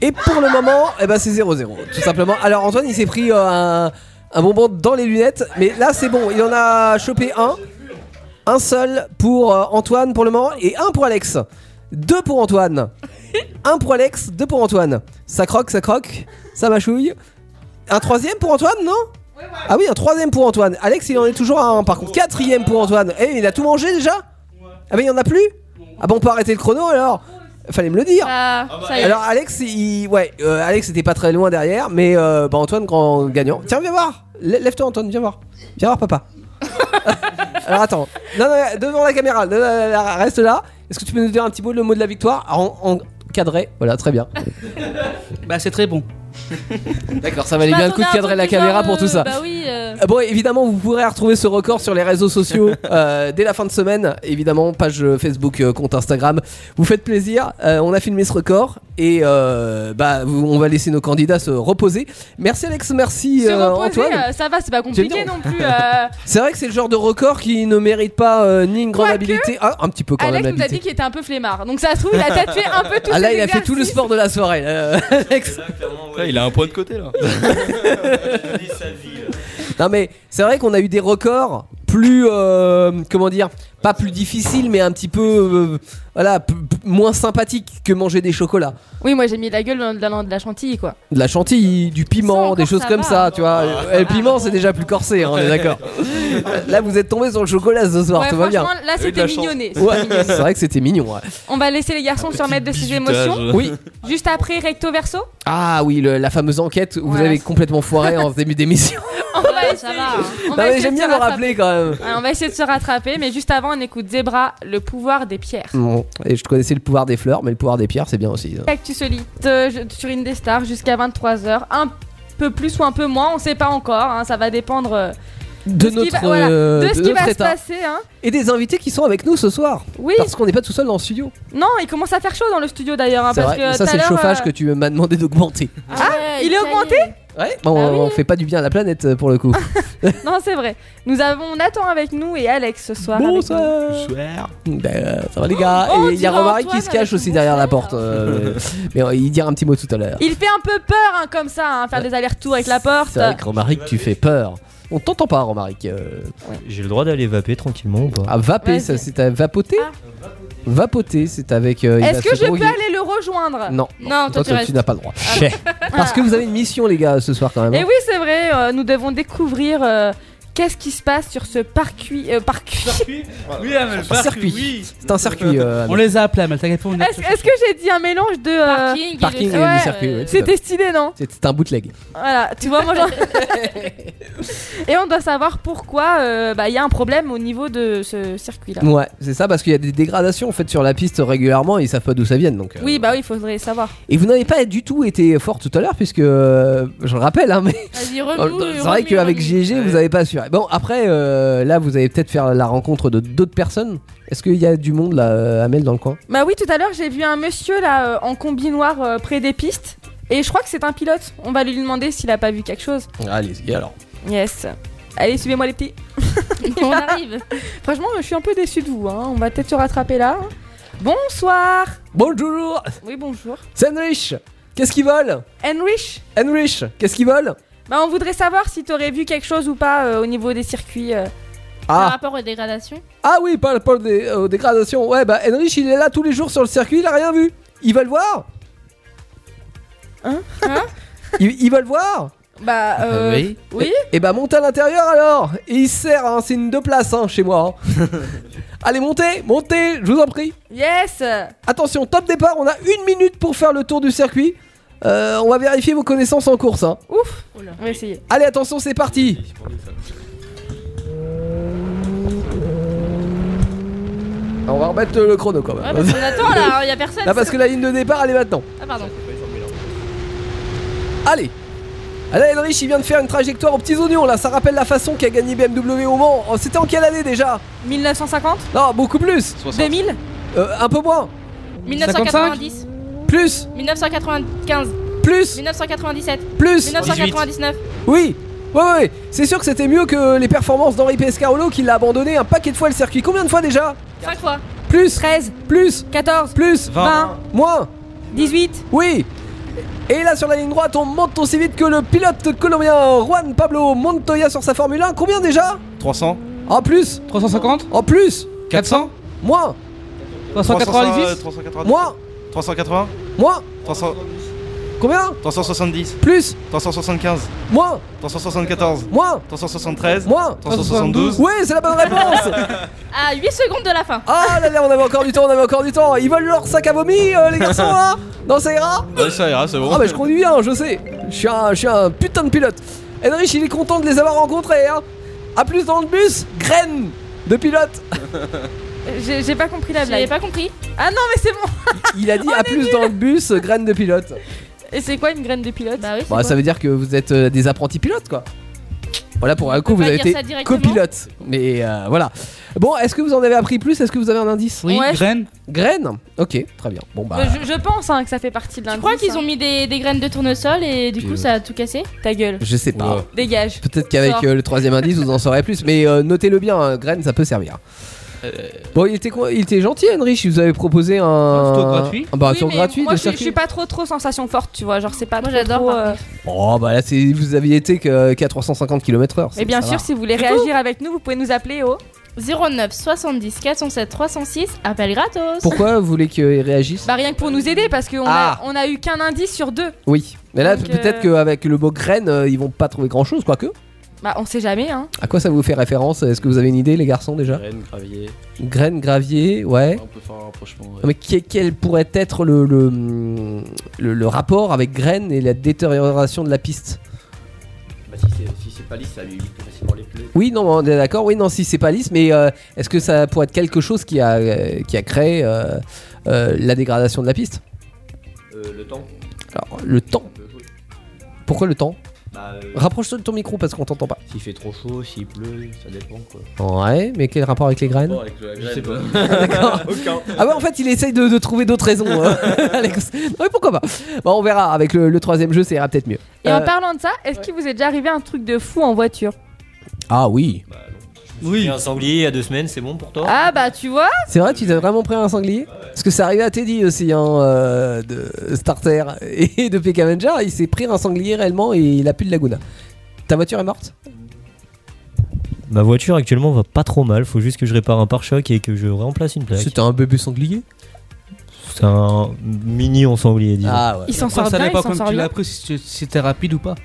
D: Et pour le moment, eh ben, c'est 0-0, tout simplement. Alors Antoine, il s'est pris euh, un, un bonbon dans les lunettes, mais là c'est bon, il en a chopé un. Un seul pour euh, Antoine pour le moment et un pour Alex. Deux pour Antoine. un pour Alex, deux pour Antoine. Ça croque, ça croque, ça mâchouille. Un troisième pour Antoine, non Ah oui, un troisième pour Antoine. Alex, il en est toujours à un par contre. Quatrième pour Antoine. Eh, il a tout mangé déjà Ah ben, il y en a plus Ah bon, on peut arrêter le chrono alors Fallait me le dire.
F: Ah, ça y est.
D: Alors Alex, il... ouais, euh, Alex était pas très loin derrière, mais euh, bah, Antoine grand gagnant. Tiens, viens voir. Lè- Lève-toi Antoine, viens voir. Viens
F: (laughs)
D: voir papa. Alors attends, non, non, devant la caméra, Non, non, non, non, reste là. Est-ce que tu peux nous dire un petit mot le mot de la victoire en, en cadré Voilà, très bien.
G: Bah, c'est très bon.
D: D'accord, ça valait
F: Je
D: bien le coup de
F: m'attendais à un
D: cadrer la
E: Bah,
F: truc du genre,
D: caméra pour
F: euh,
D: tout ça.
F: Bah oui, euh,
E: euh,
D: Euh, Bon, évidemment, vous pourrez retrouver ce record sur les réseaux sociaux euh, dès la fin de semaine. Évidemment, page euh, Facebook, euh, compte Instagram. Vous faites plaisir. euh, on a filmé ce record et euh, bah, vous- on va laisser nos candidats se reposer. Merci Alex, merci
E: se
D: euh,
E: reposer,
D: Antoine.
E: euh, ça va, c'est pas compliqué
D: Dis donc.
E: non
D: (laughs)
E: plus. euh,
D: C'est vrai que c'est le genre de record qui ne mérite pas euh, ni une grande habilité. Ah, un petit peu quand
E: Alex
D: même.
E: nous a
D: habilité.
E: dit qu'il était un peu flemmard. Donc ça se trouve,
D: (laughs)
E: il a peut-être fait un peu tout
D: Ah là, il a fait tout le sport de la soirée. là, (laughs) Alex.
I: Ah, il a un point de côté là.
D: Non mais c'est vrai qu'on a eu des records plus euh, comment dire pas plus difficiles mais un petit peu euh, voilà p- p- moins sympathiques que manger des chocolats
E: Oui, moi j'ai mis la gueule dans de la, de la chantilly quoi.
D: de la chantilly du
E: Ça,
D: piment
E: encore, hein.
D: des choses
E: ça
D: comme
E: va.
D: ça tu vois et le piment c'est déjà plus corsé hein, on est d'accord là vous êtes tombé sur le chocolat ce soir
E: Ouais,
D: tout va bien
E: franchement, là
I: Il y a eu Ah de la
E: c'était
I: chance.
E: mignonné. c'était
D: Ouais,
E: mignonné.
D: c'est vrai que c'était mignon ouais.
E: On va laisser les garçons se remettre de ses émotions.
D: oui
E: Juste après, recto verso.
D: ah oui le- la fameuse enquête où vous
E: Ouais.
D: avez complètement foiré en début d'émission
E: On va essayer. On
D: non
E: va
D: mais
E: essayer
D: j'aime
E: de
D: bien
E: se
D: le
E: rattraper.
D: rappeler quand même
E: Ouais, on va essayer de se rattraper, mais juste avant, on écoute Zebra, le pouvoir des pierres.
D: Bon, et je connaissais le pouvoir des fleurs mais le pouvoir des pierres c'est bien aussi hein.
E: Cactus Elite euh, je- sur Indestar jusqu'à 23h. Un peu plus ou un peu moins, on sait pas encore. hein, ça va dépendre euh,
D: de
E: ce qui
D: notre
E: va- voilà,
D: euh,
E: de ce qui
D: notre
E: va se
D: état.
E: passer. hein.
D: et des invités qui sont avec nous ce soir.
E: Oui,
D: Parce qu'on n'est pas tout seul dans le studio.
E: non, il commence à faire chaud dans le studio d'ailleurs. hein,
D: c'est
E: parce
D: vrai.
E: que
D: ça,
E: tout à
D: c'est le
E: l'heure,
D: chauffage
E: euh,
D: que tu m'as demandé d'augmenter.
E: il est augmenté
D: Ouais. Bon,
E: Bah
D: on fait pas du bien à la planète euh, pour le coup.
E: Non, c'est vrai. Nous avons Nathan avec nous et Alex ce soir. avec nous.
D: Bonsoir. Ben, ça va les gars.
E: Oh,
D: Et il y a
E: dirait
D: Romaric qui
E: Antoine
D: se cache
E: avec
D: aussi
E: son
D: derrière la
E: bonsoir.
D: porte. euh, mais euh, il dira un petit mot tout à l'heure.
E: Il fait un peu peur hein, comme ça, hein, faire des allers-retours avec la porte.
D: C'est vrai que Romaric, tu fais peur. On t'entend pas, Romaric. euh,
L: J'ai le droit d'aller vaper tranquillement ou pas
D: à vaper,
E: Vas-y.
D: ça, c'est à vapoter.
E: Ah.
D: Vapoter, c'est avec. euh, il va
E: Est-ce que
D: se
E: je peux
D: droguer.
E: aller le rejoindre
D: Non.
F: Non,
D: Toi,
F: toi, tu
D: tu
F: restes.
D: n'as pas le droit. Parce que vous avez une mission, les gars, ce soir quand même.
E: Ah.
D: hein.
E: Et oui, c'est vrai, euh, nous devons découvrir euh, qu'est-ce qui se passe sur ce parcuit. euh, parcuit.
G: Oui, Amel, parc,
D: circuit.
G: oui.
D: C'est un (laughs) circuit. euh,
G: On les a appelés, Amel, t'inquiète pas, on
E: Est-ce est-ce que j'ai dit un mélange de. euh,
F: Parking,
D: parking et
E: Ouais,
D: du circuit. ouais, tout à fait.
E: C'était stylé, non
D: C'était un bootleg.
E: Voilà, tu vois, moi j'en- Et on doit savoir pourquoi euh, bah, il y a un problème au niveau de ce circuit-là.
D: Ouais, c'est ça, parce qu'il y a des dégradations en fait sur la piste régulièrement et ils savent pas d'où ça vient. Donc, euh,
E: Oui, bah oui, il faudrait savoir.
D: Et vous n'avez pas du tout été fort tout à l'heure, puisque euh, je le rappelle, hein, mais (laughs)
F: Vas-y,
D: c'est vrai qu'avec GG vous avez pas assuré. Bon, après, euh, là vous allez peut-être faire la rencontre de d'autres personnes. Est-ce qu'il y a du monde là, euh, Amel, dans le coin
E: Bah oui, tout à l'heure j'ai vu un monsieur là euh, en combi noir euh, près des pistes. Et je crois que c'est un pilote. On va lui demander s'il a pas vu quelque chose.
D: Allez, les gars, alors.
E: Yes. Allez, suivez-moi les petits.
F: (laughs) On arrive.
E: (laughs) Franchement, je suis un peu déçu de vous. hein. On va peut-être se rattraper là. Bonsoir.
D: Bonjour
E: Oui, bonjour.
D: C'est Enrich Qu'est-ce qu'ils veulent
E: Enrich,
D: Enrich Qu'est-ce qu'ils veulent
E: bah, on voudrait savoir si t'aurais vu quelque chose ou pas euh, au niveau des circuits. euh.
F: Par
D: Ah
F: rapport aux dégradations.
D: Ah oui, pas pas des- aux dégradations. Ouais, bah Enrich il est là tous les jours sur le circuit, il a rien vu. Ils veulent voir
E: Hein (laughs)
D: ils, ils veulent voir
E: Bah, euh,
D: Ah Oui.
E: oui.
D: Et bah monte à l'intérieur alors Et il se sert, hein, c'est une deux places hein, chez moi.
E: (laughs)
D: hein. Allez montez, montez, je vous en prie.
E: Yes.
D: Attention, top départ, on a une minute pour faire le tour du circuit. Euh, on va vérifier vos connaissances en course. hein.
E: Ouf. On va essayer.
D: Allez attention, c'est parti On va remettre le chrono quand même.
E: bah,
F: Ouais, parce qu'on attend là, il y a personne.
D: Là parce que la ligne de départ elle est maintenant.
F: Ah, pardon.
D: Allez Alain Henrich il vient de faire une trajectoire aux petits oignons là, ça rappelle la façon qu'a gagné BMW au Mans. Oh, C'était en quelle année déjà
E: 1950
D: Non, beaucoup plus
E: 2000
D: Euh, Un peu moins
F: 1990,
D: Plus
F: 1995,
D: Plus
F: 1997,
D: Plus
F: 1999.
D: Oui Ouais, ouais, ouais. c'est sûr que c'était mieux que les performances d'Henri Pescarolo qui l'a abandonné un paquet de fois le circuit. Combien de fois déjà
F: 5 fois.
D: Plus 13 Plus
E: 14
D: Plus
E: 20
D: Moins
E: 18
D: Oui Et là sur la ligne droite, on monte aussi vite que le pilote colombien Juan Pablo Montoya sur sa Formule 1. Combien déjà
J: 300
D: En plus
G: 350
D: En plus
G: 400
D: Moins
G: 390
J: 390
D: Moins
J: 380
D: Moins
J: 300
D: Combien
J: 370
D: Plus
J: 375
D: Moins
J: 374
D: Moins
J: 373
D: Moins
J: 372
D: Ouais, c'est la bonne réponse
F: À 8 secondes de la fin.
D: Ah là là, on avait encore du temps, on avait encore du temps Ils veulent leur sac à vomi, euh, les garçons, là Non, ça ira
I: Ouais, ça ira, c'est bon.
D: Ah bah je conduis bien, je sais Je suis un, je suis un putain de pilote Henrich, il est content de les avoir rencontrés, hein A plus dans le bus, graine de pilote
E: J'ai j'ai pas compris la
F: J'avais
E: blague.
F: pas compris.
E: Ah non, mais c'est bon
D: Il a dit à plus dans le bus, graine de pilote
E: Et c'est quoi une graine de pilote
F: Bah oui. c'est
D: Bah
F: quoi
D: ça veut dire que vous êtes euh, des apprentis pilotes, quoi Voilà, pour un coup,
F: peut
D: vous
F: pas
D: avez
F: dire
D: été
F: ça directement.
D: copilote. Mais euh, voilà. Bon, est-ce que vous en avez appris plus Est-ce que vous avez un indice
E: Oui, Ouais, je-
G: graines.
D: Graines Ok, très bien. Bon, bah.
E: Euh, Je, je pense hein, que ça fait partie de l'indice.
F: Je crois qu'ils ont mis des, des graines de tournesol et du
D: Euh.
F: coup ça a tout cassé.
E: Ta gueule.
D: Je sais pas.
E: Dégage.
D: Peut-être qu'avec
E: Sors.
D: euh, le troisième indice, vous en saurez plus. Mais euh, notez-le bien, hein, graines, ça peut servir. Bon, il était, quoi- il était gentil, Henrich. Il vous avait proposé un. Un
G: tour gratuit.
D: Bah, un
E: Oui,
D: tour
E: mais
D: gratuit
E: moi,
D: de
E: je, suis- je
D: circuit.
E: suis pas trop trop sensation forte, tu vois. Genre, c'est pas
F: Moi,
E: trop,
F: j'adore,
E: trop,
F: par
E: euh,
D: Oh, bah là, c'est- vous aviez été que- qu'à 350 km/h.
E: Mais bien
D: ça
E: sûr,
D: va.
E: si vous voulez réagir avec nous, vous pouvez nous appeler au.
F: 09 70 407 306, appel gratos.
D: Pourquoi vous voulez qu'il réagisse
E: Bah, rien que pour nous aider, parce qu'on
D: Ah.
E: a, on a eu qu'un indice sur deux.
D: Oui. Mais là,
E: Donc,
D: peut-être
E: euh,
D: qu'avec le mot graines, euh, ils vont pas trouver grand-chose, quoique.
E: Bah, on sait jamais, hein.
D: À quoi ça vous fait référence Est-ce que vous avez une idée, les garçons, déjà
J: Rennes, Gravier.
D: Graines, gravier, ouais.
I: On peut faire un rapprochement. ouais.
D: Non, Mais que- quel pourrait être le, le, mm, le- le rapport avec graines et la détérioration de la piste
J: Bah, si c'est si c'est pas lisse, ça lui évite facilement les plaies.
D: Oui, non, on est d'accord. Oui, non, si c'est pas lisse, mais euh, est-ce que ça pourrait être quelque chose qui a, euh, qui a créé euh, euh, la dégradation de la piste
J: Euh, le temps.
D: Alors, le temps.
J: un peu, oui.
D: Pourquoi le temps
J: Bah, euh,
D: Rapproche-toi de ton micro parce qu'on t'entend pas.
J: s'il fait trop chaud, s'il pleut, ça dépend quoi.
D: Ouais, mais quel rapport Ah, avec les graines
I: Bon, avec la
J: Je sais
I: graine,
J: pas.
L: (laughs)
D: D'accord.
J: Aucun.
D: Ah ouais, en fait, il essaye de, de trouver d'autres raisons, euh, (laughs) Alex. Oui, pourquoi pas Bon, on verra. Avec le, le troisième jeu, ça ira peut-être mieux.
E: Et
D: Euh,
E: en parlant de ça, est-ce qu'il vous est déjà arrivé un truc de fou en voiture
D: Ah oui.
L: J'ai
G: Oui.
L: un sanglier il y a deux semaines, c'est bon pour toi
E: Ah bah tu vois
D: C'est vrai, tu t'es vraiment pris un sanglier Parce que c'est arrivé à Teddy aussi, hein, euh, de Starter et de Peck Avenger. Il s'est pris un sanglier réellement et il a plus de Laguna. Ta voiture est morte
L: Ma voiture actuellement va pas trop mal, faut juste que je répare un pare-choc et que je remplace une plaque.
D: un bébé sanglier
L: C'est un mini en sanglier, disons.
D: Ah ouais.
E: Il s'en
G: Après,
E: sort
G: ça
E: bien, il
G: dépend
E: s'en
G: comme
E: sort
G: tu l'as
E: bien.
G: appris, si tu- si c'était rapide ou pas.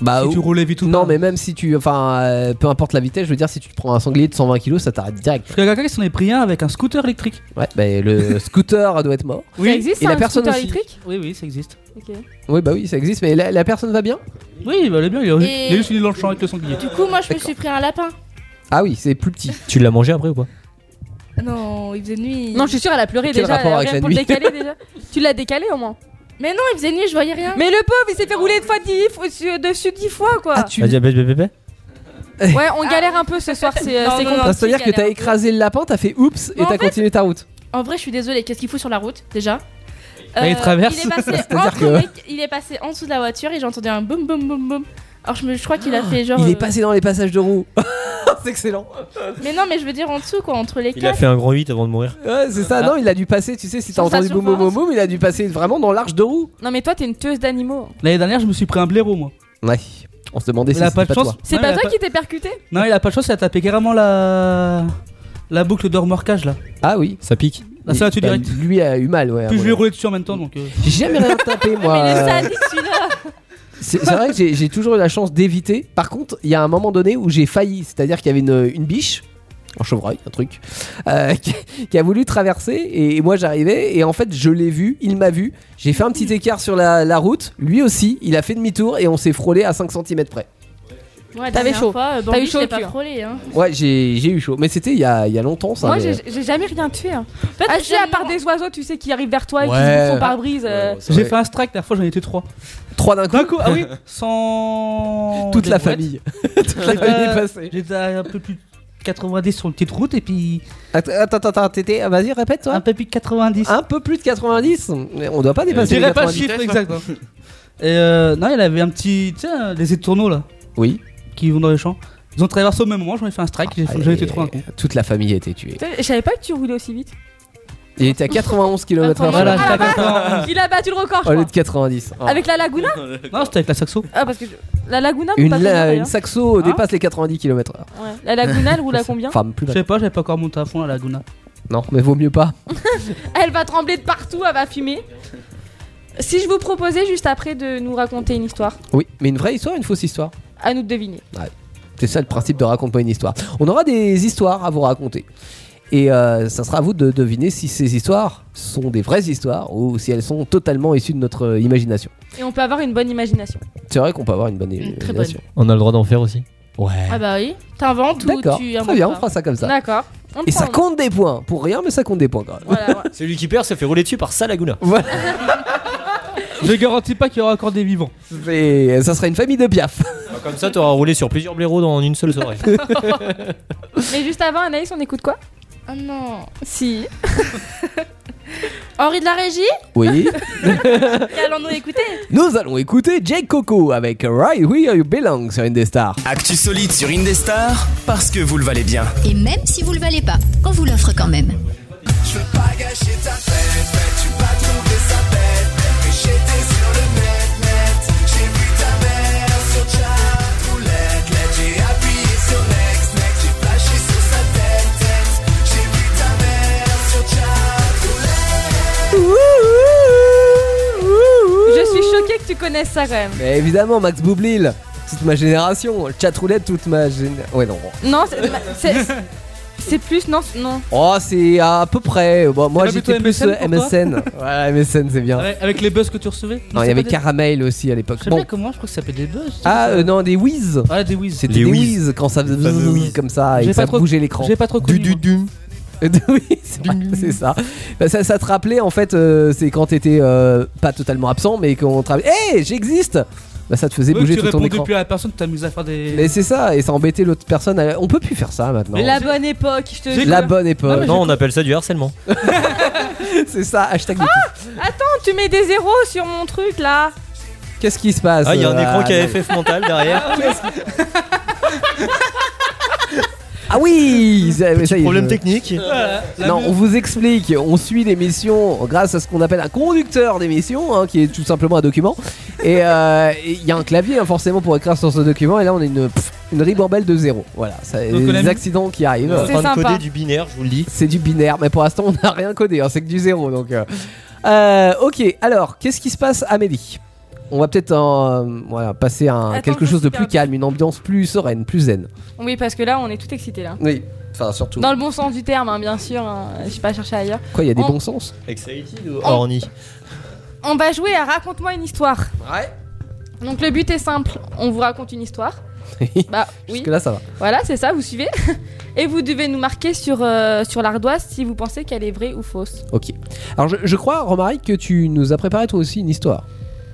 D: Bah,
G: si tu
D: ou-
G: roulais vite ou pas.
D: non, mais même si tu. Enfin, euh, peu importe la vitesse, je veux dire, si tu te prends un sanglier de 120 kg, ça t'arrête direct.
G: Parce qu'il y a quelqu'un qui s'en est pris un avec un scooter électrique.
D: Ouais, bah, le scooter doit être mort.
E: Ça existe
D: Et
E: ça,
D: la
E: un
D: personne
E: scooter
D: aussi.
E: électrique
G: Oui, oui, ça existe.
D: Oui, bah oui, ça existe, mais la, la personne va bien
G: Oui, il valait bien, il a
F: Et-
G: il a juste fini dans le champ avec le sanglier.
F: Du coup, moi je me suis pris un lapin.
D: Ah oui, c'est plus petit.
L: Tu l'as mangé après ou pas
F: Non, il faisait nuit.
E: Non je suis sûre elle a pleuré
D: Quel
E: déjà,
D: rapport
E: elle a
D: avec
E: rien
D: la
E: pour
D: nuit
E: le décaler (laughs) déjà. Tu l'as décalé au moins.
F: Mais non, il faisait nuit, je voyais rien.
E: Mais le pauvre il s'est fait rouler de fois dix fois- su- dessus dix fois quoi.
D: Ah, tu.
L: Vas-y, bébé, bébé, bébé.
E: Ouais on galère un peu ce soir c'est euh,
F: Non,
E: c'est
F: non,
E: compliqué.
D: Ah, C'est-à-dire
F: qui
D: que t'as
F: galère un peu.
D: écrasé le lapin, t'as fait oups et
F: Mais Bah, en
D: t'as
F: fait-
D: continué ta route.
F: En vrai, je suis désolée, qu'est-ce qu'il fout sur la route déjà Euh,
G: Bah, il traverse.
F: Il est, passé
D: C'est-à-dire
F: entre
D: que-
F: le mec- il est passé en dessous de la voiture et j'ai entendu un boum boum boum boum. Alors je, me, je crois qu'il a fait genre.
D: Il est
F: euh,
D: passé dans les passages de roues. (laughs) c'est excellent.
F: Mais non, mais je veux dire en dessous quoi, entre les
L: Il a
F: quatre.
L: fait un grand 8 avant de mourir.
D: Ouais, c'est ça. Non, il a dû passer, tu sais, si t'as
F: Sur sa
D: entendu boum boum boum
F: surface.
D: boum, il a dû passer vraiment dans l'arche de roue.
E: Non mais toi t'es une tueuse d'animaux.
G: L'année dernière, je me suis pris un blaireau, moi.
D: Ouais. On se demandait si
G: il a
D: c'était
G: pas de chance.
D: toi.
E: C'est
G: Ouais, il
E: pas
G: a
E: toi qui t'es percuté
G: Non, il a pas de chance, il a tapé carrément la. La boucle de remorquage là.
D: Ah oui.
L: Ça pique.
G: Ah, ça,
D: Il-
G: tu
D: bah,
G: direct.
D: Lui a eu mal, Ah, ouais. à
G: Puis
D: mon
G: je lui ai
D: avis.
G: roulé dessus en même temps donc. euh,
D: J'ai jamais rien tapé, moi.
F: Mais le
D: Euh,
F: sadique, celui-là.
D: C'est c'est vrai que j'ai j'ai toujours eu la chance d'éviter. Par contre, il y a un moment donné où j'ai failli. C'est-à-dire qu'il y avait une, une biche, un chevreuil, un truc, euh, (laughs) qui, qui a voulu traverser. Et, moi, j'arrivais. Et en fait, je l'ai vu. Il m'a vu. J'ai fait un petit écart sur la, la route. Lui aussi, il a fait demi-tour. Et on s'est frôlé à 5 cm près.
F: Ouais,
E: T'avais
F: dernière
E: chaud.
F: fois, euh, Bambi,
E: T'as eu
F: je
E: chaud
F: l'ai
E: au cul,
F: pas
E: hein.
F: frôlé. Hein.
D: Ouais, j'ai j'ai eu chaud. Mais c'était il y a, il y a longtemps, ça.
E: Moi
D: mais-
E: j'ai j'ai jamais rien tué. hein.
F: En fait,
E: Ah si
F: j'ai
E: à
F: un
E: part
F: moment-
E: des oiseaux tu sais qui arrivent vers toi et qui
D: Ouais.
E: se bouffent ton pare-brise. euh,
G: J'ai fait un strike, la dernière fois j'en étais trois.
D: Trois d'un coup,
G: D'un coup, ah oui, sans.
D: (laughs) toute la
G: des brouettes.
D: famille. (laughs) Toute la famille est passée.
G: J'étais à un peu plus de 90 sur une petite route et puis
D: Attends, attends, attends, t'étais- vas-y, répète
G: un
D: toi.
G: peu plus de 90.
D: Un peu plus de 90. Mais On doit pas
G: Je
D: dépasser Ah, les
G: dirais pas le
D: 90.
G: chiffre exact. hein. Et euh, non, il avait un petit. Tu sais, euh, les étourneaux là,
D: Oui.
G: qui vont dans les champs. Ils ont traversé au même moment, j'en ai fait un strike, j'ai j'en ai été trop un coup.
D: Ah, Toute la famille a été tuée.
E: putain, Je savais pas que tu roulais aussi vite.
D: Il était à 91 km/h
G: Voilà,
E: Ah,
G: j'étais à
E: la vache.
G: 80.
E: Il a battu le record je
D: au lieu
E: crois.
D: de 90. Oh.
E: Ah. Avec la Laguna
G: Non, c'était avec la saxo.
E: Ah parce que je- la Laguna
D: Une,
E: pas
D: la-
E: très
D: une
E: bien,
D: saxo
G: Hein
D: dépasse les 90 km/h.
E: d'ailleurs. Ouais. La Laguna elle roule à combien
D: Enfin, plus
G: Je
D: mal.
G: sais pas, j'avais pas encore monté à fond à la Laguna.
D: Non, mais vaut mieux pas.
E: Elle va trembler de partout, elle va fumer. Si je vous proposais juste après de nous raconter une histoire,
D: Oui, mais une vraie histoire, une fausse histoire.
E: à nous de deviner.
D: C'est ça le principe de raconte pas une histoire. On aura des histoires à vous raconter. Et euh, ça sera à vous de deviner si ces histoires sont des vraies histoires ou si elles sont totalement issues de notre euh, imagination.
E: Et on peut avoir une bonne imagination.
D: C'est vrai qu'on peut avoir une bonne
F: Une très
D: imagination.
L: On a le droit d'en faire aussi. Ouais.
F: Ah bah oui, t'inventes ou
D: D'accord,
F: tu
D: très bien, on fera ça comme ça.
E: D'accord. On
D: Et
E: prend-
D: ça compte des points.
L: bah.
D: Pour rien, mais ça compte des points quand même.
E: Voilà, ouais.
L: Ah, Celui qui perd se fait rouler dessus par sa Laguna.
D: Voilà.
G: Je garantis pas qu'il y aura encore des vivants.
D: Et euh, ça sera une famille de
G: (laughs)
D: piaf.
L: Comme ça, t'auras roulé sur plusieurs blaireaux dans une seule (laughs) soirée.
E: Mais juste avant, Anaïs, on écoute quoi
F: Oh non.
E: Si.
F: (laughs) Henri de la régie
D: Oui.
F: Qu'allons-nous écouter
D: Nous allons écouter Jake Coco avec Right Where You Belong sur Indestar.
C: Actu solide sur Indestar, parce que vous le valez bien.
B: Et même si vous le valez pas, on vous l'offre quand même.
M: Je veux pas gâcher ta fête, mais tu vas trouver sa bête. Mais j'étais sur le net, net. J'ai vu ta mère sur chatroulette. Let, j'ai appuyé sur next, next. J'ai flashé sur sa tête, tête. J'ai vu ta mère sur
E: Je suis choquée que tu connaisses ça quand même.
D: Mais évidemment, Max Boublil, toute ma génération, le chat roulette, toute ma génération. Ouais, non.
E: Non, c'est- c'est. c'est- C'est plus, non, non.
D: Oh, c'est à peu près. Bon, moi,
G: pas
D: j'étais
G: plutôt
D: plus
G: MSN
D: euh,
G: pour toi
D: MSN. voilà,
G: Euh,
D: MSN, c'est bien.
G: Avec, avec les buzz que tu recevais
D: Ah. non, il y avait
G: carrément.
D: Caramel aussi à
G: Je
D: l'époque.
G: sais
D: Bon.
G: pas comment, je crois que ça s'appelle des buzz.
D: Ah, euh, non, des whiz.
G: Ah, des whiz.
D: C'était
L: Les
D: des
L: whiz.
D: whiz quand ça faisait
L: Les fameux
D: bzzz
L: whiz.
D: comme ça et
G: J'ai
D: que ça
G: pas trop-
D: bougeait l'écran.
G: J'ai pas trop connu. moi.
D: (laughs) oui, c'est vrai, c'est ça. Bah, ça. Ça te rappelait en fait, euh, c'est quand t'étais euh, pas totalement absent, mais qu'on travaillait. Hé, j'existe Bah, ça te faisait
G: Ouais,
D: bouger
G: tu
D: tout ton
G: répondais
D: écran.
G: plus à la personne, tu t'amuses à faire des.
D: Mais c'est ça, et ça embêtait l'autre personne. Elle- On peut plus faire ça maintenant.
E: La bonne époque, je te
G: J'ai-
E: jure.
D: La bonne époque.
L: non, on appelle ça du harcèlement.
D: (laughs) c'est ça, hashtag. MeToo.
L: Ah
E: Attends, tu mets des zéros sur mon truc là.
D: Qu'est-ce qui se passe
L: Ah, il y a un
D: euh,
L: écran
D: à
L: qui a
D: Noël
L: FF mental (laughs) derrière.
D: Ah oui ça- ça y est,
L: Problème
D: je-
L: technique.
G: Voilà, la
D: Non,
G: mu-
D: on vous explique. On suit l'émission grâce à ce qu'on appelle un conducteur d'émission, hein, qui est tout simplement un document. Et euh, et il y a un clavier, hein, forcément, pour écrire sur ce document. Et là, on a une, pff, une ribambelle de zéro. Voilà, ça,
G: Donc, on a
D: les
G: mis-
D: accidents qui
L: On
D: arrivent.
L: est en
E: C'est
L: train de
E: sympa.
L: coder du binaire, je vous le dis.
D: C'est du binaire, mais pour l'instant, on n'a rien codé. hein, c'est que du zéro. Donc, euh. Euh, ok. Alors, qu'est-ce qui se passe, Amélie On va peut-être euh, voilà, passer à un-
E: Attends,
D: quelque
E: je
D: chose de
E: suis
D: plus calme, une ambiance plus sereine, plus zen.
E: Oui, parce que là, on est tout excité là.
D: Oui. Enfin, surtout.
E: Dans le bon sens du terme, hein, bien sûr. hein, J'ai pas cherché ailleurs.
D: Quoi, il y a des
E: on-
D: bons sens
L: Excited ou horny
E: On va jouer à raconte-moi une histoire.
D: (laughs) Ouais.
E: Donc le but est simple. On vous raconte une histoire. Bah oui.
D: Parce que là, ça va.
E: Voilà, c'est ça. Vous suivez. (laughs) Et vous devez nous marquer sur euh, sur l'ardoise si vous pensez qu'elle est vraie ou fausse.
D: Ok. Alors je, je crois, Romaric, que tu nous as préparé toi aussi une histoire.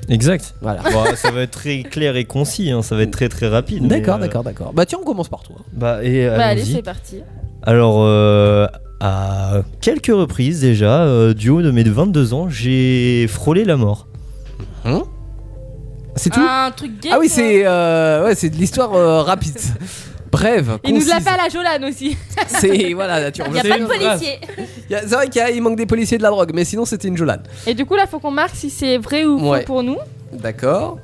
L: Exact.
D: Voilà.
L: Bon, ça va être très clair et concis, hein, ça va être très très rapide. mais,
D: D'accord,
L: euh,
D: d'accord, d'accord. Bah tiens, on commence par toi.
L: Bah, et
E: Bah, allez,
L: allons-y.
E: c'est parti.
L: Alors, euh, à quelques reprises déjà, euh, du haut de mes 22 ans, j'ai frôlé la mort.
D: C'est tout
E: Un truc gay.
D: Ah oui,
E: quoi.
D: c'est euh, ouais, c'est de l'histoire euh,
E: (laughs)
D: rapide. Brève,
E: Il nous
D: concise.
E: l'appelle à Jolane aussi.
D: C'est voilà, là, tu
F: Il
D: reviens-
F: n'y a
G: C'est
F: pas de
G: une phrase.
F: policier.
D: Il y a- C'est vrai qu'il y a- il manque des policiers de la drogue, mais sinon c'était une Jolane.
E: Et du coup, là, faut qu'on marque si c'est vrai ou faux
D: Ouais.
E: pour nous.
D: D'accord.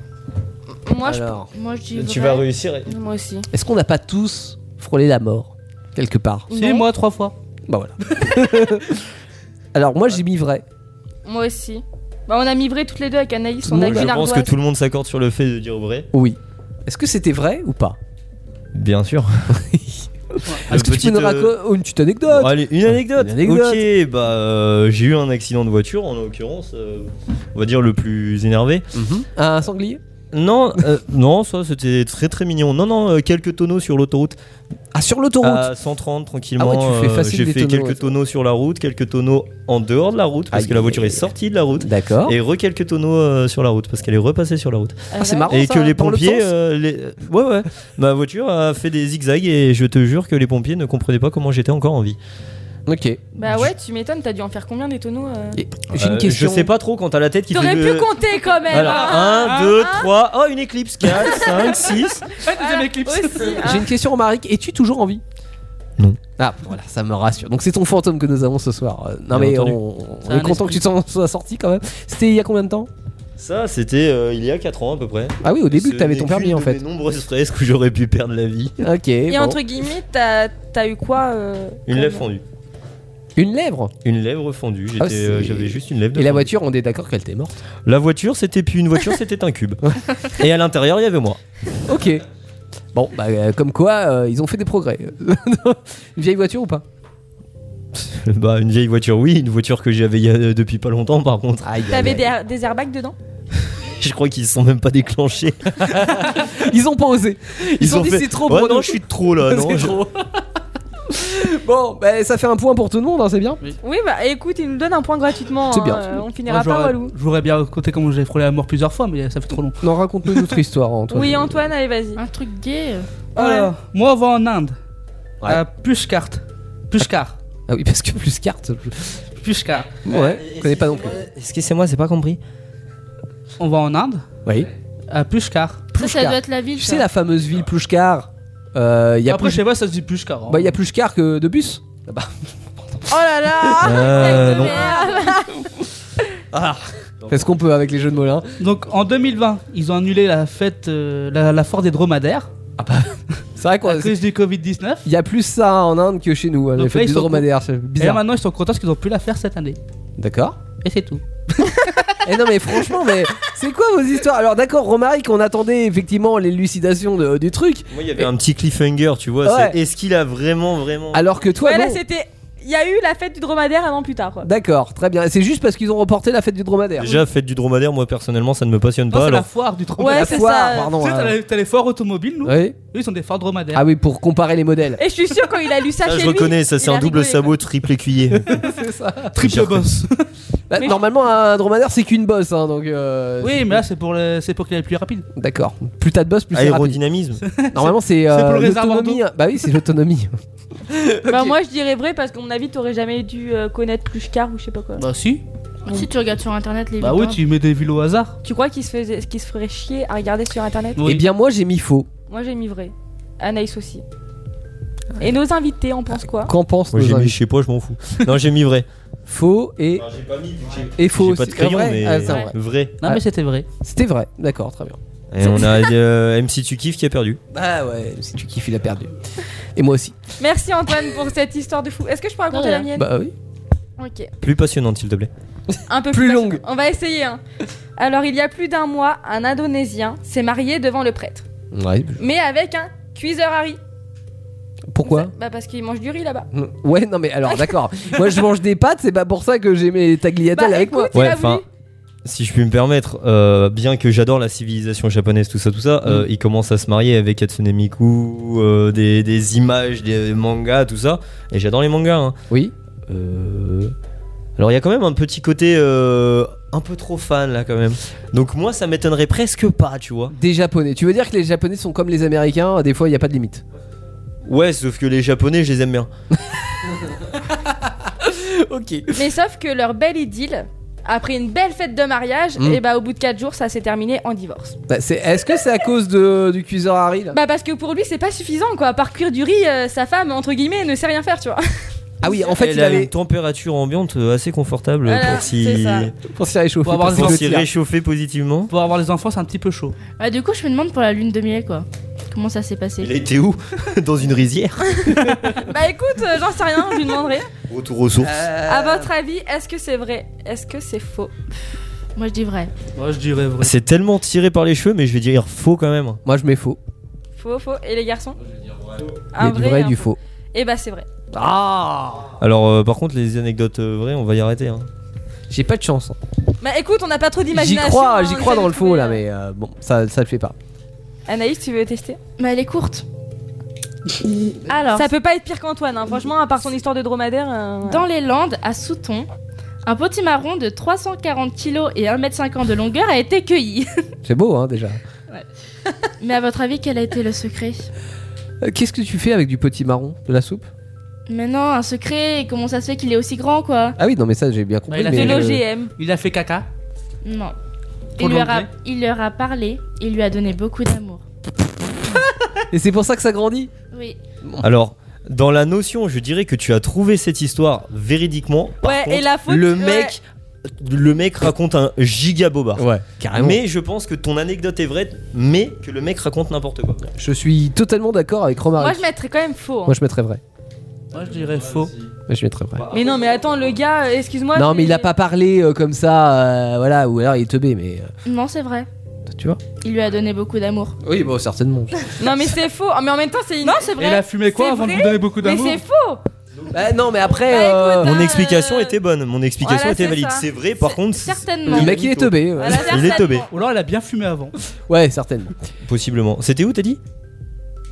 E: Moi, je
D: Alors,
F: Moi je dis.
L: Tu
F: vrai.
L: vas réussir.
E: Moi aussi.
D: est-ce qu'on n'a pas tous frôlé la mort quelque part
G: Si, moi, trois fois.
D: Bah
E: (laughs)
D: voilà. Alors moi j'ai mis vrai.
E: Moi aussi. Bah, on a mis vrai toutes les deux avec Anaïs. On a
L: Moi,
E: vu
L: je pense
E: l'ardoise.
L: que tout le monde s'accorde sur le fait de dire vrai.
D: Oui. Est-ce que c'était vrai ou pas
L: Bien (laughs) sûr.
D: Est-ce que
L: euh,
D: tu peux nous raconter Oh, une petite anecdote
L: Bon, allez, une anecdote.
D: Une anecdote.
L: Ok, bah euh, j'ai eu un accident de voiture, en l'occurrence, euh, on va dire le plus énervé.
D: Mhm. Un sanglier
L: Non, euh, (laughs) non, ça c'était très très mignon. Non, non, euh, quelques tonneaux sur l'autoroute.
D: Ah sur l'autoroute.
L: À 130 tranquillement.
D: Ah ouais, tu fais
L: euh,
D: facile
L: j'ai
D: des
L: fait
D: tonneaux, ouais,
L: quelques
D: ça.
L: tonneaux sur la route, quelques tonneaux en dehors de la route parce
D: Aïe. Oh.
L: que la voiture est sortie de la route.
D: D'accord.
L: Et re quelques tonneaux euh, sur la route parce qu'elle est repassée sur la route.
E: Ah,
D: c'est
E: là.
D: marrant.
L: et
D: Oh, ça,
L: que les
D: dans l'autre
L: pompiers.
D: sens
L: euh, les- Ouais, ouais. Ma voiture a fait des zigzags et je te jure que les pompiers ne comprenaient pas comment j'étais encore en vie.
D: Ok.
E: Bah ouais, tu m'étonnes, t'as dû en faire combien des tonneaux euh
D: Et- J'ai une
L: Euh,
D: question.
L: Je sais pas trop quand t'as la tête qui fait.
E: T'aurais
L: le-
E: pu compter quand même hein.
L: Voilà, 1, 2, 3. Oh, une éclipse. 4, 5, 6.
G: Ouais, deuxième éclipse.
E: Aussi, hein.
D: J'ai une question, Romaric. Es-tu toujours en vie
L: Non.
D: Ah, voilà, ça me rassure. Donc c'est ton fantôme que nous avons ce soir. Euh, non,
L: Bien
D: mais
L: entendu.
D: on, on
G: C'est
D: est
G: un
D: content que tu t'en sois sorti quand même. C'était il y a combien de temps
L: Ça, c'était euh, il y a 4 ans à peu près.
D: Ah oui, au début, que t'avais
L: Ce
D: ton
L: n'est
D: permis
L: qu'une
D: en
L: de
D: fait.
L: mes nombreuses fresques où j'aurais pu perdre la vie.
D: Ok.
E: Et
D: bon.
E: entre guillemets, t'as t'as eu quoi euh,
L: Une
E: comme-
L: lèvre fondue.
D: Une lèvre.
L: Une lèvre fondue. J'étais,
D: Ah, c'est-
L: euh, J'avais juste une lèvre. de
D: Et la
L: fondue.
D: voiture, on est d'accord qu'elle t'est morte.
L: La voiture, c'était plus une voiture, c'était un cube. Et à l'intérieur, il y avait moi. (laughs)
D: Ok. Bon, bah, euh, comme quoi, euh, ils ont fait des progrès. (laughs) une vieille voiture ou pas
L: Bah, une vieille voiture, oui, une voiture que j'avais il y a- euh, depuis pas longtemps, par contre. (laughs)
D: Aïe, aïe,
E: T'avais
D: aïe.
E: des, air- des airbags dedans
L: Je crois qu'ils se sont même pas déclenchés.
D: Ils ont pas osé. Ils, ont
L: ont
D: dit
L: fait-
D: c'est trop
L: Ouais,
D: pour
L: non,
D: (laughs)
G: Ah
D: nous.
L: je suis trop là.
D: C'est
L: non, je-
D: trop. Bon, bah, ça fait un point pour tout le monde, hein, c'est bien.
E: Oui, bah écoute, il nous donne un point gratuitement.
D: C'est
E: hein,
D: bien.
E: euh, on
G: Moi,
E: finira par
G: j'aurais-
E: Walou.
G: Je voudrais bien raconter comment j'ai frôlé la mort plusieurs fois, mais ça fait trop long.
D: Non, raconte-nous notre histoire, hein, Antoine.
E: Oui, hein. Antoine, allez, vas-y.
F: Un truc gay.
G: Alors, moi, on va en Inde. À Pushkart. Pushkar.
D: Ah oui, parce que plus carte.
G: Pushkar.
D: Ouais, je connais pas non plus.
L: Est-ce que c'est moi, c'est pas compris
G: On va en Inde.
D: Oui.
G: À Pushkar.
F: Ça, ça doit être la ville.
D: Tu sais la fameuse ville Plushkar euh, y a
G: Après,
D: plus...
G: je sais pas, ça se dit Pushkar. hein.
D: Bah, y a Plushkar que de bus là-bas.
E: Oh là là (laughs)
L: Euh, non.
G: Ah.
D: Qu'est-ce qu'on peut avec les jeux de mots hein. là
G: Donc, en 2020, ils ont annulé la fête, euh, la, la foire des dromadaires.
D: C'est vrai qu'on.
G: À cause du Covid-19.
D: Il y a plus ça en Inde que chez nous. hein,
G: Donc
D: Les
G: là,
D: fêtes
G: ils
D: du
G: sont-
D: dromadaire, c'est
G: Et là,
D: bizarre.
G: maintenant, ils sont contents parce qu'ils ont pu la faire cette année.
D: D'accord.
G: Et c'est tout.
D: Eh non mais franchement mais c'est quoi vos histoires Alors d'accord Romaric on attendait effectivement l'élucidation de- du truc
L: Moi, il y avait un petit cliffhanger, tu vois.
D: Ouais.
L: c'est Est-ce qu'il a vraiment, vraiment.
D: alors que toi
E: Ouais, là,
D: non.
E: c'était. Il y a eu la fête du dromadaire un an plus tard, quoi.
D: D'accord, très bien. C'est juste parce qu'ils ont reporté la fête du dromadaire.
L: Déjà, fête du dromadaire, moi personnellement, ça ne me passionne
G: Non,
D: Bah
L: pas.
G: c'est la
L: Alors,
G: foire du
E: Ouais,
G: dromadaire.
D: la
E: c'est
D: foire,
E: ça.
D: pardon.
G: Tu sais, t'as
D: hein.
G: les- t'as les foires automobiles, nous.
D: Oui.
G: Eux, ils ont des phares dromadaires.
D: Ah oui, pour comparer les modèles.
E: Et je suis sûr quand il a lu ça
L: Ah,
E: chez
L: je
E: lui,
L: reconnais, (laughs) ça
E: il
L: c'est
E: a
L: un double
E: rigolé,
L: sabot
D: (laughs)
L: triple écuyer.
G: Triple boss.
D: Bah,
E: mais-
D: Normalement, un dromadaire c'est qu'une bosse, hein, donc. euh,
G: oui, mais là, c'est pour, le... c'est pour qu'il est plus rapide.
D: D'accord. Plus t'as de boss, plus c'est rapide.
L: Aérodynamisme.
D: Normalement, c'est
G: pour
D: euh,
G: le réservoir
D: l'autonomie. Bah oui, c'est
G: (laughs)
D: l'autonomie.
E: quoi. Bah, moi, je dirais vrai parce qu'à mon avis, t'aurais jamais dû euh, connaître Plushkar ou je sais pas quoi.
G: Bah, si.
F: Si tu regardes sur internet les
G: Bah,
F: villes
G: oui,
F: d'Inde.
G: tu mets des villes au hasard.
E: Tu crois qu'il se, faisait... qu'il se ferait chier à regarder sur internet
D: Eh bien, moi, j'ai mis faux.
E: Moi, j'ai mis vrai. Anaïs aussi. Et nos invités, en pensent quoi
D: Qu'en pensent
L: Moi
D: nos
L: j'ai mis,
D: invités
L: je sais pas, je m'en fous. Non, j'ai mis vrai.
D: Faux et
L: J'ai pas mis,
D: et faux.
L: pas
D: aussi.
L: de crayon,
D: Ah, vrai
L: mais.
D: Ah, c'est un vrai.
L: vrai.
G: Non, mais c'était vrai.
D: C'était vrai. D'accord, très bien.
L: Et on a euh, MC Tu Kiffes qui a perdu.
D: Ah ouais, si tu kiffes, il a perdu. Et moi aussi.
E: Merci Antoine pour cette histoire de fou. Est-ce que je peux raconter
F: Ouais.
E: la mienne
D: Bah oui.
E: Ok.
L: Plus passionnante, s'il te plaît.
E: Un peu
D: Plus
E: plus,
D: longue.
E: On va essayer. hein. Alors, il y a plus d'un mois, un Indonésien s'est marié devant le prêtre,
D: Ouais.
E: mais avec un cuiseur à riz.
D: Pourquoi
E: Bah parce qu'il mange du riz là-bas.
D: Ouais, non mais alors d'accord. Moi, je mange des pâtes, c'est pas pour ça que j'ai mes tagliatelles
E: Bah,
D: avec moi.
E: écoute, il
L: Ouais,
E: a
L: enfin,
E: voulu.
L: Si je puis me permettre, euh, bien que j'adore la civilisation japonaise, tout ça, tout ça, euh, il commence à se marier avec Hatsune Miku, euh, des, des images, des mangas, tout ça. Et j'adore les mangas. hein.
D: Oui.
L: Euh, Alors il y a quand même un petit côté euh, un peu trop fan là quand même. Donc moi ça m'étonnerait presque pas, tu vois.
D: Des japonais. Tu veux dire que les japonais sont comme les américains, des fois il n'y a pas de limite.
L: Ouais, sauf que les japonais je les aime bien.
D: ok.
E: Mais sauf que leur belle idylle, après une belle fête de mariage,
D: Mm.
E: et bah au bout de 4 jours, ça s'est terminé en divorce.
D: Bah, c'est, est-ce que c'est à cause de, du cuiseur Harry là
E: Bah parce que pour lui, c'est pas suffisant quoi. À part cuire du riz, euh, sa femme entre guillemets ne sait rien faire, tu vois.
D: Ah oui, en fait
L: Elle
D: il
L: a une
D: avait
L: température ambiante euh, assez confortable
E: Voilà,
L: pour s'y
E: c'est ça.
D: pour s'y réchauffer.
G: Pour avoir
D: parce
G: des
L: pour
D: que
L: s'y
D: le tir.
L: réchauffer positivement.
G: Pour avoir les enfants, c'est un petit peu chaud.
F: (laughs) Bah, du coup, je me demande pour la lune de miel quoi. Comment ça s'est passé
L: Il a été où (laughs) Dans une rizière
E: bah écoute, euh, j'en sais rien, je lui demanderai.
L: Retour aux sources.
D: Ah.
E: À votre avis, est-ce que c'est vrai Est-ce que c'est faux
F: Moi je dis vrai.
G: Moi, je dirais vrai.
L: C'est tellement tiré par les cheveux, mais je vais dire faux quand même.
D: Moi je mets faux.
E: Faux, faux. Et les garçons
D: Il y
E: Un
D: a du vrai et
E: un
D: du faux.
E: Eh bah c'est vrai.
D: Ah
L: Alors, euh, par contre, les anecdotes euh, vraies, on va y arrêter. hein.
D: J'ai pas de chance. hein.
E: Bah écoute, on n'a pas trop
D: J'y
E: d'imagination.
D: crois,
E: hein,
D: j'y
E: on
D: crois
E: essaie
D: dans
E: de
D: le faux là,
E: trouver,
D: mais euh, bon, ça, ça le fait pas.
E: euh, Anaïs, tu veux tester
F: Mais elle est courte. Alors,
E: Ça peut pas être pire qu'Antoine, hein. franchement, à part son histoire de dromadaire. euh,
F: dans les Landes, à Souton, un petit marron de 340 kg et 1m50 de longueur a été
E: (laughs)
F: cueilli.
D: C'est beau hein déjà.
F: Mais à votre avis, quel a été le secret
D: Euh, Qu'est-ce que tu fais avec du petit marron De la soupe
F: Mais non, un secret, comment ça se fait qu'il est aussi grand quoi
D: Ah oui, non mais ça j'ai bien compris.
G: il a
D: mais,
E: de
G: fait
D: euh,
E: l'OGM.
G: Il a fait caca.
F: Non.
G: Pour
F: Il, lui a,
G: l'anglais.
F: il leur a parlé, il lui a donné beaucoup d'amour.
D: Et c'est pour ça que ça grandit
F: Oui.
L: Alors, dans la notion, je dirais que tu as trouvé cette histoire véridiquement. Par
E: Ouais,
L: contre,
E: et la faute.
L: le
E: ouais.
L: mec, le mec raconte un giga bobard.
D: Ouais,
E: ah
D: carrément.
L: Mais je pense que ton anecdote est vraie, mais que le mec raconte n'importe quoi.
D: Je suis totalement d'accord avec
E: Moi,
D: Romaric.
E: je mettrais quand même faux. hein.
D: ah, Moi je mettrais vrai.
G: Moi, je dirais faux.
D: Moi je mettrais vrai.
E: Mais non, mais attends, le gars, euh, excuse-moi.
D: Non
E: j'ai-
D: mais il a pas parlé euh, comme ça, euh, voilà, ou alors il est teubé, mais euh,
F: Non, c'est vrai.
D: tu vois
F: Il lui a donné beaucoup d'amour.
D: Oui, bon, certainement.
E: Non, mais c'est faux. Ah, Mais en même temps, c'est. Non, c'est
G: Et il a fumé quoi
E: C'est
G: avant de
E: vrai
G: vous donner beaucoup
E: Mais
G: d'amour
E: c'est faux.
D: bah non, mais après,
E: Bah,
D: euh,
E: écoute,
L: Mon
E: Ah,
L: explication
E: euh,
L: était bonne, mon explication
E: voilà,
L: était
E: c'est
L: valide.
E: ça.
L: C'est vrai, par contre,
F: Certainement.
D: le mec il est teubé. euh. Ouais,
E: hein. Voilà,
L: il est teubé.
E: certainement.
G: Ou alors, elle a bien fumé avant.
D: Ouais, certainement.
L: possiblement. C'était où, t'as dit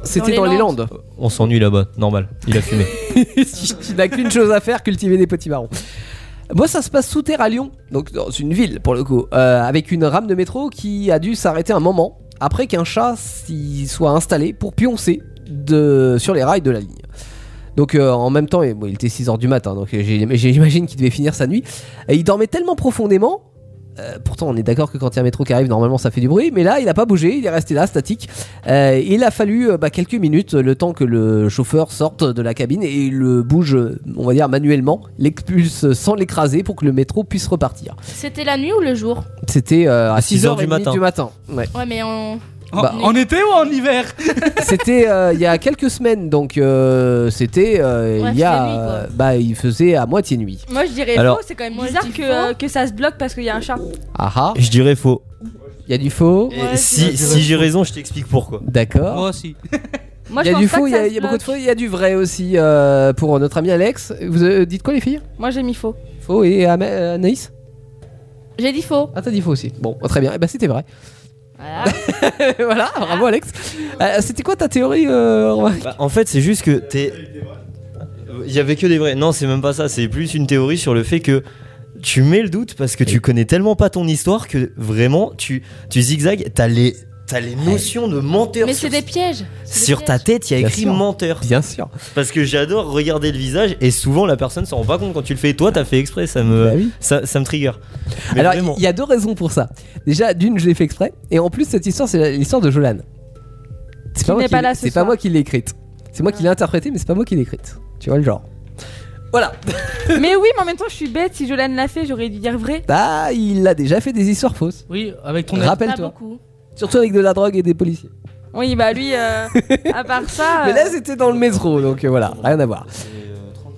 D: C'était dans les Landes.
L: On s'ennuie là-bas, normal. Il a fumé.
D: (laughs) Il n'a qu'une chose à faire, cultiver des petits marrons. Moi, ça se passe sous terre à Lyon, donc dans une ville pour le coup, euh, avec une rame de métro qui a dû s'arrêter un moment après qu'un chat s'y soit installé pour pioncer de, sur les rails de la ligne. Donc euh, en même temps, et, bon, il était 6h du matin, donc euh, j'ai- j'ai- j'imagine qu'il devait finir sa nuit. Et il dormait tellement profondément. euh, pourtant, on est d'accord que quand il y a un métro qui arrive, normalement ça fait du bruit, mais là il n'a pas bougé, il est resté là statique. Euh, il a fallu euh, bah, quelques minutes euh, le temps que le chauffeur sorte de la cabine et le bouge, euh, on va dire manuellement, l'expulse sans l'écraser pour que le métro puisse repartir.
E: C'était la nuit ou le jour
D: C'était euh, à 6h
L: du matin.
D: du matin. Ouais.
E: Ouais, mais on.
D: Bah,
G: En été ou en hiver
D: C'était euh, il y a quelques semaines, donc euh, c'était euh,
H: Ouais,
D: il y a,
H: c'était nuit, quoi.
D: euh, bah il faisait à moitié nuit.
H: Moi je dirais
D: Alors-
H: faux, c'est quand même bizarre que, euh, que ça se bloque parce qu'il y a un chat.
D: Ah ah.
L: Je dirais faux.
D: Il y a du faux.
H: Ouais,
L: si si j'ai raison, je t'explique pourquoi.
D: D'accord.
L: Moi
G: aussi.
H: Moi,
D: il y
H: je
D: a
H: pense
D: du
H: pas
D: faux,
H: que
D: il y a,
H: ça
D: il y a
H: se
D: beaucoup de faux,
H: bloque.
D: il y a du vrai aussi euh, pour notre ami Alex. Vous euh, dites quoi les filles
H: Moi j'ai mis faux.
D: Faux et Ama- euh, Anaïs
E: J'ai dit faux.
D: Ah, t'as dit faux aussi. Bon, oh, très bien. Eh ben, c'était vrai. (laughs) Voilà. bravo Alex. Euh, c'était quoi ta théorie euh, Romain
L: Bah, en fait, c'est juste que t'es. Il y avait que des vrais. Non, c'est même pas ça. C'est plus une théorie sur le fait que tu mets le doute parce que tu connais tellement pas ton histoire que vraiment tu tu zigzags. T'as les t'as les notions de menteur
E: Mais
L: sur,
E: c'est des pièges. C'est des
L: sur ta
E: pièges.
L: tête. Il y a
D: Bien
L: écrit
D: sûr.
L: menteur.
D: Bien sûr.
L: Parce que j'adore regarder le visage et souvent la personne s'en rend pas compte quand tu le fais. Toi, t'as fait exprès. Ça me ça, ça me trigger. Bah Euh, Mais
D: Bah Alors,
L: vraiment.
D: il y a deux raisons pour ça. Déjà, d'une, je l'ai fait exprès. Et en plus, cette histoire, c'est l'histoire de Jolan. C'est
H: Qui
D: pas, moi
H: n'est
D: qui
H: pas
D: l'ai-
H: là ce
D: c'est pas
H: soir. Ah.
D: moi qui l'ai écrite. C'est moi qui l'ai interprétée, mais c'est pas moi qui l'ai écrite. Tu vois le genre. Voilà.
H: mais oui, mais en même temps, je suis bête. Si Jolane l'a fait, j'aurais dû dire vrai.
D: Bah, il a déjà fait des histoires fausses.
G: Oui, avec ton
D: Rappelle-toi. Surtout avec de la drogue et des policiers.
H: Oui, bah
D: (laughs)
H: lui, euh, à part ça.
D: Mais là,
H: euh,
D: c'était dans le métro, donc euh, voilà, rien à voir.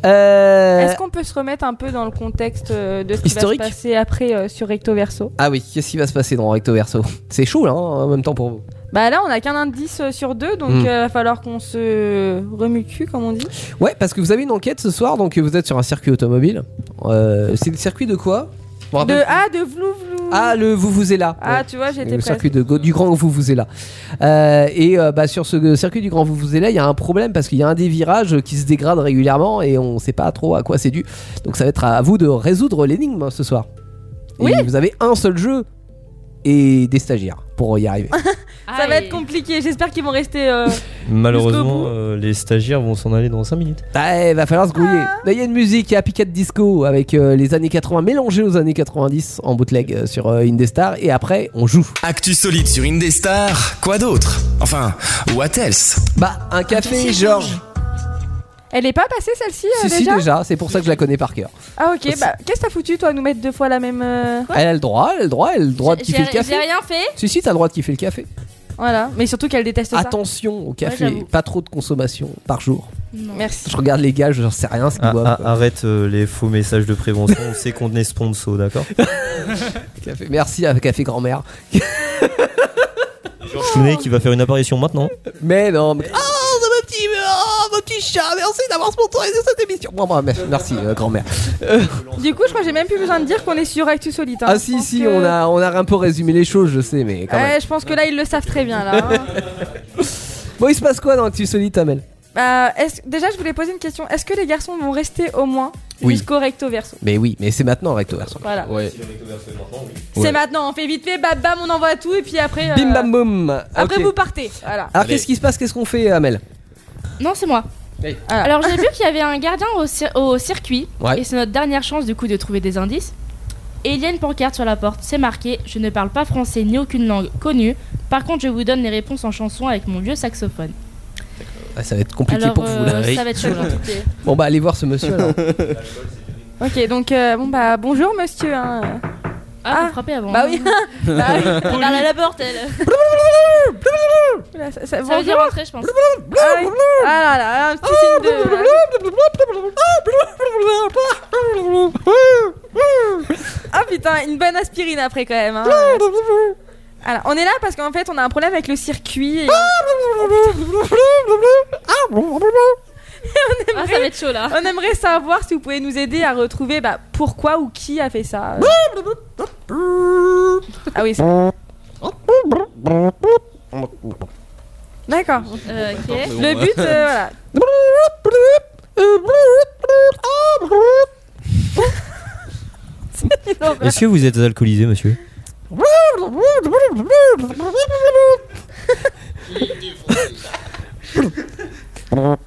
D: Euh,
H: Est-ce qu'on peut se remettre un peu dans le contexte euh, de ce qui
D: Historique.
H: va se passer après euh, sur Recto Verso
D: Ah oui, qu'est-ce qui va se passer dans Recto Verso C'est chaud là, hein, en même temps pour vous.
H: Bah là, on a qu'un indice euh, sur deux, donc il
D: Mm.
H: va falloir qu'on se remue cul, comme on dit.
D: Ouais, parce que vous avez une enquête ce soir, donc vous êtes sur un circuit automobile. Euh, c'est le circuit de quoi Je me
H: De
D: rappelle plus.
H: ah, de Vlou Vlou.
D: Ah, le vous vous est là.
H: Ah, tu vois, j'étais
D: Le
H: presque.
D: circuit de, Go- du grand vous vous est là. Euh, et euh, bah, sur ce circuit du grand vous vous est là, il y a un problème parce qu'il y a un des virages qui se dégrade régulièrement et on sait pas trop à quoi c'est dû. Donc ça va être à vous de résoudre l'énigme hein, ce soir. Et vous avez un seul jeu et des stagiaires pour y arriver.
H: Ça va être compliqué. J'espère qu'ils vont rester.
D: (laughs)
H: euh,
L: Malheureusement, euh, les stagiaires vont s'en aller dans 5 minutes.
D: Ah, il va falloir se grouiller. Là, Il y a une musique, il y a Piquet Disco avec euh, les années 80 mélangées aux années 90 en bootleg euh, sur euh, Indestar. Et après, on joue.
N: Actu solide sur Indestar, quoi d'autre Enfin, what else
D: Bah,
H: Ah,
D: un café, Georges.
H: Elle est pas passée celle-ci euh,
D: Si, si,
H: déjà.
D: déjà, c'est pour ça que je la connais par cœur.
H: Ah ok. Bah qu'est-ce que t'as foutu toi, à nous mettre deux fois la même. euh,
D: Elle a le droit, elle a le droit, elle a le droit de kiffer le café.
H: J'ai rien fait.
D: Si, si, t'as le droit de kiffer le café.
H: Voilà. Mais surtout qu'elle déteste ça.
D: Attention au café,
H: j'avoue.
D: pas trop de consommation par jour.
H: Merci.
D: Je regarde les gars, je sais rien ce qu'ils
L: Ah, ah,
D: boivent. quoi.
L: arrête euh, les faux messages de prévention. on sait qu'on est sponsor, d'accord
D: Café- Merci à Café Grand-Mère.
L: Georges Clooney qui va faire une apparition maintenant.
D: Mais non, mais... Oh, c'est mon petit, oh, mon petit chat, merci d'avoir sponsorisé cette émission. Bon, bon, merci, merci, euh, grand-mère. Euh,
H: Du coup, je crois que j'ai même plus besoin de dire qu'on est sur Actu Solite. hein.
D: ah
H: Je
D: si,
H: pense
D: si,
H: que-
D: on, a, on a un peu résumé les choses, je sais, mais quand même.
H: Ouais, je pense que là ils le savent très bien là.
D: (laughs)
H: hein.
D: Bon, il se passe quoi dans Actu Solide, Amel
H: Euh, est-ce- Déjà, je voulais poser une question. Est-ce que les garçons vont rester au moins
D: Oui.
H: jusqu'au recto verso
D: Mais oui, mais c'est maintenant Recto Verso.
H: Voilà.
D: Ouais.
H: C'est maintenant, on fait vite fait, bam bam, on envoie tout et puis après. euh,
D: Bim bam boum.
H: Après
D: Ok.
H: vous partez. Voilà.
D: Alors qu'est-ce qui se passe Qu'est-ce qu'on fait, Amel
E: Non, c'est moi. Ah. Alors j'ai vu qu'il y avait un gardien au, cir- au circuit
D: Ouais.
E: et c'est notre dernière chance du coup de trouver des indices. Et il y a une pancarte sur la porte, c'est marqué "Je ne parle pas français ni aucune langue connue. Par contre, je vous donne les réponses en chanson avec mon vieux saxophone."
D: Ah, Ça va être compliqué
E: Alors,
D: pour vous là.
E: euh, ça va être chaud, là.
D: Bon bah allez voir ce monsieur (laughs) là.
H: Ok, donc euh, bon bah bonjour monsieur. hein.
E: Ah, vous frappez
D: (laughs)
E: avant.
H: Bah oui. bah oui.
E: Elle parle à la porte elle.
H: Oula, ça,
E: Ça veut dire rentrer, je pense.
H: Ah, oui. Ah là là, un petit signe Ah, de- Ah putain, une bonne aspirine après quand même. hein. Alors, on est là parce qu'en fait, on a un problème avec le circuit. et- on,
E: Ah, ça va être chaud là.
H: on aimerait savoir si vous pouvez nous aider à retrouver bah, pourquoi ou qui a fait ça. Ah oui, c'est-
E: D'accord.
F: ok.
E: Le but, euh, voilà.
D: Euh,
L: Est-ce que vous êtes alcoolisé, monsieur
D: Oh,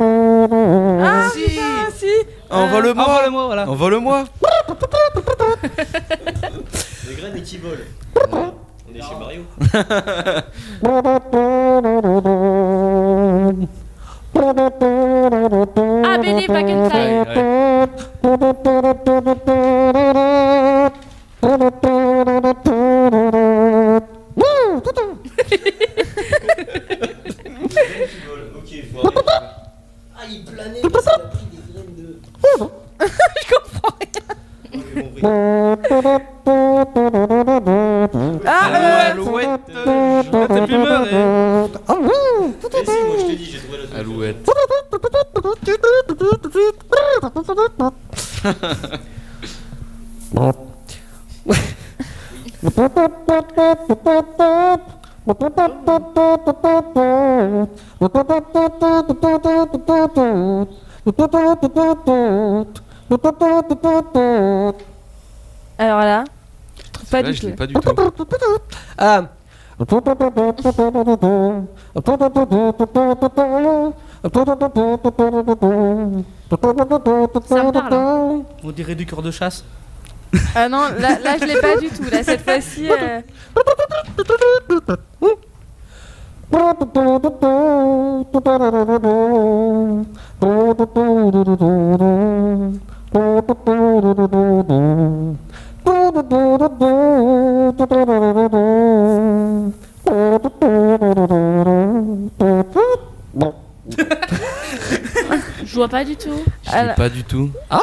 E: Ah, putain, si
I: Envole-moi
G: Envole-moi, voilà.
I: Envole-moi
L: Les graines qui volent. On est chez Mario.
F: Ah, Benny Time.
M: Ah, il planait, mais ça a pris des graines de. Je comprends rien.
E: Ah, euh,
M: Alouette,
I: t'es plus mort,
M: moi je te dis, j'ai trouvé la Alouette.
E: Alors là, je trouve pas
I: Là,
E: du
I: je
E: tout.
I: l'ai pas du tout.
D: Ah.
F: Ça me parle, hein.
G: On dirait du cœur de chasse.
E: Ah non, là, là je l'ai pas du tout. Là, cette fois-ci. euh,
F: Je vois pas du tout.
E: alors-
I: Pas du tout.
D: Ah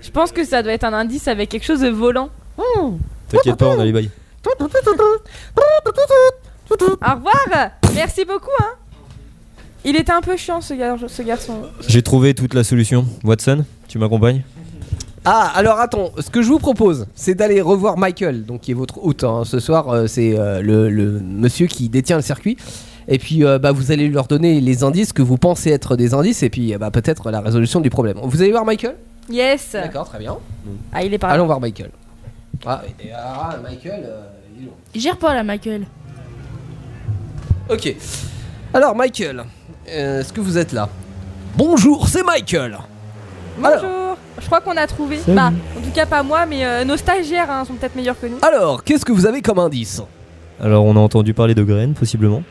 E: Je pense que ça doit être un indice avec quelque chose de volant.
L: T'inquiète pas, on a les bails.
E: Au revoir Merci beaucoup, hein Il était un peu chiant, ce, gar- ce garçon.
L: J'ai trouvé toute la solution. Watson, tu m'accompagnes
D: Ah, alors attends, ce que je vous propose, c'est d'aller revoir Michael, donc qui est votre hôte hein. ce soir. euh, c'est euh, le, le monsieur qui détient le circuit. Et puis, euh, bah, vous allez leur donner les indices que vous pensez être des indices, et puis euh, bah, peut-être la résolution du problème. Vous allez voir Michael
E: Yes
D: D'accord, très bien.
E: Ah, il est par là.
D: Allons voir Michael. Ah, et- et- ah, Michael, euh, il est lourd.
F: Gère pas là, Michael.
D: Ok. Alors, Michael, euh, est-ce que vous êtes là Bonjour, c'est Michael
E: Bonjour Je crois qu'on a trouvé.
D: Salut.
E: Bah, en tout cas, pas moi, mais euh, nos stagiaires hein, sont peut-être meilleurs que nous.
D: Alors, qu'est-ce que vous avez comme indice
L: Alors, on a entendu parler de graines, possiblement.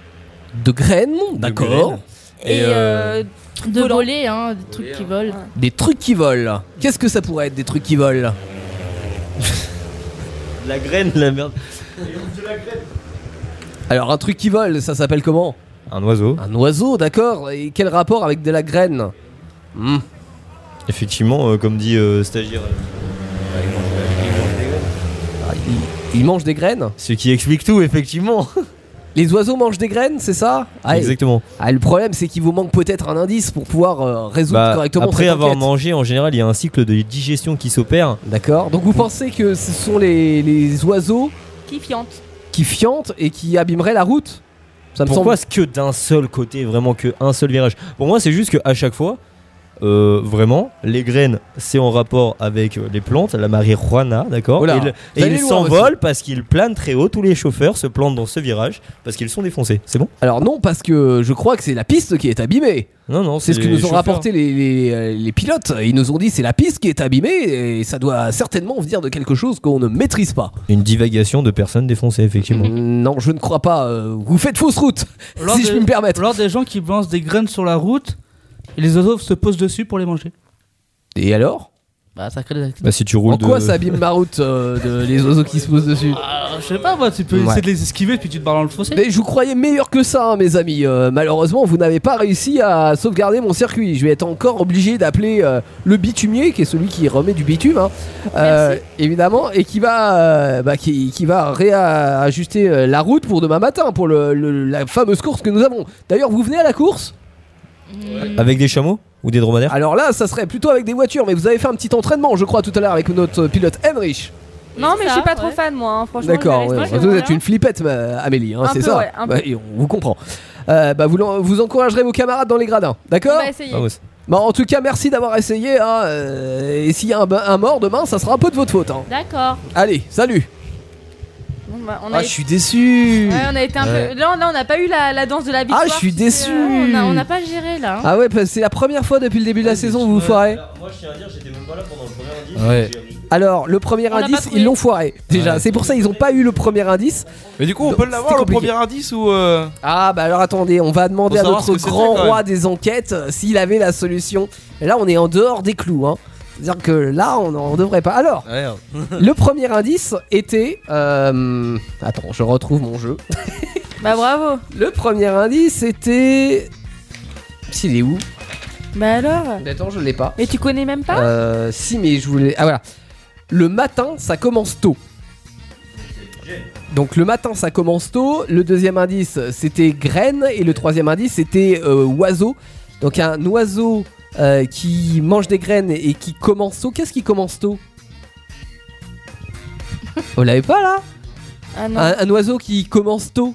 D: De graines, d'accord.
L: graines. Et, Et, euh,
F: De voler, hein, des trucs qui volent.
D: Des trucs qui volent. Qu'est-ce que ça pourrait être des trucs qui volent
L: La graine, la merde.
D: Alors un truc qui vole, ça s'appelle comment
L: Un oiseau.
D: Un oiseau, d'accord. Et quel rapport avec de la graine Hmm.
L: Effectivement, euh, comme dit euh, Stagiaire.
D: Ah, il- il mange des graines
L: Ce qui explique tout, effectivement.
D: Les oiseaux mangent des graines, c'est ça Ah, et-
L: Exactement.
D: Ah, le problème, c'est qu'il vous manque peut-être un indice pour pouvoir euh, résoudre
L: Bah,
D: correctement
L: après
D: cette
L: avoir
D: enquête.
L: mangé, en général, il y a un cycle de digestion qui s'opère.
D: D'accord. Donc vous pensez que ce sont les, les oiseaux
E: Qui fiante
D: qui fiantent et qui abîmeraient la route Ça me
L: Pourquoi
D: semble.
L: est-ce que d'un seul côté, vraiment que un seul virage Pour moi, c'est juste que à chaque fois, euh, vraiment, les graines, c'est en rapport avec euh, les plantes, la marijuana, d'accord
D: Oula,
L: Et, le-
D: vous
L: et
D: allez
L: ils
D: loin,
L: s'envolent parce qu'ils planent très haut. Tous les chauffeurs se plantent dans ce virage parce qu'ils sont défoncés. C'est bon
D: Alors non, parce que je crois que c'est la piste qui est abîmée.
L: Non, non,
D: C'est ce que
L: les
D: nous ont
L: chauffeurs.
D: rapporté les, les, euh, les pilotes. Ils nous ont dit c'est la piste qui est abîmée et ça doit certainement venir de quelque chose qu'on ne maîtrise pas.
L: Une divagation de personnes défoncées, effectivement.
D: Mm, Non, je ne crois pas. euh, Vous faites fausse route,
G: Lors
D: si je
G: des-
D: puis me permettre.
G: Lors des gens qui lancent des graines sur la route, et les oiseaux se posent dessus pour les manger.
D: Et alors
G: Bah, ça crée des accidents.
L: Bah, si tu roules
D: En quoi
L: de-
D: ça abîme ma route, euh, de- les oiseaux qui se posent dessus
G: Ah, je sais pas, moi, tu peux
D: Ouais.
G: essayer de les esquiver puis tu te barres dans le fossé.
D: Mais je vous croyais meilleur que ça, hein, mes amis. Euh, malheureusement, vous n'avez pas réussi à sauvegarder mon circuit. Je vais être encore obligé d'appeler euh, le bitumier, qui est celui qui remet du bitume, hein, euh, évidemment, et qui va, euh, bah, qui, qui va réajuster euh, la route pour demain matin, pour le- le- la fameuse course que nous avons. D'ailleurs, vous venez à la course
L: Avec des chameaux ou des dromadaires
D: Alors là, ça serait plutôt avec des voitures, mais vous avez fait un petit entraînement, je crois, tout à l'heure avec notre pilote Heinrich.
H: Non, mais je suis pas trop fan, moi, hein, franchement.
D: D'accord,
H: je vais
D: ouais.
H: rester chez
D: vous
H: moi,
D: êtes une flippette, ma- Amélie, hein,
H: Un
D: c'est
H: peu,
D: ça
H: ouais, un peu.
D: et On vous comprend. Euh, bah, vous, l'en- vous encouragerez vos camarades dans les gradins, d'accord
H: On va essayer.
L: Ah,
H: Vamos.
D: Bah, en tout cas, merci d'avoir essayé. hein, euh, et s'il y a un, un mort demain, ça sera un peu de votre faute. hein.
H: D'accord.
D: Allez, salut
H: Bon, bah, on a
D: Ah, je suis déçu
H: Ouais, on a été un peu. Là, on- là, on n'a pas eu la, la danse de la victoire.
D: Ah, je suis
H: tu sais,
D: déçu.
H: euh, on a- on n'a
F: pas géré là. hein.
D: Ah ouais, parce que c'est la première fois depuis le début de la saison vous vous foirez.
L: Moi, je tiens à dire, j'étais même pas là pendant le premier indice.
D: Ouais. Alors, le premier
L: On l'a pas
D: indice,
L: trouvé.
D: ils l'ont foiré. Déjà, c'est pour ça ils ont pas eu le premier indice.
I: Mais du coup, on
D: Donc,
I: peut l'avoir
D: c'était
I: le
D: compliqué.
I: premier indice ou. euh,
D: Ah bah alors attendez, on va demander
I: Faut
D: à
I: savoir
D: notre
I: ce que c'était,
D: grand
I: quand
D: roi
I: même.
D: des enquêtes euh, s'il avait la solution. Et là, on est en dehors des clous. Hein. C'est-à-dire que là, on on devrait pas. Alors,
I: hein. (laughs)
D: le premier indice était. euh, Attends, je retrouve mon jeu.
H: Bah, bravo.
D: Le premier indice était. S'il est où
H: Bah alors
D: Attends, je l'ai pas.
H: Mais tu connais même pas
D: Euh, si, mais je voulais. Ah voilà. Le matin, ça commence tôt. Donc le matin, ça commence tôt. Le deuxième indice, c'était graine. Et le troisième indice, c'était euh, oiseau. Donc un oiseau euh, qui mange des graines et qui commence tôt. Qu'est-ce qui commence tôt Oh, Vous l'avez pas là
H: Ah non.
D: un, un oiseau qui commence tôt.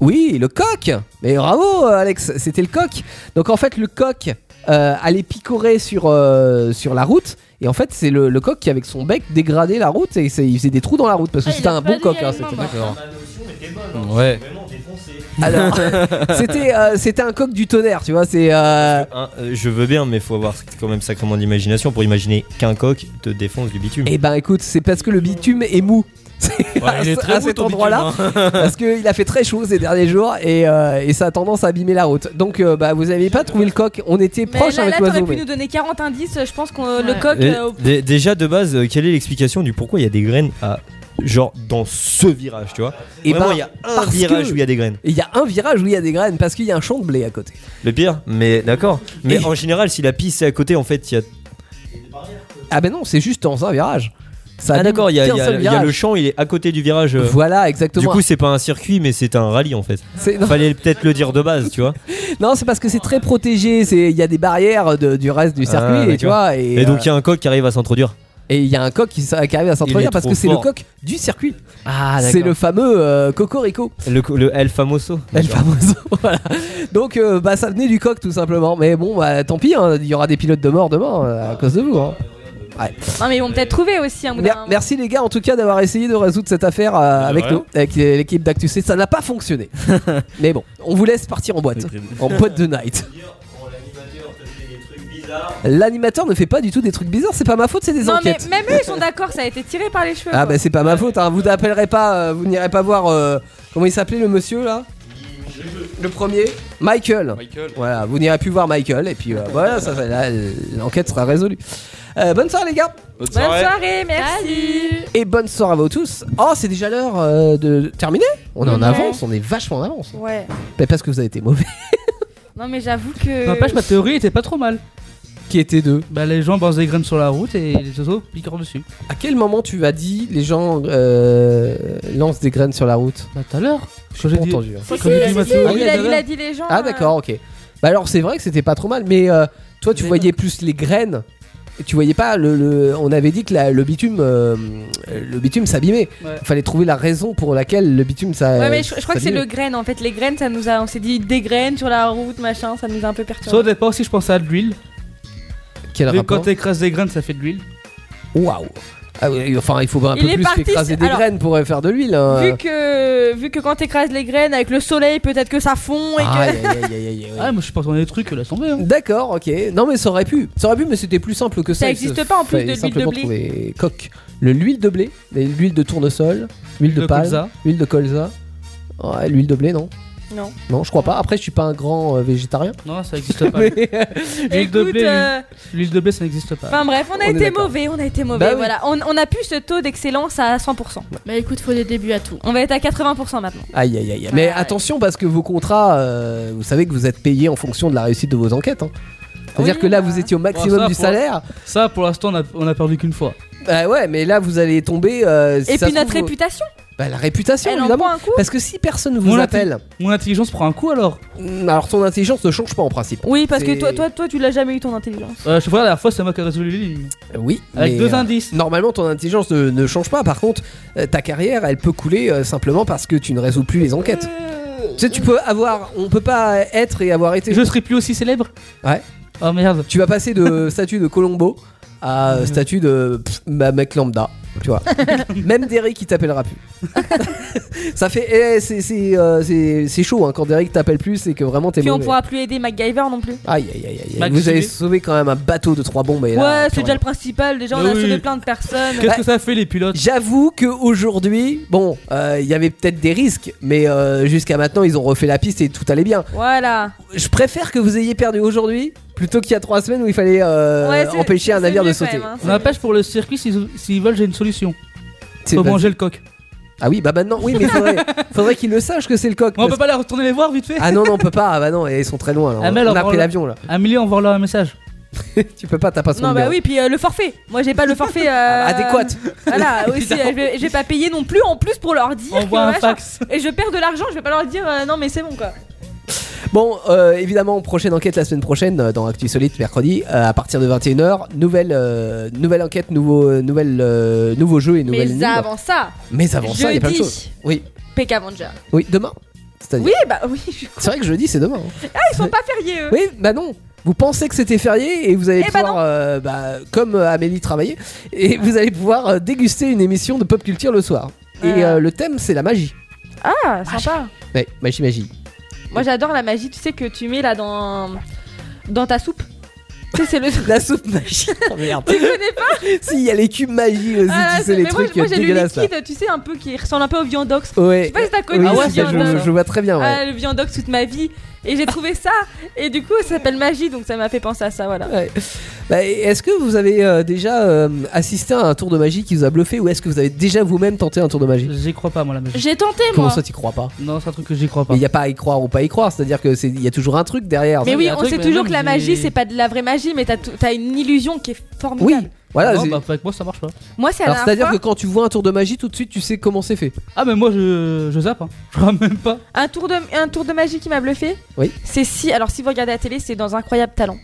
D: Oui, le coq. Mais bravo, euh, Alex, c'était le coq. Donc en fait, le coq euh, allait picorer sur, euh, sur la route. Et en fait, c'est le, le coq qui, avec son bec, dégradait la route et c'est- il faisait des trous dans la route parce que
L: Ah, il
D: c'était
L: a
D: un
L: pas
D: bon
L: dit
D: coq.
L: à
D: hein,
L: une
D: c'était-
L: maman. (laughs) D'accord.
D: Ouais. Alors, c'était euh, c'était un coq du tonnerre, tu vois. C'est euh,
L: Hein, euh, je veux bien, mais faut avoir quand même sacrément d'imagination pour imaginer qu'un coq te défonce du bitume.
D: Eh ben écoute, c'est parce que le bitume est mou. (laughs) C'est
L: Ouais, il est très
D: à
L: mou,
D: cet
L: ton
D: endroit-là,
L: bitume, hein.
D: parce qu'il a fait très chaud ces derniers jours et, euh, et ça a tendance à abîmer la route. Donc euh, bah, vous avez pas trouvé le coq, on était
H: Mais
D: proche
H: là, là
D: avec
H: t'aurais
D: l'oiseau.
H: pu
D: mais-
H: nous donner 40 indices, je pense qu'on le coq.
L: Et
H: euh, au-
L: dé- déjà de base, euh, quelle est l'explication du pourquoi il y a des graines à genre dans ce virage, tu vois
D: Eh
L: Vraiment,
D: ben,
L: il y a un
D: parce
L: virage
D: que-
L: où il y a des graines.
D: Il y a un virage où il y a des graines parce qu'il y a un champ de blé à côté.
L: Le pire, mais d'accord. Mais en général, si la piste est à côté, en fait, il y a.
D: Ah ben non, c'est juste dans un virage. Ça
L: ah
D: abîme
L: d'accord, il y, a-
D: qu'un
L: il y a-
D: seul
L: il y a
D: virage.
L: le champ, il est à côté du virage. euh.
D: Voilà, exactement.
L: Du coup, c'est pas un circuit, mais c'est un rallye en (laughs) fait.
D: C'est- non.
L: Fallait peut-être le dire de base, tu vois.
D: Non, c'est parce que c'est très protégé. c'est- Il y a des barrières de- du reste du circuit,
L: Ah,
D: et tu
L: d'accord.
D: vois. Et,
L: donc il y
D: euh,
L: a un coq qui arrive à s'introduire.
D: et il y a un coq qui, s- qui arrive à
L: Il
D: s'introduire
L: est
D: parce
L: trop
D: que c'est le
L: fort.
D: coq du circuit.
L: Ah, d'accord.
D: c'est le fameux euh, Cocorico.
L: Le, co- le El Famoso.
D: El Famoso, (laughs) voilà. Donc, euh, bah, ça venait du coq tout simplement. Mais bon, bah, tant pis, hein, il y aura des pilotes de mort demain euh, à cause de vous. hein. Ouais.
H: Non, mais ils vont peut-être trouver aussi un bout
D: Mer-
H: d'un-
D: merci les gars en tout cas d'avoir essayé de résoudre cette affaire euh, avec
H: rien.
D: nous, avec euh, l'équipe d'Actus. C. Ça n'a pas fonctionné. Mais bon, on vous laisse partir en boîte, en boîte de night. L'animateur ne fait pas du tout des trucs bizarres, c'est pas ma faute, c'est des
H: Non, mais
D: enquêtes.
H: même eux, ils sont d'accord, ça a été tiré par les cheveux.
D: Ah
H: quoi.
D: bah c'est pas ma faute, hein. vous n'appellerez pas, euh, vous n'irez pas voir euh, comment il s'appelait le monsieur là Le premier Michael. Voilà, vous n'irez plus voir Michael et puis euh, voilà, ça, ça- là, l'enquête sera résolue. Euh, bonne soirée les gars.
L: Bah,
H: Bonne soirée, merci.
D: Et bonne soirée à vous tous. Oh, c'est déjà l'heure euh, de terminer. On est en
H: Ouais.
D: avance, on est vachement en avance.
H: Ouais.
D: Mais parce que vous avez été mauvais.
H: Non, mais j'avoue que.
G: N'empêche, ma théorie était pas trop mal.
D: Qui était deux
G: Bah, les gens balancent des graines sur la route et les oiseaux piquent dessus.
D: À quel moment tu as dit les gens euh, lancent des graines sur la route
G: Bah tout à l'heure.
D: Je
G: j'ai
D: pas
G: dit-
D: entendu. hein.
G: Si, Quand si, j'ai dit si, Mathieu. si,
D: Ah,
G: il
D: oui,
G: a-
D: tout à
G: il a
D: l'heure.
H: dit les gens,
D: Ah
H: euh.
D: d'accord, ok. Bah alors c'est vrai que c'était pas trop mal, mais euh, toi tu voyais plus les graines. Et Tu voyais pas le, le- on avait dit que la- le bitume, euh, le bitume s'abîmait.
H: Ouais.
D: Il fallait trouver la raison pour laquelle le bitume ça.
H: Ouais, mais je, je crois que c'est
D: s'abîmait.
H: le grain en fait. Les graines, ça nous a. On s'est dit des graines sur la route, machin, ça nous a un peu
G: Ça au
H: perturbé.
G: départ aussi, je pensais à de l'huile.
D: Quel
G: Mais
D: rapport
G: Quand t'écrases des graines, ça fait de l'huile.
D: Waouh. Ah oui, enfin, il faut un
H: Il est
D: peu plus
H: parti
D: qu'écraser
H: sur-
D: des
H: alors,
D: graines pour euh, faire de l'huile. hein.
H: Vu que, vu que quand t'écrases les graines avec le soleil, peut-être que ça fond et
D: Aïe, aïe,
H: que.
D: aïe, aïe, aïe, aïe.
G: Ah, moi je suis pas tourné des trucs, laisse tomber. Hein.
D: D'accord, ok. Non, mais ça aurait pu. Ça aurait pu, mais c'était plus simple que ça.
H: Ça
D: Il se
H: existe pas en plus
D: fallait
H: de l'huile de
D: simplement
H: blé.
D: trouver coque. Le l'huile de blé, l'huile de tournesol, l'huile de,
G: de
D: palme,
G: colza.
D: l'huile de colza. Ouais, l'huile de blé, non
H: Non.
D: Non, je crois pas. Après, je suis pas un grand euh, végétarien.
G: Non, ça existe
D: (laughs)
G: pas.
D: Mais-
G: L'huile de
H: Écoute,
G: blé,
H: euh,
G: l'huile- l'huile de blé, ça n'existe pas.
H: Enfin bref, on a
G: On est
H: été
G: d'accord.
H: mauvais, on a été mauvais.
G: Bah oui.
H: Voilà, on, on a plus ce taux d'excellence à 100%.
F: Bah écoute, faut des débuts à tout.
H: On va être à 80% maintenant.
D: Aïe aïe aïe. Mais attention parce que vos contrats, euh, vous savez que vous êtes payés en fonction de la réussite de vos enquêtes. hein. C'est-à-dire que là, vous étiez au maximum
G: Bon, ça,
D: du
G: pour-
D: salaire.
G: Ça, pour l'instant, on a, on a perdu qu'une fois.
D: Bah ouais, mais là, vous allez tomber. euh, si
H: Et
D: ça
H: puis
D: se
H: notre
D: trouve-
H: réputation
D: Bah, la réputation,
H: Elle en
D: évidemment.
H: prend un coup
D: Parce que si personne vous
G: Mon inti-
D: appelle.
G: Mon intelligence prend un coup alors
D: Alors, ton intelligence ne change pas en principe.
H: Oui, parce que
D: C'est-
H: toi, toi, toi, tu l'as jamais eu ton intelligence.
G: Euh, je vois la dernière fois, c'est moi qui ai résolu les lignes.
D: Oui.
G: Avec
D: mais,
G: deux
D: euh,
G: indices.
D: Normalement, ton intelligence ne, ne change pas. Par contre, euh, ta carrière, elle peut couler euh, simplement parce que tu ne résous plus les enquêtes.
H: Euh,
D: Tu sais, tu peux avoir. On peut pas être et avoir été.
G: Je serai plus aussi célèbre
D: Ouais.
G: Oh merde.
D: Tu vas passer de (laughs) statut de Colombo à euh, statut de pff, bah, mec lambda. Tu
H: (laughs)
D: vois. Même Derek, il t'appellera plus. (laughs) Ça fait. eh, c'est- c'est euh, c'est- c'est chaud hein, quand Derek t'appelle plus, c'est que vraiment t'es
H: Puis on
D: mauvais.
H: pourra plus aider MacGyver non plus.
D: Aïe aïe aïe aïe, aïe.
G: Max
D: Vous avez
G: Sylvie.
D: sauvé quand même un bateau de trois bombes. Et là,
H: ouais,
D: plus
H: c'est déjà le principal. Déjà, on
D: Mais
H: a
D: oui.
H: sauvé plein de personnes.
G: Qu'est-ce que ça fait les pilotes
D: J'avoue que aujourd'hui, bon, euh, il y avait peut-être des risques, mais euh, jusqu'à maintenant, ils ont refait la piste et tout allait bien.
H: Voilà.
D: Je préfère que vous ayez perdu aujourd'hui plutôt qu'il y a trois semaines où il fallait euh,
H: Ouais, c'est-
D: empêcher un
H: c'est
D: navire
H: mieux
D: de
H: quand
D: sauter.
H: même, hein.
G: On empêche pour le circuit, s'ils s'ils veulent, j'ai une solution.
D: C'est
G: Faut
D: vas-y.
G: manger le coq.
D: Ah oui, bah maintenant, oui, mais
H: (laughs)
D: faudrait, faudrait qu'ils le sachent que c'est le coq.
G: Mais on
D: parce-
G: peut pas Ah, les retourner les voir vite fait
D: Ah non, non, on peut pas. Ah bah non, et ils sont très loin. alors.
G: Amel,
D: on a
G: envoie
D: pris
G: leur-
D: l'avion
G: (laughs)
D: là.
G: Amélie, envoie-leur un
H: (laughs)
G: message.
D: tu peux pas, t'as pas son Ah, bah,
H: Non, bah
D: numéro.
H: oui, puis euh, le forfait. Moi, j'ai pas le
D: (laughs)
H: forfait. euh,
D: Adéquat.
H: (laughs) Voilà,
D: (laughs)
H: aussi, euh, je vais, je vais pas payer non plus en plus pour leur dire.
G: On
H: que,
G: voit un
H: machin.
G: fax.
H: Et je perds de l'argent, je vais pas leur dire euh, non, mais c'est bon quoi.
D: Bon, euh, évidemment, prochaine enquête la semaine prochaine euh, dans Actu Solide, mercredi, euh, à partir de 21h. Nouvelle, euh, nouvelle enquête, nouveau, euh, nouvelle, euh, nouveau jeu et
H: Mais
D: nouvelle livre.
H: avant ça,
D: Mais avant ça, il y a plein de
H: Jeudi.
D: choses. Oui,
H: Peck Avenger.
D: oui, demain. C'est-à-dire-
H: Oui, bah oui, je suis con.
D: C'est vrai que jeudi, c'est demain. hein.
H: Ah, ils sont pas fériés eux.
D: Oui, bah non. Vous pensez que c'était férié et vous allez
H: Eh bah
D: pouvoir, euh, bah, comme euh, Amélie travaillait, et vous allez pouvoir euh, déguster une émission de pop culture le soir. Et euh, le thème, c'est la magie.
H: Ah, sympa.
D: Ouais, magie, magie.
H: Moi, j'adore la magie, tu sais, que tu mets là dans, dans ta soupe. Tu sais, c'est le.
D: (laughs)
H: (laughs)
D: La soupe magie. Oh, merde.
H: tu connais pas
D: si, il y a les cubes magie aussi,
H: Ah,
D: tu
H: c'est-
D: sais, les
H: mais moi,
D: trucs
H: moi,
D: euh,
H: j'ai le
D: dégueulasses. là.
H: liquide, tu sais, un peu qui ressemble un peu au viandox.
D: Ouais.
H: Je sais pas si t'as connu
D: Oui,
H: le
D: si, je-
H: viandox.
D: je, vois très bien, ouais.
H: Ah, le viandox toute ma vie. Et j'ai trouvé ça. Et du coup, ça s'appelle magie, donc ça m'a fait penser à ça, voilà.
D: Ouais. Bah, et Est-ce que vous avez euh, déjà euh, assisté à un tour de magie qui vous a bluffé ou est-ce que vous avez déjà vous-même tenté un tour de magie
G: (laughs) J'y crois pas, moi, la magie.
F: J'ai tenté
D: Comment
F: moi.
D: ça, t'y crois pas
G: Non, c'est un truc que j'y crois pas.
D: Mais il n'y a pas à y croire ou pas à y croire, c'est-à-dire que c'est- il y a toujours un truc derrière.
H: Mais
G: il y
H: oui,
G: a un
H: on
G: truc,
H: sait
G: mais
H: toujours
G: non,
H: que la
G: j'ai-
H: magie, c'est pas de la vraie magie, mais t'as tout- t'as une illusion qui est
D: Oui,
H: formidable.
D: voilà.
G: non,
D: c'est-
G: bah, avec moi, ça marche pas.
H: Moi, c'est à
D: Alors
H: la
D: c'est-à-dire
H: dernière
D: que
H: fois,
D: quand tu vois un tour de magie, tout de suite tu sais comment c'est fait.
G: Ah, mais moi, je, je zappe, hein. (laughs) je crois même pas.
H: un, tour de, un tour de magie qui m'a bluffé.
D: Oui.
H: C'est si. Alors, si vous regardez la télé, c'est dans Incroyable Talent.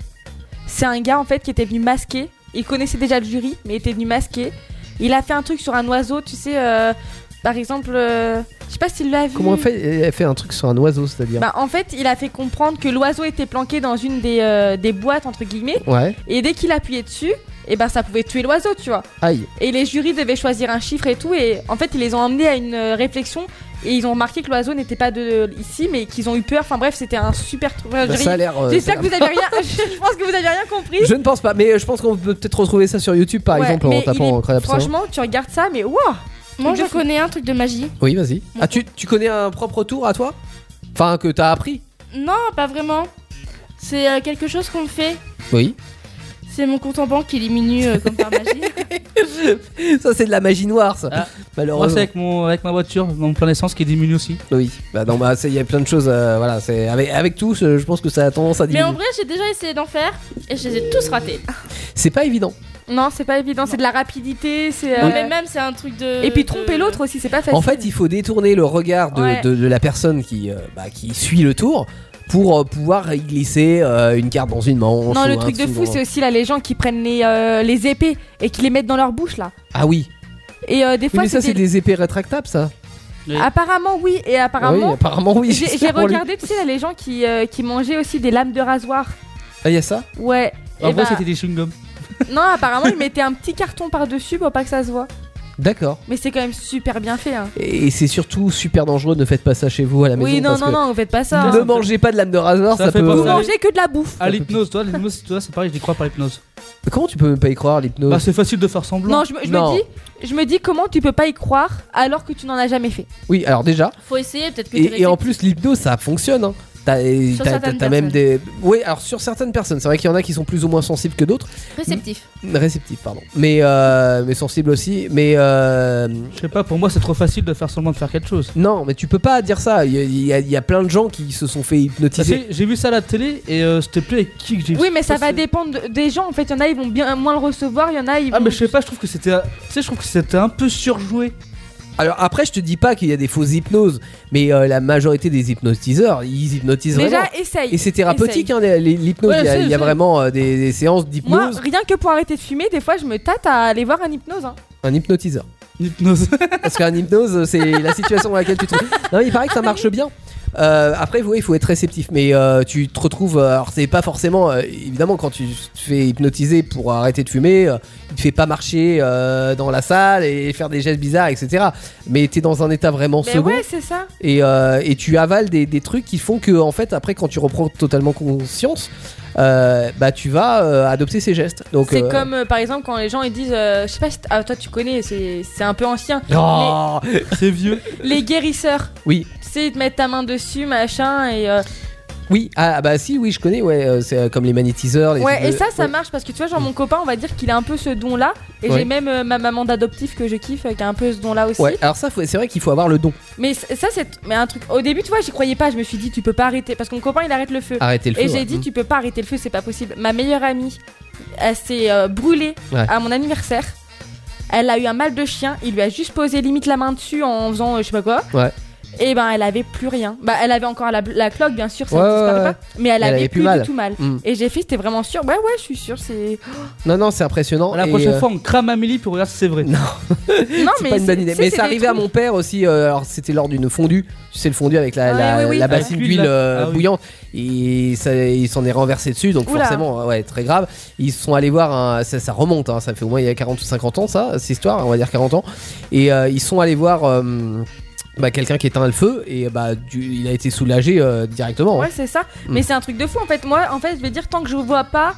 H: C'est un gars, en fait, qui était venu masquer. Il connaissait déjà le jury, mais il était venu masquer. Il a fait un truc sur un oiseau, tu sais, euh, par exemple. euh, je sais pas s'il l'a vu.
D: Comment elle fait Elle fait un truc sur un oiseau, c'est-à-dire.
H: Bah, en fait, il a fait comprendre que l'oiseau était planqué dans une des, euh, des boîtes, entre guillemets.
D: Ouais.
H: Et dès qu'il appuyait dessus, et ben ça pouvait tuer l'oiseau, tu vois.
D: Aïe.
H: Et les jurys devaient choisir un chiffre et tout. Et en fait, ils les ont emmenés à une euh, réflexion. Et ils ont remarqué que l'oiseau n'était pas de euh, ici, mais qu'ils ont eu peur. Enfin bref, c'était un super truc.
D: Bah,
H: Ouais, jury.
D: ça a l'air. euh,
H: J'espère
D: ça-
H: que vous avez rien. (laughs) Je pense que vous avez rien compris.
D: Je ne pense pas, mais euh, je pense qu'on peut peut-être retrouver ça sur YouTube par
H: Ouais,
D: exemple en
H: mais il
D: tapant
H: est-
D: incroyable. Talent.
H: Franchement, tu regardes ça, mais waouh.
F: Moi
H: Truc de
F: je
H: fou.
F: connais un truc de magie.
D: Oui, vas-y. Ah, tu, tu connais un propre tour à toi Enfin, que t'as appris
F: Non, pas vraiment. C'est euh, quelque chose qu'on fait.
D: Oui.
F: C'est mon compte en banque qui diminue euh, comme par magie.
D: Ça, c'est de la magie noire, ça.
G: Ah. Moi, c'est
D: Malheureusement.
G: avec, mon, avec ma voiture, mon plein d'essence qui diminue aussi.
D: Oui. Bah, non, bah, c'est- il y a plein de choses. euh, voilà, c'est avec, avec tous, euh, je pense que ça a tendance à
F: Mais en
D: diminuer.
F: vrai, j'ai déjà essayé d'en faire et je les ai tous ratés.
D: C'est pas évident.
H: Non, c'est pas évident. C'est de la rapidité. C'est.
D: Ah
F: Non,
H: euh,
F: mais même c'est un truc de.
H: Et puis tromper
F: de-
H: l'autre aussi, c'est pas facile.
D: Euh, En fait, il faut détourner le regard de,
H: Ouais.
D: de- de la personne qui, euh, bah, qui suit le tour pour euh, pouvoir y glisser euh, une carte dans une manche.
H: Non,
D: ou
H: le
D: un
H: truc de
D: sou
H: fou,
D: dans-
H: c'est aussi là les gens qui prennent les, euh, les épées et qui les mettent dans leur bouche là.
D: Ah oui.
H: Et euh, des
D: Oui,
H: fois,
D: mais ça, c'est des épées rétractables, ça.
H: Apparemment, oui. Et apparemment,
D: oui, apparemment, oui. (laughs)
H: J'ai j'ai
D: j'espère pour lui.
H: regardé, tu sais, là, les gens qui, euh, qui mangeaient aussi des lames de rasoir.
D: Ah, il y a ça
H: Ouais.
G: En
H: Eh
G: vrai,
H: ben,
G: c'était des chewing-gums.
H: Non, apparemment, ils mettaient un petit carton par-dessus pour pas que ça se voit.
D: D'accord.
H: Mais c'est quand même super bien fait. Hein.
D: Et c'est surtout super dangereux, ne faites pas ça chez vous à la maison.
H: Oui, non,
D: parce
H: non,
D: que
H: non, vous faites pas ça.
D: (laughs) Ne
H: hein.
D: mangez pas de lame de rasoir, ça,
G: Ça fait
D: peut.
G: pas
H: Vous
G: ça.
H: mangez que de la bouffe.
G: À l'hypnose, toi, l'hypnose, toi, c'est pareil, je n'y crois pas l'hypnose.
D: Comment tu peux même pas y croire, l'hypnose
G: Bah, c'est facile de faire semblant.
H: Non, je, me- je
D: Non.
H: me dis, je me dis comment tu peux pas y croire alors que tu n'en as jamais fait.
D: Oui, alors déjà.
F: Faut essayer, peut-être que tu
D: Et, et en
F: réfléchis.
D: plus, l'hypnose, ça fonctionne. hein. T'as t'as- t'as-
F: certaines
D: t'as même des. Oui, alors sur certaines personnes, c'est vrai qu'il y en a qui sont plus ou moins sensibles que d'autres.
F: Réceptif.
D: Réceptifs, pardon. Mais, euh, mais sensibles aussi. Mais. euh,
G: Je sais pas, pour moi c'est trop facile de faire seulement de faire quelque chose.
D: Non, mais tu peux pas dire ça. Il y, a- il y a- il y a plein de gens qui se sont fait hypnotiser.
G: Bah, J'ai vu ça à la télé et euh, c'était plus avec qui que j'ai vu
H: Oui, mais ça
G: passer.
H: va dépendre de- des gens. En fait, il y en a, ils vont bien moins le recevoir. Il y en a, ils vont.
G: Ah, mais je sais pas, je trouve que c'était. Tu sais, je trouve que c'était un peu surjoué.
D: Alors après, je te dis pas qu'il y a des fausses hypnoses, mais euh, la majorité des hypnotiseurs, ils hypnotisent
H: Déjà,
D: vraiment.
H: essaye.
D: Et c'est thérapeutique,
H: Essaye.
D: hein, les- les- l'hypnose.
H: Ouais,
D: il y a,
H: essaye,
D: il y a
H: essaye.
D: vraiment euh, des, des séances
H: Moi,
D: d'hypnose.
H: rien que pour arrêter de fumer, des fois, je me tâte à aller voir un hypnose. hein.
D: Un hypnotiseur.
G: Hypnose.
D: Parce qu'un hypnose, c'est la situation dans laquelle tu te trouves. Non, il paraît que ça marche bien. Euh, après, oui, il faut être réceptif, mais euh, tu te retrouves. euh, Alors, c'est pas forcément. euh, évidemment, quand tu te fais hypnotiser pour arrêter de fumer, euh, il te fait pas marcher euh, dans la salle et faire des gestes bizarres, etc. Mais t'es dans un état vraiment
H: Mais
D: second.
H: ouais, c'est ça.
D: et, euh, et tu avales des, des trucs qui font que, en fait, après, quand tu reprends totalement conscience, euh, bah, tu vas euh, adopter ces gestes. Donc,
H: C'est
D: euh,
H: comme euh, par exemple quand les gens ils disent, euh, je sais pas si t- ah, toi tu connais, c'est c'est un peu ancien.
D: Oh, c'est vieux.
H: Les, les guérisseurs,
D: Oui,
H: tu sais, ils te mettent ta main dessus, machin, et. euh,
D: Oui, ah bah si, oui, je connais, ouais, euh, c'est euh, comme les magnétiseurs. Les
H: Ouais, et ça, ça
D: ouais.
H: marche parce que tu vois, genre mon copain, on va dire qu'il a un peu ce don là, et
D: Ouais.
H: j'ai même euh, ma maman d'adoptif que je kiffe euh, qui a un peu ce don là aussi.
D: Ouais, alors ça, faut- c'est vrai qu'il faut avoir le don.
H: Mais c- ça, c'est mais un truc. Au début, tu vois, j'y croyais pas. Je me suis dit, tu peux pas arrêter. Parce que mon copain, il arrête le feu.
D: Arrêter le
H: Et
D: feu,
H: j'ai
D: ouais.
H: dit,
D: Mm.
H: tu peux pas arrêter le feu, c'est pas possible. Ma meilleure amie, elle s'est euh, brûlée
D: Ouais.
H: à mon anniversaire. Elle a eu un mal de chien. Il lui a juste posé limite la main dessus en faisant euh, je sais pas quoi.
D: Ouais.
H: Et ben, elle avait plus rien. Bah, elle avait encore la, la cloque, bien sûr, ça
D: Ouais,
H: ne
D: ouais,
H: disparaît
D: ouais.
H: pas. Mais elle,
D: Elle
H: avait,
D: avait plus
H: plus
D: mal.
H: du tout mal.
D: Mm.
H: Et j'ai fait, c'était vraiment sûr. Ouais, ouais, je suis sûr, c'est.
D: Non, non, c'est impressionnant.
G: (laughs) La
D: et,
G: prochaine
D: euh,
G: fois, on crame Amélie pour regarder si c'est vrai.
D: Non, (laughs)
H: non,
D: c'est pas une bonne idée. Mais ça arrivait à mon père aussi. euh, alors c'était lors d'une fondue. Tu sais le fondu avec la,
H: Ah
D: la,
H: oui, oui, oui.
D: la
H: Avec
D: bassine
H: l'huile,
D: d'huile
H: là.
D: euh,
H: Ah oui.
D: bouillante. Et ça, il s'en est renversé dessus, donc
H: Oula.
D: forcément, euh, ouais, très grave. Ils sont allés voir. un- ça, ça remonte. hein, ça fait au moins il y a 40 ou 50 ans, ça, cette histoire. On va dire 40 ans. Et euh, ils sont allés voir. euh, bah, quelqu'un qui éteint le feu et bah du- il a été soulagé euh, directement. hein.
H: Ouais, c'est ça.
D: Mm.
H: Mais c'est un truc de fou en fait. Moi, en fait, je vais dire tant que je vois pas.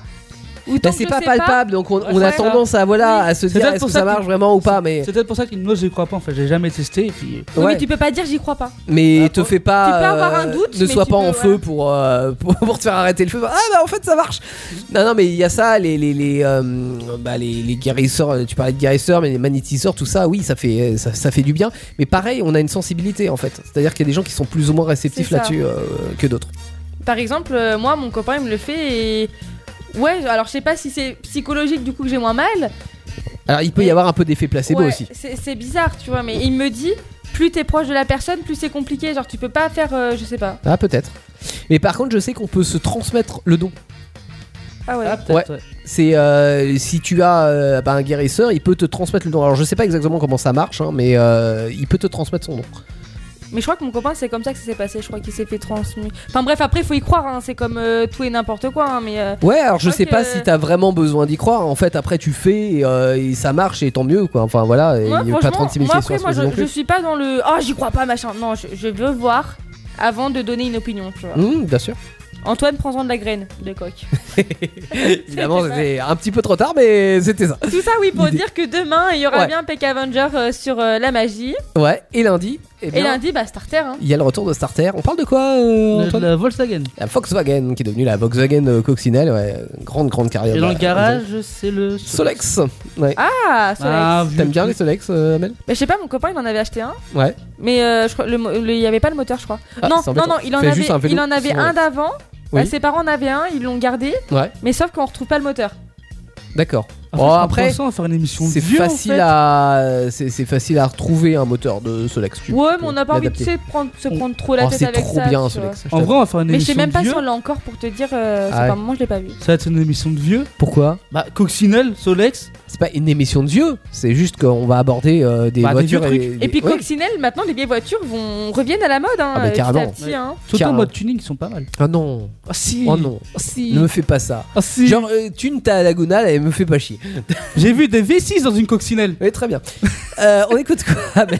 H: Ou
D: Bah,
H: tant que
D: c'est
H: je
D: pas
H: sais
D: palpable, donc on, on a tendance à voilà à se
G: C'est
D: dire
G: peut-être
D: est-ce
G: pour
D: que ça
G: ça
D: marche
G: qu'il-
D: vraiment ou pas, mais
G: C'est peut-être pour ça qu'une noce, j'y crois pas en fait. J'ai jamais testé. Et puis...
H: Oui,
D: Ouais.
H: mais tu peux pas dire j'y crois pas.
D: mais te fais pas,
H: Bah, tu peux avoir un
D: euh,
H: doute,
D: ne
H: mais
D: sois
H: tu
D: pas
H: peux,
D: en
H: voilà.
D: feu pour, euh, (laughs) pour pour te faire arrêter le feu. Ah bah en fait ça marche. Non non mais il y a ça, les les les, euh, bah, les les guérisseurs, euh, tu parlais de guérisseurs, mais les magnétiseurs, tout ça, oui ça fait euh, ça, ça fait du bien. Mais pareil, on a une sensibilité en fait, c'est-à-dire qu'il y a des gens qui sont plus ou moins réceptifs
H: C'est ça.
D: là-dessus euh, que d'autres.
H: Par exemple, euh, moi, mon copain, il me le fait et. Ouais, alors je sais pas si c'est psychologique du coup que j'ai moins mal.
D: Alors il peut y avoir un peu d'effet placebo
H: Ouais,
D: aussi.
H: C'est c'est bizarre, tu vois, mais il me dit plus t'es proche de la personne, plus c'est compliqué. Genre, tu peux pas faire. euh, je sais pas.
D: Ah peut-être. Mais par contre je sais qu'on peut se transmettre le don.
H: Ah ouais.
D: Ouais. C'est euh, si tu as euh, bah, un guérisseur, il peut te transmettre le don. Alors je sais pas exactement comment ça marche, hein, mais euh, il peut te transmettre son don.
H: Mais je crois que mon copain, c'est comme ça que ça s'est passé. Je crois qu'il s'est fait transmis. Enfin bref, après, faut y croire, hein, c'est comme euh, tout et n'importe quoi. hein, mais. euh,
D: Ouais, alors je
H: crois
D: sais
H: que-
D: pas si t'as vraiment besoin d'y croire. En fait, après tu fais et, euh, et ça marche et tant mieux quoi. Enfin voilà, et
H: Moi,
D: il y a pas
H: franchement,
D: 36 000
H: moi,
D: questions
H: après,
D: à se
H: moi,
D: poser non
H: je, je
D: plus.
H: suis pas dans le oh j'y crois pas machin. Non, je, je veux voir avant de donner une opinion. Tu vois.
D: Mmh, bien sûr.
H: Antoine prends-en de la graine
D: (laughs)
H: de coque.
D: Évidemment, c'était un petit peu trop tard, mais (laughs) c'était ça.
H: Tout ça oui pour dire que demain il y aura
D: Ouais.
H: bien Peck Avenger euh, sur euh, la magie
D: Ouais, et lundi, eh
H: et
D: bien,
H: lundi bah Starter. Hein.
D: il y a le retour de Starter. On parle de quoi, euh,
G: La,
D: Antoine
G: la Volkswagen.
D: La Volkswagen qui est devenue la Volkswagen euh, Coccinelle. Ouais, grande, grande carrière.
G: Et
D: de
G: dans
D: la-
G: le garage, c'est le.
D: Eh bah, Solex. Ouais.
H: Ah Solex.
D: T'aimes bien les Solex, euh, Amel
H: Mais je sais pas mon copain il en avait acheté un
D: Ouais.
H: mais euh, je crois- le mo- le- il y avait pas le moteur je crois.
D: Ah,
H: non
D: c'est
H: non
D: embêtant.
H: non il en
D: Fais
H: avait
D: juste un vélo,
H: il en avait
D: sinon-
H: un d'avant.
D: Oui.
H: Bah, ses parents en avaient un ils l'ont gardé
D: Ouais.
H: mais sauf qu'on retrouve pas le moteur.
D: D'accord.
G: Après,
D: Bon,
G: je
D: après,
G: comprends ça, on va faire une émission
D: c'est
G: de vieux, en
D: facile
G: fait.
D: à c'est c'est facile à retrouver un moteur de Solex. Tu
H: Ouais
D: peux
H: mais on n'a pas envie de
D: l'adapter.
H: se prendre, se prendre trop la
D: Oh,
H: tête
D: c'est
H: avec
D: trop
H: ça.
D: bien,
H: tu
D: ce
H: vois.
D: Lex.
G: En vrai, on va faire une
H: Mais je sais
G: émission
H: même
G: de
H: pas si
G: vieux.
H: on l'a encore pour te dire. Euh, c'est
D: hein. Ah ouais.
H: pas moment, je l'ai pas vu.
G: Ça va être une émission de vieux.
D: Pourquoi
G: Bah, Coccinelle, Solex.
D: C'est pas une émission de vieux, c'est juste qu'on va aborder euh, des
G: Bah, des
D: voitures
G: vieux
D: et,
G: trucs.
D: des-
H: Et puis
D: ouais.
H: Coccinelle, maintenant les vieilles voitures vont reviennent à la mode hein,
D: Ah, bah,
H: petit à
D: carrément.
H: petit. hein.
G: Surtout en
D: Carrément.
G: mode tuning, ils sont pas mal.
D: Ah non.
G: Ah si.
D: Oh non.
G: Ah, si.
D: Ne me fais pas ça.
G: Ah, si.
D: Genre euh, Thune ta Laguna elle me fait pas chier.
G: J'ai vu des V6 dans une Coccinelle.
D: Mais très
H: (laughs)
D: bien. Euh, on écoute quoi (laughs) Amel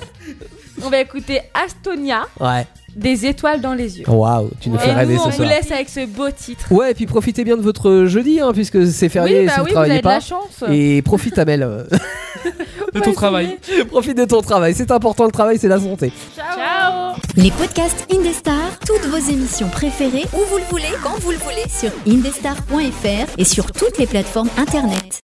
H: On va écouter Astonia,
D: Ouais.
H: des étoiles dans les yeux.
D: Waouh, tu nous fais
H: Et
D: rêver
H: nous,
D: ce
H: on vous
D: soir.
H: laisse avec ce beau titre.
D: Ouais, et puis profitez bien de votre jeudi hein, puisque c'est férié
H: Oui,
D: et
H: bah
D: si vous
H: oui, vous
D: travaillez
H: avez de
D: pas.
H: la chance.
D: Et profite Amel. euh.
G: de ton travail.
D: Profite de ton travail, c'est important le travail, c'est la santé.
F: Ciao
B: Les podcasts Indestar, toutes vos émissions préférées, où vous le voulez, quand vous le voulez, sur indestar.fr et sur toutes les plateformes internet.